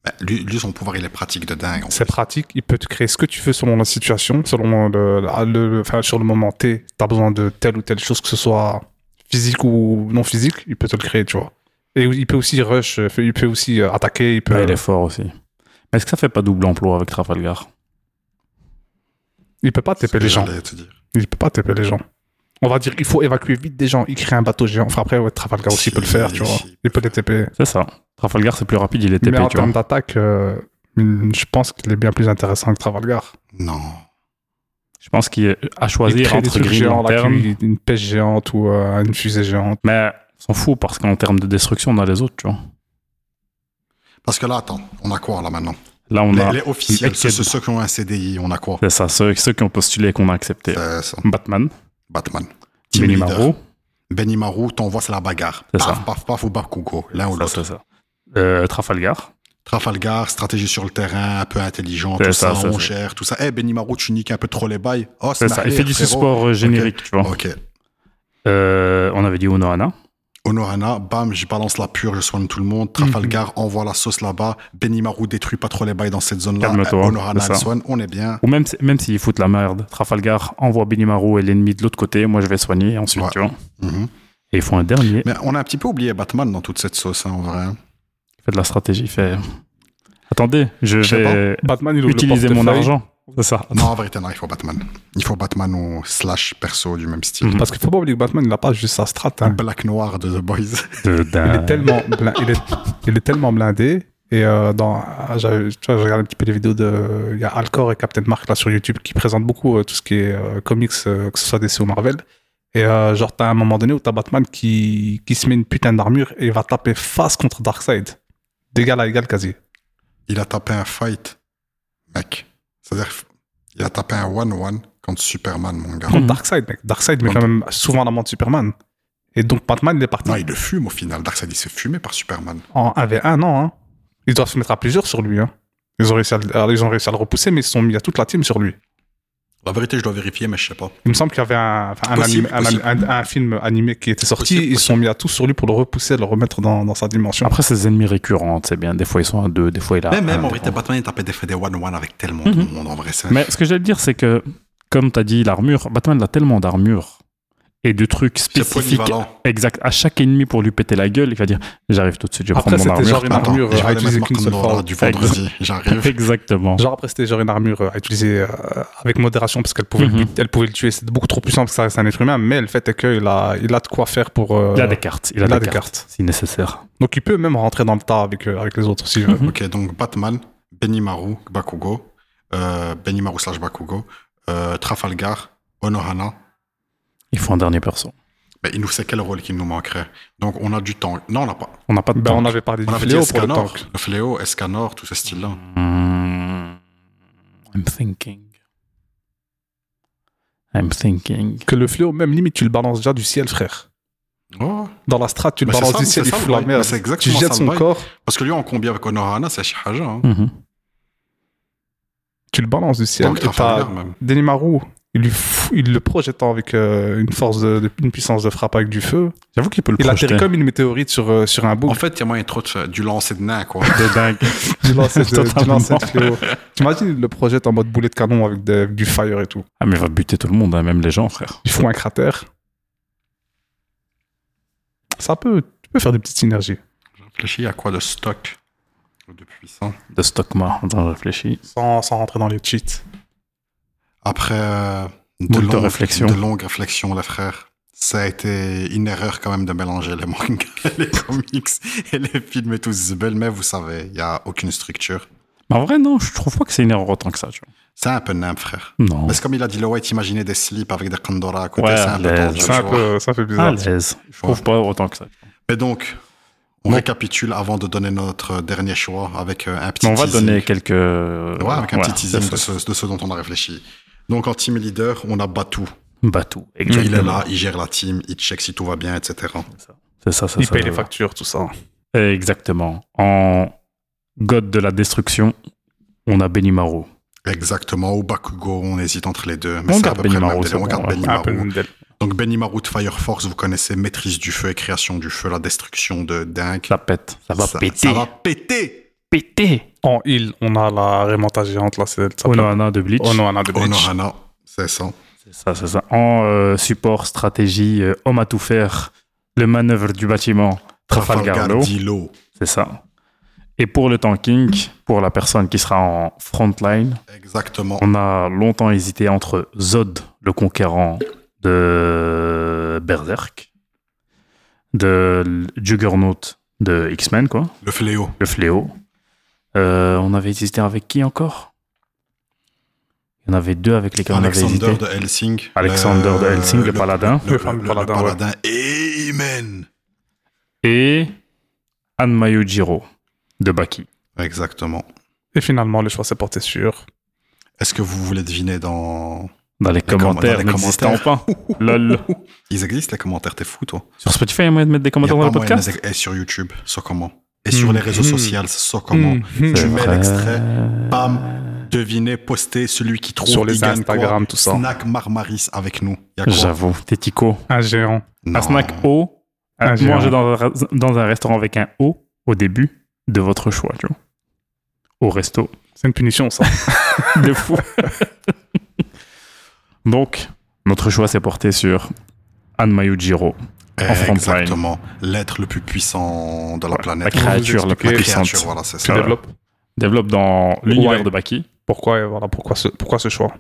Mais Lui, lui, son pouvoir, il est pratique de dingue. en
C'est
fait.
pratique, il peut te créer ce que tu veux selon la situation, selon le, ah, le- le- enfin, sur le moment T, t'as besoin de telle ou telle chose, que ce soit physique ou non physique, il peut te le créer, tu vois. Et il peut aussi rush, euh, il peut aussi euh, attaquer, il peut.
Ouais, il est fort aussi. Mais est-ce que ça fait pas double emploi avec Trafalgar
il peut pas
C'est ce
taper
que
les gens.
j'allais te dire.
Il peut pas taper les gens. On va dire, il faut évacuer vite des gens, il crée un bateau géant. Enfin après, ouais, Trafalgar aussi
Si,
peut le faire, tu vois.
si.
Il peut les taper.
C'est ça. Trafalgar, c'est plus rapide, il est TP,
Mais en
tu vois.
termes d'attaque, euh, je pense qu'il est bien plus intéressant que Travalgar.
Non.
Je pense qu'il est à
il
choisir
crée des
entre
trucs
Green
géants, là,
Lantern.
qui- une pêche géante ou euh, une fusée géante.
Mais on s'en fout parce qu'en termes de destruction, on a les autres, tu vois.
Parce que là, attends, on a quoi là maintenant
Là, on a.
les, les officiels,
Naked.
ceux, ceux- ceux qui ont un CDI, on a quoi
C'est ça, ceux, ceux qui ont postulé et qu'on a accepté.
C'est ça.
Batman,
Batman. Team
Euh, Benny
Leader.
Maro.
Benimaru, t'envoies, c'est la bagarre.
C'est
Paf,
ça.
paf, paf, ou Bakugo, l'un ou
Ça,
l'autre.
c'est ça. Euh, Trafalgar.
Trafalgar, stratégie sur le terrain, un peu intelligent,
C'est
tout
ça,
ça,
c'est
on
ça.
gère, tout ça. Eh, Benimaru, tu niques un peu trop les bails. Oh, c'est
C'est ça.
marré,
Il fait du
frérot.
sport euh, générique, tu vois.
Ok.
Euh, on avait dit Unohana.
Onorana, bam, je balance la pure, je soigne tout le monde.
Mhm.
Trafalgar envoie la sauce là-bas. Benimaru détruit pas trop les bails dans cette zone-là.
Calme-toi,
Eh, Onorana,
c'est
elle
ça.
soigne, on est bien.
Ou même, si- même s'ils foutent la merde, Trafalgar envoie Benimaru et l'ennemi de l'autre côté. Moi, je vais soigner ensuite,
Ouais.
tu vois.
Mhm.
Et ils font un dernier.
Mais on a un petit peu oublié Batman dans toute cette sauce, hein, en vrai.
Il fait de la stratégie. Il fait. euh, Attendez, je
Je sais
vais
Batman, il ouvre
utiliser
le
mon
portefeuille,
argent. C'est ça.
Non, en vérité, non, il faut Batman. Il faut Batman ou slash perso du même style.
Mhm.
Parce qu'il faut pas oublier que Batman, il n'a pas juste sa strat. hein.
Black Noir de The Boys. (laughs)
De-
Il,
d'un-
est tellement blin- il, est, il est tellement blindé. Et euh, dans, ah, j'avais- tu vois, je regarde un petit peu les vidéos de. Il y a Alcor et Captain Mark là sur YouTube qui présentent beaucoup euh, tout ce qui est euh, comics, euh, que ce soit DC ou Marvel. Et euh, genre, t'as un moment donné où t'as Batman qui, qui se met une putain d'armure et il va taper face contre Darkseid. D'égal à égal quasi.
il a tapé un fight, mec. C'est-à-dire, il a tapé un one-one contre Superman, mon gars.
Contre
Mhm.
Darkseid, mec. Darkseid met
Contre-
quand même souvent la main de Superman. Et donc Batman, il est parti
Non, il le fume au final. Darkseid, il se fait fumer par Superman.
en 1v1, non. Hein. Ils doivent se mettre à plusieurs sur lui. Hein. Ils, ont réussi à, le- alors, ils ont réussi à le repousser, mais ils se sont mis à toute la team sur lui.
La vérité, je dois vérifier, mais je sais pas.
Il me semble qu'il y avait un, enfin, un,
Possible,
anime- un-
possible.
un- un film animé qui était sorti.
Possible,
Ils se sont mis à tous sur lui pour le repousser, le remettre dans, dans sa dimension.
Après, ses ennemis récurrents, c'est bien. Des fois, ils sont à deux, des fois, il a.
Bah,
mais même,
un,
euh,
en
des
vérité,
fois-
Batman, il tapait des faits des one-one avec tellement
Mhm.
de monde, en vrai. c'est-
Mais ce que j'allais dire, c'est que, comme tu as dit, l'armure, Batman il a tellement d'armure et de trucs
C'est
spécifiques.
polyvalent.
Exact. À chaque ennemi pour lui péter la gueule, il va dire J'arrive tout de suite, je vais
Après,
prendre mon
c'était
armure.
genre une
Attends,
armure euh,
je
à
vais aller
utiliser
mettre
qu'une
Martin
seule
Dora
fois.
hein, du vendredi. J'arrive.
(laughs) Exactement.
Genre après c'était genre une armure euh, à utiliser euh, avec modération parce qu'elle pouvait,
Mhm.
le but- elle pouvait le tuer. C'était beaucoup trop puissant parce que ça reste un être humain, mais le fait est qu'il a, il a de quoi faire pour... euh,
il a des cartes. Il a, des, cartes. Si nécessaire.
Donc il peut même rentrer dans le tas avec, euh, avec les autres si je veux.
(laughs) Ok, donc Batman, Benimaru, Bakugo, euh, Benimaru slash Bakugo, euh, Trafalgar, Onohana.
Il faut un dernier perso.
Ben, il nous sait quel rôle qu'il nous manquerait. Donc on a du temps. Non, on n'a pas.
On n'a pas de
Ben,
temps.
on avait parlé
On
du
avait dit
fléau pour le
Escanor,
tank.
le fléau, Escanor, tout ce style-là.
Hmm. I'm thinking. I'm thinking.
Que le fléau même limite tu le balances déjà du ciel frère.
Oh.
Dans la strate tu le
Mais c'est
balances
ça,
du
c'est
ciel, il
ça le
fout la
bail.
merde.
Mais c'est
Tu
exactement ça
jettes
le
son
bail.
corps,
Parce que lui, en combi avec Onohana, c'est Shahaja. Hein.
Hmm.
Mhm.
tu le balances du ciel.
Donc
et t'as-
Trafalgar, même.
Denimaru, il, lui fout- il le projetant avec euh, une force, de, de- une puissance de frappe avec du feu.
J'avoue qu'il peut le
Il
projeter.
atterrit comme une météorite sur, euh, sur un bouc.
En fait, il y a moyen trop de faire du lancer de nain,
(laughs)
quoi.
de dingue.
du
(laughs)
lancer de,
Totalement.
du lancer de fléau. T'imagines, il le projette en mode boulet de canon avec, des- avec du fire et tout.
Ah, mais il va buter tout le monde, hein, même les gens, frère.
Il fout un cratère. Ça peut, tu peux faire des petites synergies.
Je réfléchis à quoi de stock de puissant.
De Stockmar. Attends, je réfléchis.
Sans, sans rentrer dans les cheats.
Après euh, de,
Moult
longues,
réflexions.
de longues réflexions, les frères, ça a été une erreur quand même de mélanger les mangas, (laughs) les comics et les films et tout ce zbel, mais vous savez, il n'y a aucune structure.
Mais Bah, en vrai, non, je trouve pas que c'est une erreur autant que ça, tu vois.
C'est un peu nimp, frère.
Non.
Parce que comme il a dit, le White, imaginer des slips avec des kandora à côté,
Ouais,
c'est un peu
les-
tendu,
C'est un
tu vois.
peu, ça fait
À
bizarre.
Ah, l'aise. Je trouve
Ouais.
pas autant que ça.
Mais donc, on
Bon.
récapitule avant de donner notre dernier choix avec euh, un petit
Mais on va
teasing.
donner quelques.
Ouais, avec un petit
voilà,
teasing
c'est
de
ça.
ce, de ce dont on a réfléchi. Donc, en team leader, on a Batou.
Batou.
Il est
Bah, exactement.
là, il gère la team, il check si tout va bien, etc.
C'est ça, c'est
Il
ça.
paye
le-
les factures, tout ça.
Exactement. En God de la destruction, on a Benimaru.
Exactement, ou Bakugo, on hésite entre les deux. Mais
On
c'est à
garde
peu près le même
Benimaru,
délai,
c'est
on
bon, hein.
garde
ouais.
Un
Benimaru.
peu une del-
Donc Benimaru de Fire Force, vous connaissez, maîtrise du feu et création du feu, la destruction de dingue.
Ça pète. Ça va péter.
Ça va péter
péter.
En heal, on a la Rémanta géante, là. c'est-
Oh
ça s'appelle-
Onohana Oh de Bleach.
Onohana de Bleach.
Onohana, c'est ça.
C'est ça, c'est ça. En euh, support, stratégie, euh, homme à tout faire, le manœuvre du bâtiment, Trafalgar Law.
Dilo.
C'est ça. Et pour le tanking, pour la personne qui sera en front line,
Exactement.
on a longtemps hésité entre Zod, le conquérant de Berserk, de l- Juggernaut de X-Men, quoi,
Le fléau.
le fléau. Euh, on avait hésité avec qui encore Il y en avait deux avec lesquels on avait hésité.
Alexander de Helsing.
Alexander de Helsing, le, paladin.
Le,
Le
le- le- le
paladin, ouais.
paladin. Amen
Et Anmayo Jiro de Baki.
Exactement.
Et finalement, le choix s'est porté sur
Est-ce que vous voulez deviner dans...
Dans les,
com- dans
commentaires
les
n'existant pas.
(laughs)
Lol.
Ils existent les commentaires, t'es fou toi
Sur Spotify, il y a moyen de mettre des
Y a
commentaires dans
pas
le
moyen de
podcast Hmm.
les- Et sur YouTube, ça comment Et sur les réseaux
Mhm.
sociaux, ça comment
Mhm.
Tu
C'est
mets
vrai.
l'extrait, bam, devinez, postez, celui qui trouve
sur
il
les
gagne quoi
Instagram, tout ça.
Snack Marmaris avec nous. Y a quoi
J'avoue, t'es tico.
Un géant.
Non.
Un snack haut,
Un
à
géant.
manger dans un, ra- dans un restaurant avec un haut au début de votre choix, tu vois. Au resto.
C'est une punition, ça.
de fou. Donc, notre choix s'est porté sur Anmayo Jiro. en front line.
Exactement. L'être le plus puissant de la
Ouais,
planète.
la créature
Vous
la plus
expliquez-
puissante.
créature, voilà, c'est
tu
ça.
Ah.
développes.
Développe dans l'univers
Ouais.
de Baki.
Pourquoi, euh, voilà, pourquoi, ce, pourquoi ce choix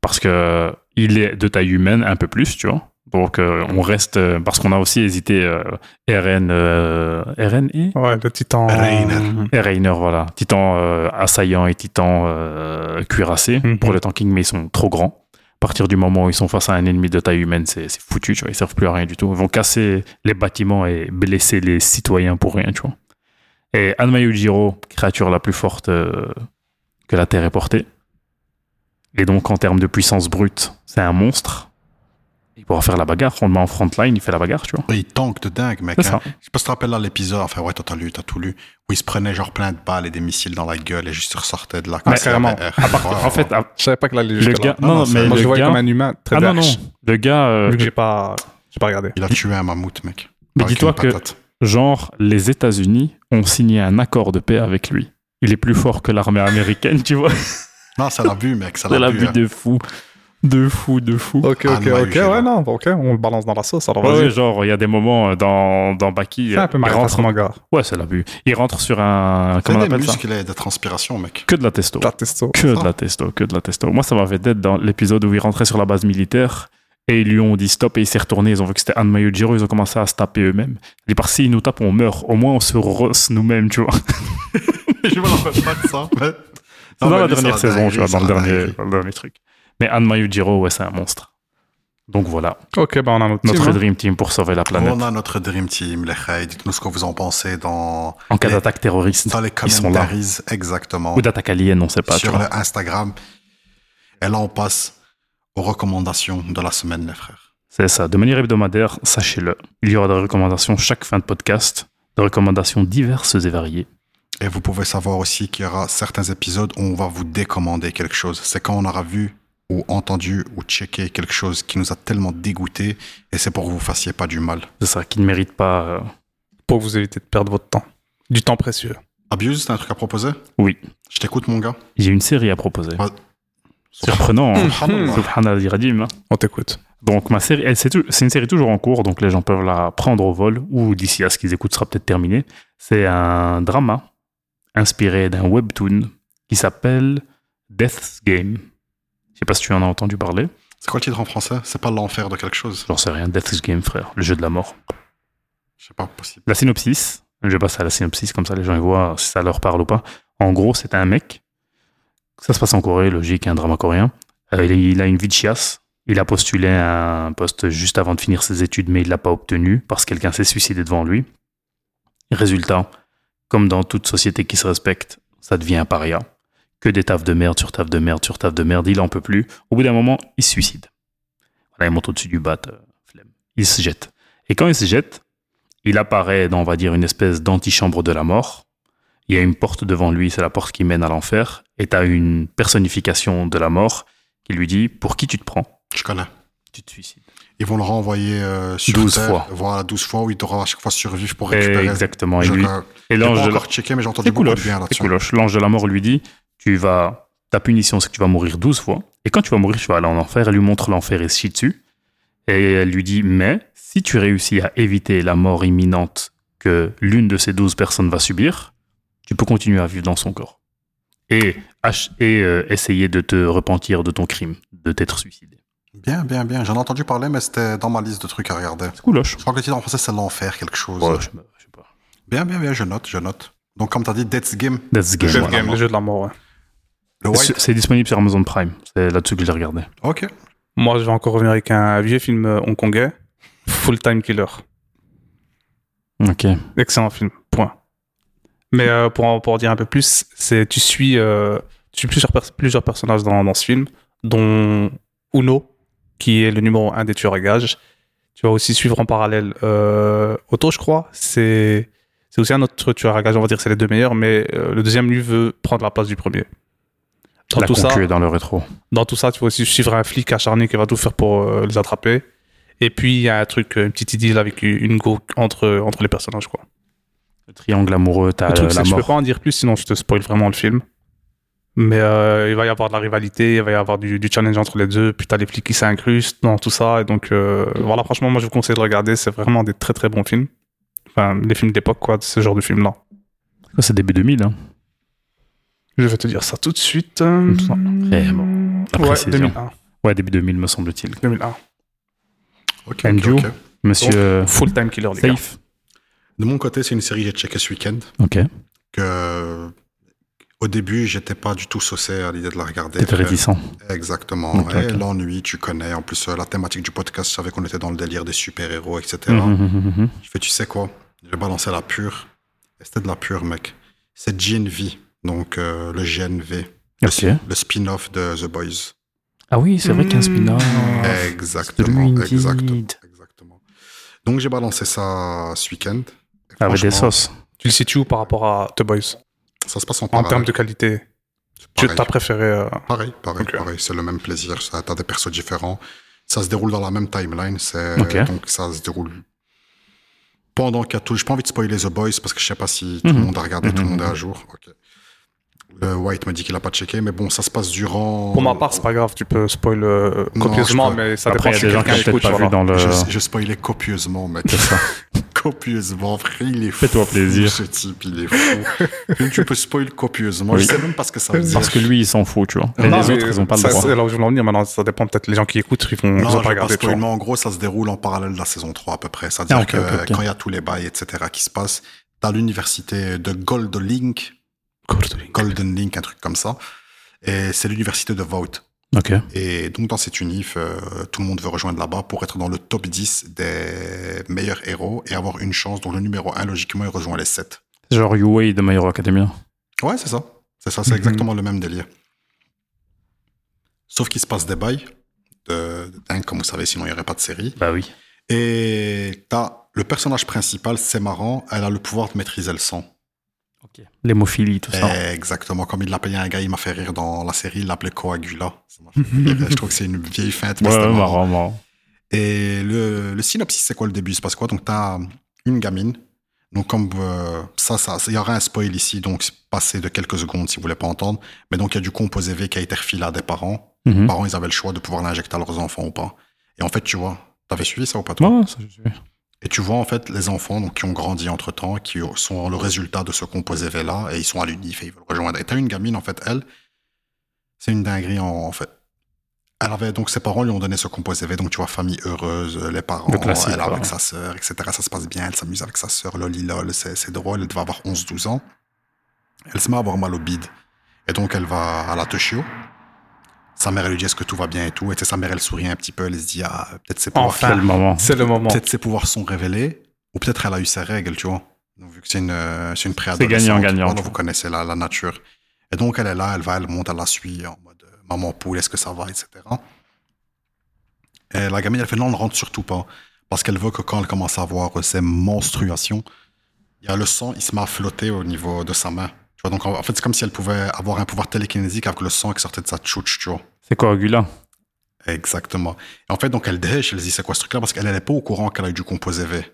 parce que il est de taille humaine un peu plus, tu vois. Donc euh, on reste euh, parce qu'on a aussi hésité euh, RN euh, RN et
Ouais, le titan. hmm.
Reiner.
et Rainer voilà, titan euh, assaillant et titan euh, cuirassé
Mhm.
pour le tanking mais ils sont trop grands. À partir du moment où ils sont face à un ennemi de taille humaine, c'est c'est foutu, tu vois, ils servent plus à rien du tout. Ils vont casser les bâtiments et blesser les citoyens pour rien, tu vois. Et Anmayu Jiro, créature la plus forte euh, que la Terre ait portée. Et donc, en termes de puissance brute, c'est un monstre. Il pourra faire la bagarre. On le met en front line, il fait la bagarre, tu vois.
Et Il tank de dingue, mec.
C'est
hein.
ça.
Je sais pas si tu te rappelles là l'épisode, enfin ouais, toi, t'as lu, t'as tout lu, où il se prenait genre plein de balles et des missiles dans la gueule et juste il ressortait de là. comme
Ouais,
s'il
carrément.
avait air.
À part-
Ouais,
en fait, à-
Je savais pas que la
le gars. Non, non,
c'est-
mais
Moi, je le
le
voyais comme
gars.
un humain très
Ah non, non.
dark,
Le gars. euh,
Vu que j'ai pas, j'ai pas regardé.
il a tué un mammouth, mec.
mais
Avec
dis-toi
une
que,
patate.
genre, les États-Unis ont signé un accord de paix avec lui. Il est plus fort que l'armée américaine, tu vois. (laughs)
Non, ça l'a bu, mec. Ça
C'est la
l'a bu.
vue
hein.
de fou. De fou, de fou.
Ok,
Ah,
ok,
non,
ok.
j'ai
Ouais,
vu.
non, ok, on le balance dans la sauce.
Oh,
Alors,
Ouais,
vas-y.
ouais, genre, il y a des moments euh, dans, dans Baki.
Fais un peu
il
marrer
rentre,
mon gars.
ouais, c'est la vue. Il rentre sur un. Comment on
C'est des
appelle ça
muscles et des transpirations,
(laughs)
mec.
Que de la testo.
La testo.
Que de
ça.
la testo, que de la testo. Moi, ça m'avait d'être dans l'épisode où il rentrait sur la base militaire et ils lui ont dit stop et il s'est retourné. Ils ont vu que c'était Anma Yujiro, ils ont commencé à se taper eux-mêmes. Il dit par s'ils nous tapent, on meurt. Au moins, on se rosse nous-mêmes, tu vois.
Je me rappelle pas de ça. mais-
C'est
Non,
dans
mais
la
lui, ça
dernière
l'a
saison,
dingué,
tu vois,
ça
dans le,
l'a
dernier,
dingué.
dans le dernier truc. Mais Anma Yujiro, ouais, c'est un monstre. Donc voilà,
Ok, ben on a notre
notre
team, hein.
Dream Team pour sauver la planète.
On a notre Dream Team, les Ray. Dites-nous ce que vous en pensez dans,
En cas
les-
d'attaque terroriste
dans les
Ils sont là.
commentaries. Exactement.
ou d'attaque alien, on sait pas. tu
sur
vois.
le Instagram. Et là, on passe aux recommandations de la semaine, les frères.
C'est ça. De manière hebdomadaire, sachez-le, il y aura des recommandations chaque fin de podcast, des recommandations diverses et variées.
Et vous pouvez savoir aussi qu'il y aura certains épisodes où on va vous décommander quelque chose. C'est quand on aura vu ou entendu ou checké quelque chose qui nous a tellement dégoûté et c'est pour que vous fassiez pas du mal.
C'est ça, qui ne mérite pas. euh,
Pour vous éviter de perdre votre temps. Du temps précieux.
Abuse, t'as un truc à proposer
Oui.
Je t'écoute, mon gars.
J'ai une série à proposer.
Ouais.
Surprenant,
Hmm,
hein.
Subhanallah.
Subhanallah al-Iradim, hein.
On t'écoute.
Donc, ma série, elle, c'est, tou- c'est une série toujours en cours, donc les gens peuvent la prendre au vol, ou d'ici à ce qu'ils écoutent sera peut-être terminé. C'est un drama inspiré d'un webtoon qui s'appelle Death's Game. Je sais pas si tu en as entendu parler.
C'est quoi le titre en français C'est pas l'enfer de quelque chose
J'en sais rien. Death's Game, frère. Le jeu de la mort.
Je sais pas, possible.
La synopsis, je passe à la synopsis, comme ça les gens ils voient si ça leur parle ou pas. En gros, c'est un mec, ça se passe en Corée, logique, un drama coréen. Euh, il, il a une vie de chiasse. Il a postulé à un poste juste avant de finir ses études, mais il l'a pas obtenu parce que quelqu'un s'est suicidé devant lui. Résultat, comme dans toute société qui se respecte, ça devient un paria. Que des tafs de merde sur taf de merde sur taf de merde, il en peut plus. Au bout d'un moment, il se suicide. Voilà, il monte au-dessus du bat, euh, flemme. Il se jette. Et quand il se jette, il apparaît dans, on va dire, une espèce d'antichambre de la mort. Il y a une porte devant lui, c'est la porte qui mène à l'enfer. Et t'as une personnification de la mort qui lui dit Pour qui tu te prends
Je connais.
Tu te suicides.
Ils vont le renvoyer euh, sur
12
Terre.
fois. Eh,
Voilà, 12 fois où il devra à chaque fois survivre pour récupérer.
Exactement. Et,
Je-
lui,
euh,
et
J'ai
l'ange
pas
de la-
encore checké, mais j'ai entendu
C'est
beaucoup de
couloche.
bien
c'est
là-dessus.
couloche. L'ange de la mort lui dit tu vas, Ta punition, c'est que tu vas mourir 12 fois. Et quand tu vas mourir, tu vas aller en enfer. Elle lui montre l'enfer et se chie dessus. Et elle lui dit Mais si tu réussis à éviter la mort imminente que l'une de ces 12 personnes va subir, tu peux continuer à vivre dans son corps. Et, ach- et euh, essayer de te repentir de ton crime, de t'être suicidé.
Bien, bien, bien. J'en ai entendu parler, mais c'était dans ma liste de trucs à regarder.
C'est couloche.
Je crois que le titre en français, c'est l'enfer, quelque chose.
Ouais, je, me- je sais pas.
Bien, bien, bien, je note, je note. Donc, comme tu as dit, Death's Game,
That's game.
Death's
voilà.
Game,
le jeu de la mort, ouais.
le
C'est
White.
c'est disponible sur Amazon Prime. C'est là-dessus que je l'ai regardé.
Ok.
Moi, je vais encore revenir avec un vieux film euh, hongkongais, Full Time Killer.
Ok.
Excellent film, point. Mais euh, pour, en, pour en dire un peu plus, c'est tu suis, euh, tu suis plusieurs, pers- plusieurs personnages dans, dans ce film, dont Uno, qui est le numéro un des tueurs à gages. Tu vas aussi suivre en parallèle euh, Otto, je crois. C'est c'est aussi un autre tueur à gages, on va dire que c'est les deux meilleurs, mais euh, le deuxième, lui, veut prendre la place du premier. Dans
la
tout ça,
concu est dans le rétro.
dans tout ça, tu vas aussi suivre un flic acharné qui va tout faire pour euh, les attraper. Et puis, il y a un truc, euh, une petite idylle avec une go entre, entre les personnages, quoi.
Le triangle amoureux, t'as
Le truc,
le-
c'est
Ah, la
que je peux
mort.
pas en dire plus, sinon je te spoil vraiment le film. Mais euh, il va y avoir de la rivalité, il va y avoir du, du challenge entre les deux, puis t'as les flics qui s'incrustent dans tout ça. Et donc, euh, voilà, franchement, moi je vous conseille de le regarder, c'est vraiment des très très bons films. Enfin, les films d'époque, quoi, de ce genre de film-là.
Ça, C'est début 2000. Hein.
Je vais te dire ça tout de suite.
me semble vraiment. La
Ouais,
précision.
2001.
Ouais, début 2000, me semble-t-il.
2001.
Ok, ok,
Andrew.
ok.
Monsieur euh,
Full Time Killer, les gars.
Safe.
De mon côté, c'est une série que j'ai checkée ce week-end.
Ok.
Que... Au début, j'étais pas du tout saucé à l'idée de la regarder.
T'es réticent.
Exactement.
Ok,
Et
ok.
l'ennui, tu connais. En plus, euh, la thématique du podcast, je savais qu'on était dans le délire des super-héros, etc.
Mhm, mhm, mhm.
Je fais, tu sais quoi J'ai balancé la pure. Et c'était de la pure, mec. C'est GNV, donc euh, le GNV, le,
Ok.
le spin-off de The Boys.
Ah oui, c'est vrai qu'un spin Ah,
Exactement, exactement, exactement. Donc j'ai balancé ça ce week-end. Et
Avec Ah, des
franchement,
sauces.
Tu le situes où par rapport à The Boys
Ça se passe en
En
parallèle.
termes de qualité, tu
Pareil.
as préféré. euh,
Pareil, pareil,
Ok.
pareil. C'est le même plaisir. Ça, t'as des persos différents. Ça se déroule dans la même timeline. C'est,
Ok.
Donc, ça se déroule pendant qu'à tout. J'ai pas envie de spoiler The Boys parce que je sais pas si tout le
Mhm.
monde a regardé, tout le
Mhm,
monde est à jour. Ok. Le White me dit qu'il a pas checké, mais bon, ça se passe durant.
Pour ma part, c'est pas grave, tu peux spoil euh,
Non,
copieusement,
je peux-
mais ça
Après,
dépend
il y a
si
des gens qui
quelqu'un
n'ont peut-être
écoute.
pas
voilà.
vu dans le.
Je, je spoilais copieusement, mec. (laughs) copieusement, frère, il est fou.
Fais-toi plaisir.
Ce type, il est
(laughs)
fou. Même tu peux spoil copieusement.
Oui.
Je sais même pas ce que ça veut dire.
Parce que lui, il s'en fout, tu vois. Et
Non,
les
mais
autres, ils n'ont pas le
ça,
droit.
C'est là où je voulais en venir maintenant, ça dépend peut-être les gens qui écoutent, ils vont ils
Non,
ont
je
pas
vais pas
regardé. tu vois.
spoiler, mais en gros, ça se déroule en parallèle de la saison 3 à peu près. C'est-à-dire
Ah, ok,
que
ok, ok.
quand il y a tous les bails, etc., qui se passent, t'as l'université de Gold Link, Golden Link, un truc comme ça, et c'est l'université de Vault.
Ok.
Et donc, dans cette unif, euh, tout le monde veut rejoindre là-bas pour être dans le top 10 des meilleurs héros et avoir une chance. Donc, le numéro 1, logiquement, il rejoint les 7.
Genre UA de My Hero Academia.
Ouais, c'est ça. C'est ça, c'est
Mhm.
exactement le même délire. Sauf qu'il se passe des bails de, de dingue, comme vous savez, sinon il n'y aurait pas de série.
Bah oui.
Et t'as le personnage principal, c'est marrant, elle a le pouvoir de maîtriser le sang.
L'hémophilie, tout ça.
Exactement, comme il l'a payé un gars, il m'a fait rire dans la série, il l'appelait Coagula. Ça m'a fait rire.
(laughs)
Je trouve que c'est une vieille feinte. mais
Ouais,
c'était
ouais,
marrant.
marrant, marrant.
Et le, le synopsis, c'est quoi le début Il se passe quoi Donc, tu as une gamine. Donc, comme euh, ça, ça, il y aura un spoil ici, donc passez de quelques secondes si vous voulez pas entendre. Mais donc, il y a du composé V qui a été refilé à des parents. Les
Mhm.
parents, ils avaient le choix de pouvoir l'injecter à leurs enfants ou pas. Et en fait, tu vois, t'avais suivi ça ou pas toi
Ouais, ça, je suis.
Et tu vois en fait les enfants donc, qui ont grandi entre temps, qui sont le résultat de ce composé V là, et ils sont à l'UNIF et ils veulent rejoindre. Et t'as une gamine en fait, elle, c'est une dinguerie en, en fait. Elle avait donc ses parents lui ont donné ce composé V, donc tu vois famille heureuse, euh, les parents,
Le classique,
elle est avec
voilà.
sa sœur, etc. Ça se passe bien, elle s'amuse avec sa sœur, loli lol, c'est c'est drôle, elle doit avoir 11-12 ans. Elle se met à avoir mal au bide. Et donc elle va à la Toshio. Sa mère elle lui dit est-ce que tout va bien et tout. Et tu sais, sa mère elle sourit un petit peu, elle se dit ah peut-être c'est pas
Enfin.
Quel moment.
C'est le moment.
Peut-être ses pouvoirs sont révélés, ou peut-être elle a eu ses règles, tu vois. Donc, vu que c'est une, euh, c'est une
C'est
préadolescente.
gagnant-gagnant,
voilà,
tu
vous connaissez la, la nature. Et donc, elle est là, elle va, elle monte, elle la suit en mode euh, maman poule, est-ce que ça va, etc. Et la gamine, elle fait non, on ne rentre surtout pas. Parce qu'elle veut que quand elle commence à avoir euh, ses menstruations, il y a le sang, il se met à flotter au niveau de sa main. Tu vois, donc en en fait, c'est comme si elle pouvait avoir un pouvoir télékinésique avec le sang qui sortait de sa tchouche, tu vois.
C'est Coagula.
Exactement. Et en fait, donc, elle dèche, elle se dit c'est quoi ce truc-là Parce qu'elle n'est pas au courant qu'elle a eu du composé V.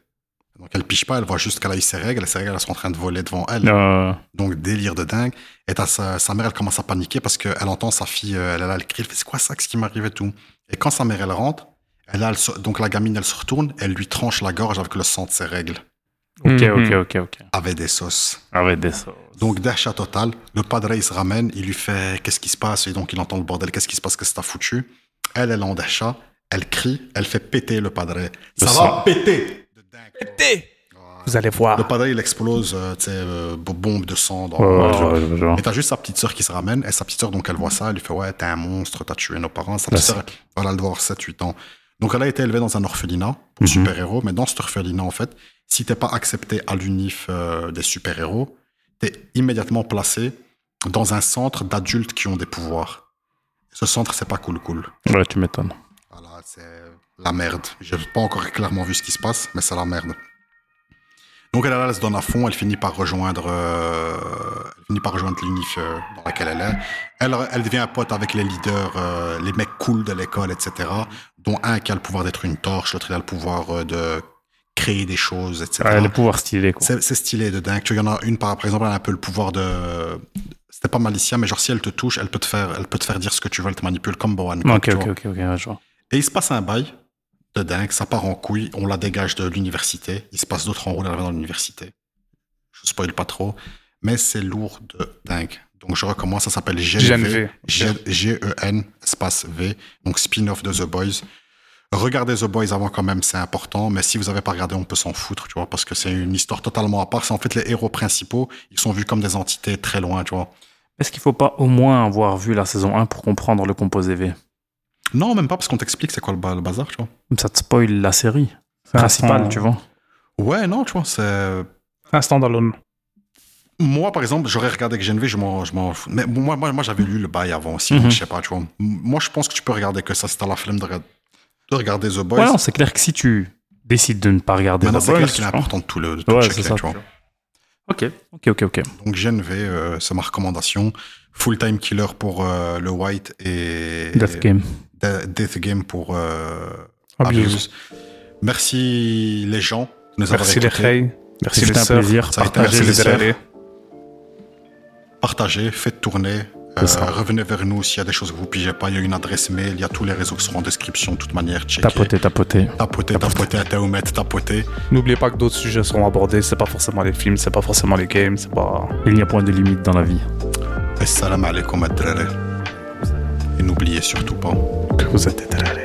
Donc, elle piche pas, elle voit juste qu'elle a eu ses règles, et ses règles, elles sont en train de voler devant elle.
Euh,
Donc, délire de dingue. Et t'as sa, sa mère, elle commence à paniquer parce qu'elle entend sa fille, euh, elle, elle, elle crie, elle fait c'est quoi ça, qu'est-ce qui m'arrive et tout. Et quand sa mère, elle rentre, elle a le so- donc la gamine, elle se retourne, elle lui tranche la gorge avec le sang de ses règles,
Ok,
Mhm.
ok, ok, ok.
avec des sauces.
Avec des sauces.
Donc, d'achat total, le padre, il se ramène, il lui fait Qu'est-ce qui se passe Et donc, il entend le bordel Qu'est-ce qui se passe Qu'est-ce que t'as foutu Elle, elle est en d'achat, elle crie, elle fait péter le padre. Ça va
sang.
péter De dingue. Voilà.
Vous allez voir.
Le padre, il explose, euh, tu sais, euh, bo- bombe de sang. Dans...
Ouais, Oh, ouais, je vois, je vois, je vois.
Et t'as juste sa petite sœur qui se ramène, et sa petite sœur, donc elle voit ça, elle lui fait Ouais, t'es un monstre, t'as tué nos parents. Sa petite sœur,
Classique.
voilà, elle doit avoir 7-8 ans. Donc elle a été élevée dans un orphelinat pour
Mhm.
super-héros, mais dans cet orphelinat, en fait, si t'es pas accepté à l'UNIF euh, des super-héros, t'es immédiatement placé dans un centre d'adultes qui ont des pouvoirs. Ce centre, c'est pas cool cool.
Ouais, tu m'étonnes.
Voilà, c'est la merde. J'ai pas encore clairement vu ce qui se passe, mais c'est la merde. Donc elle, elle se donne à fond, elle finit par rejoindre, euh, elle finit par rejoindre l'unif euh, dans laquelle elle est. Elle, elle devient un pote avec les leaders, euh, les mecs cool de l'école, etc. Dont un qui a le pouvoir d'être une torche, l'autre il a le pouvoir euh, de créer des choses, etc.
Ah, le pouvoir stylé, quoi.
C'est c'est stylé de dingue. Tu vois, il y en a une par, par exemple, elle a un peu le pouvoir de. C'était pas malicia, mais genre si elle te touche, elle peut te faire, elle peut te faire dire ce que tu veux, elle te manipule comme Bohan. quoi,
Ok,
tu
ok,
vois.
ok, ok, ouais, je vois.
Et il se passe un bail de dingue, ça part en couille, on la dégage de l'université, il se passe d'autres enrôles dans l'université. Je spoil pas trop, mais c'est lourd de dingue. Donc je recommence, ça s'appelle GNV.
GNV.
G- G-E-N, espace V, donc spin-off de The Boys. Regardez The Boys avant quand même, c'est important, mais si vous avez pas regardé, on peut s'en foutre, tu vois, parce que c'est une histoire totalement à part. C'est en fait les héros principaux, ils sont vus comme des entités très loin, tu vois.
Est-ce qu'il faut pas au moins avoir vu la saison 1 pour comprendre le composé V
Non, même pas, parce qu'on t'explique c'est quoi le, ba- le bazar, tu vois.
Ça te spoil la série
C'est un
principale,
stand-
tu vois.
Ouais, non, tu vois, c'est...
Un standalone.
Moi, par exemple, j'aurais regardé que GNV, je m'en, je m'en fous. Mais moi, moi, moi, j'avais lu le bail avant aussi, donc
Mhm.
je sais pas, tu vois. M- Moi, je pense que tu peux regarder que ça, si t'as la flemme de, re- de regarder The Boys.
Ouais, non, c'est clair que si tu décides de ne pas regarder
Maintenant,
The
c'est
Boys,
clair qu'il est
je pense-
important de tout le de tout
Ouais,
checker,
c'est ça.
tu vois.
Ok, ok, ok, ok.
Donc, GNV, euh, c'est ma recommandation. Full Time Killer pour euh, le White et
Death Game.
Da- Death Game pour euh,
Abuse.
Abuse. Merci les gens de nous
Merci
avoir
les
écoutés.
Rey. Merci les
C'était un
sœurs.
plaisir.
Ça a été un
Merci
Partagez les
les
plaisir.
sœurs.
Rey.
partagez, faites tourner.
C'est
euh,
ça.
revenez vers nous s'il y a des choses que vous pigez pas. Il y a une adresse mail, il y a tous les réseaux qui seront en description, de toute manière. Checkez.
Tapoter, tapoter.
Tapotez, tapotez, tapotez, tapotez.
N'oubliez pas que d'autres sujets seront abordés. C'est pas forcément les films, c'est pas forcément les games, c'est pas.
Il n'y a point de limite dans la vie.
Salam alaikum, ad-drare. Et n'oubliez surtout pas.
que Vous êtes des drarés.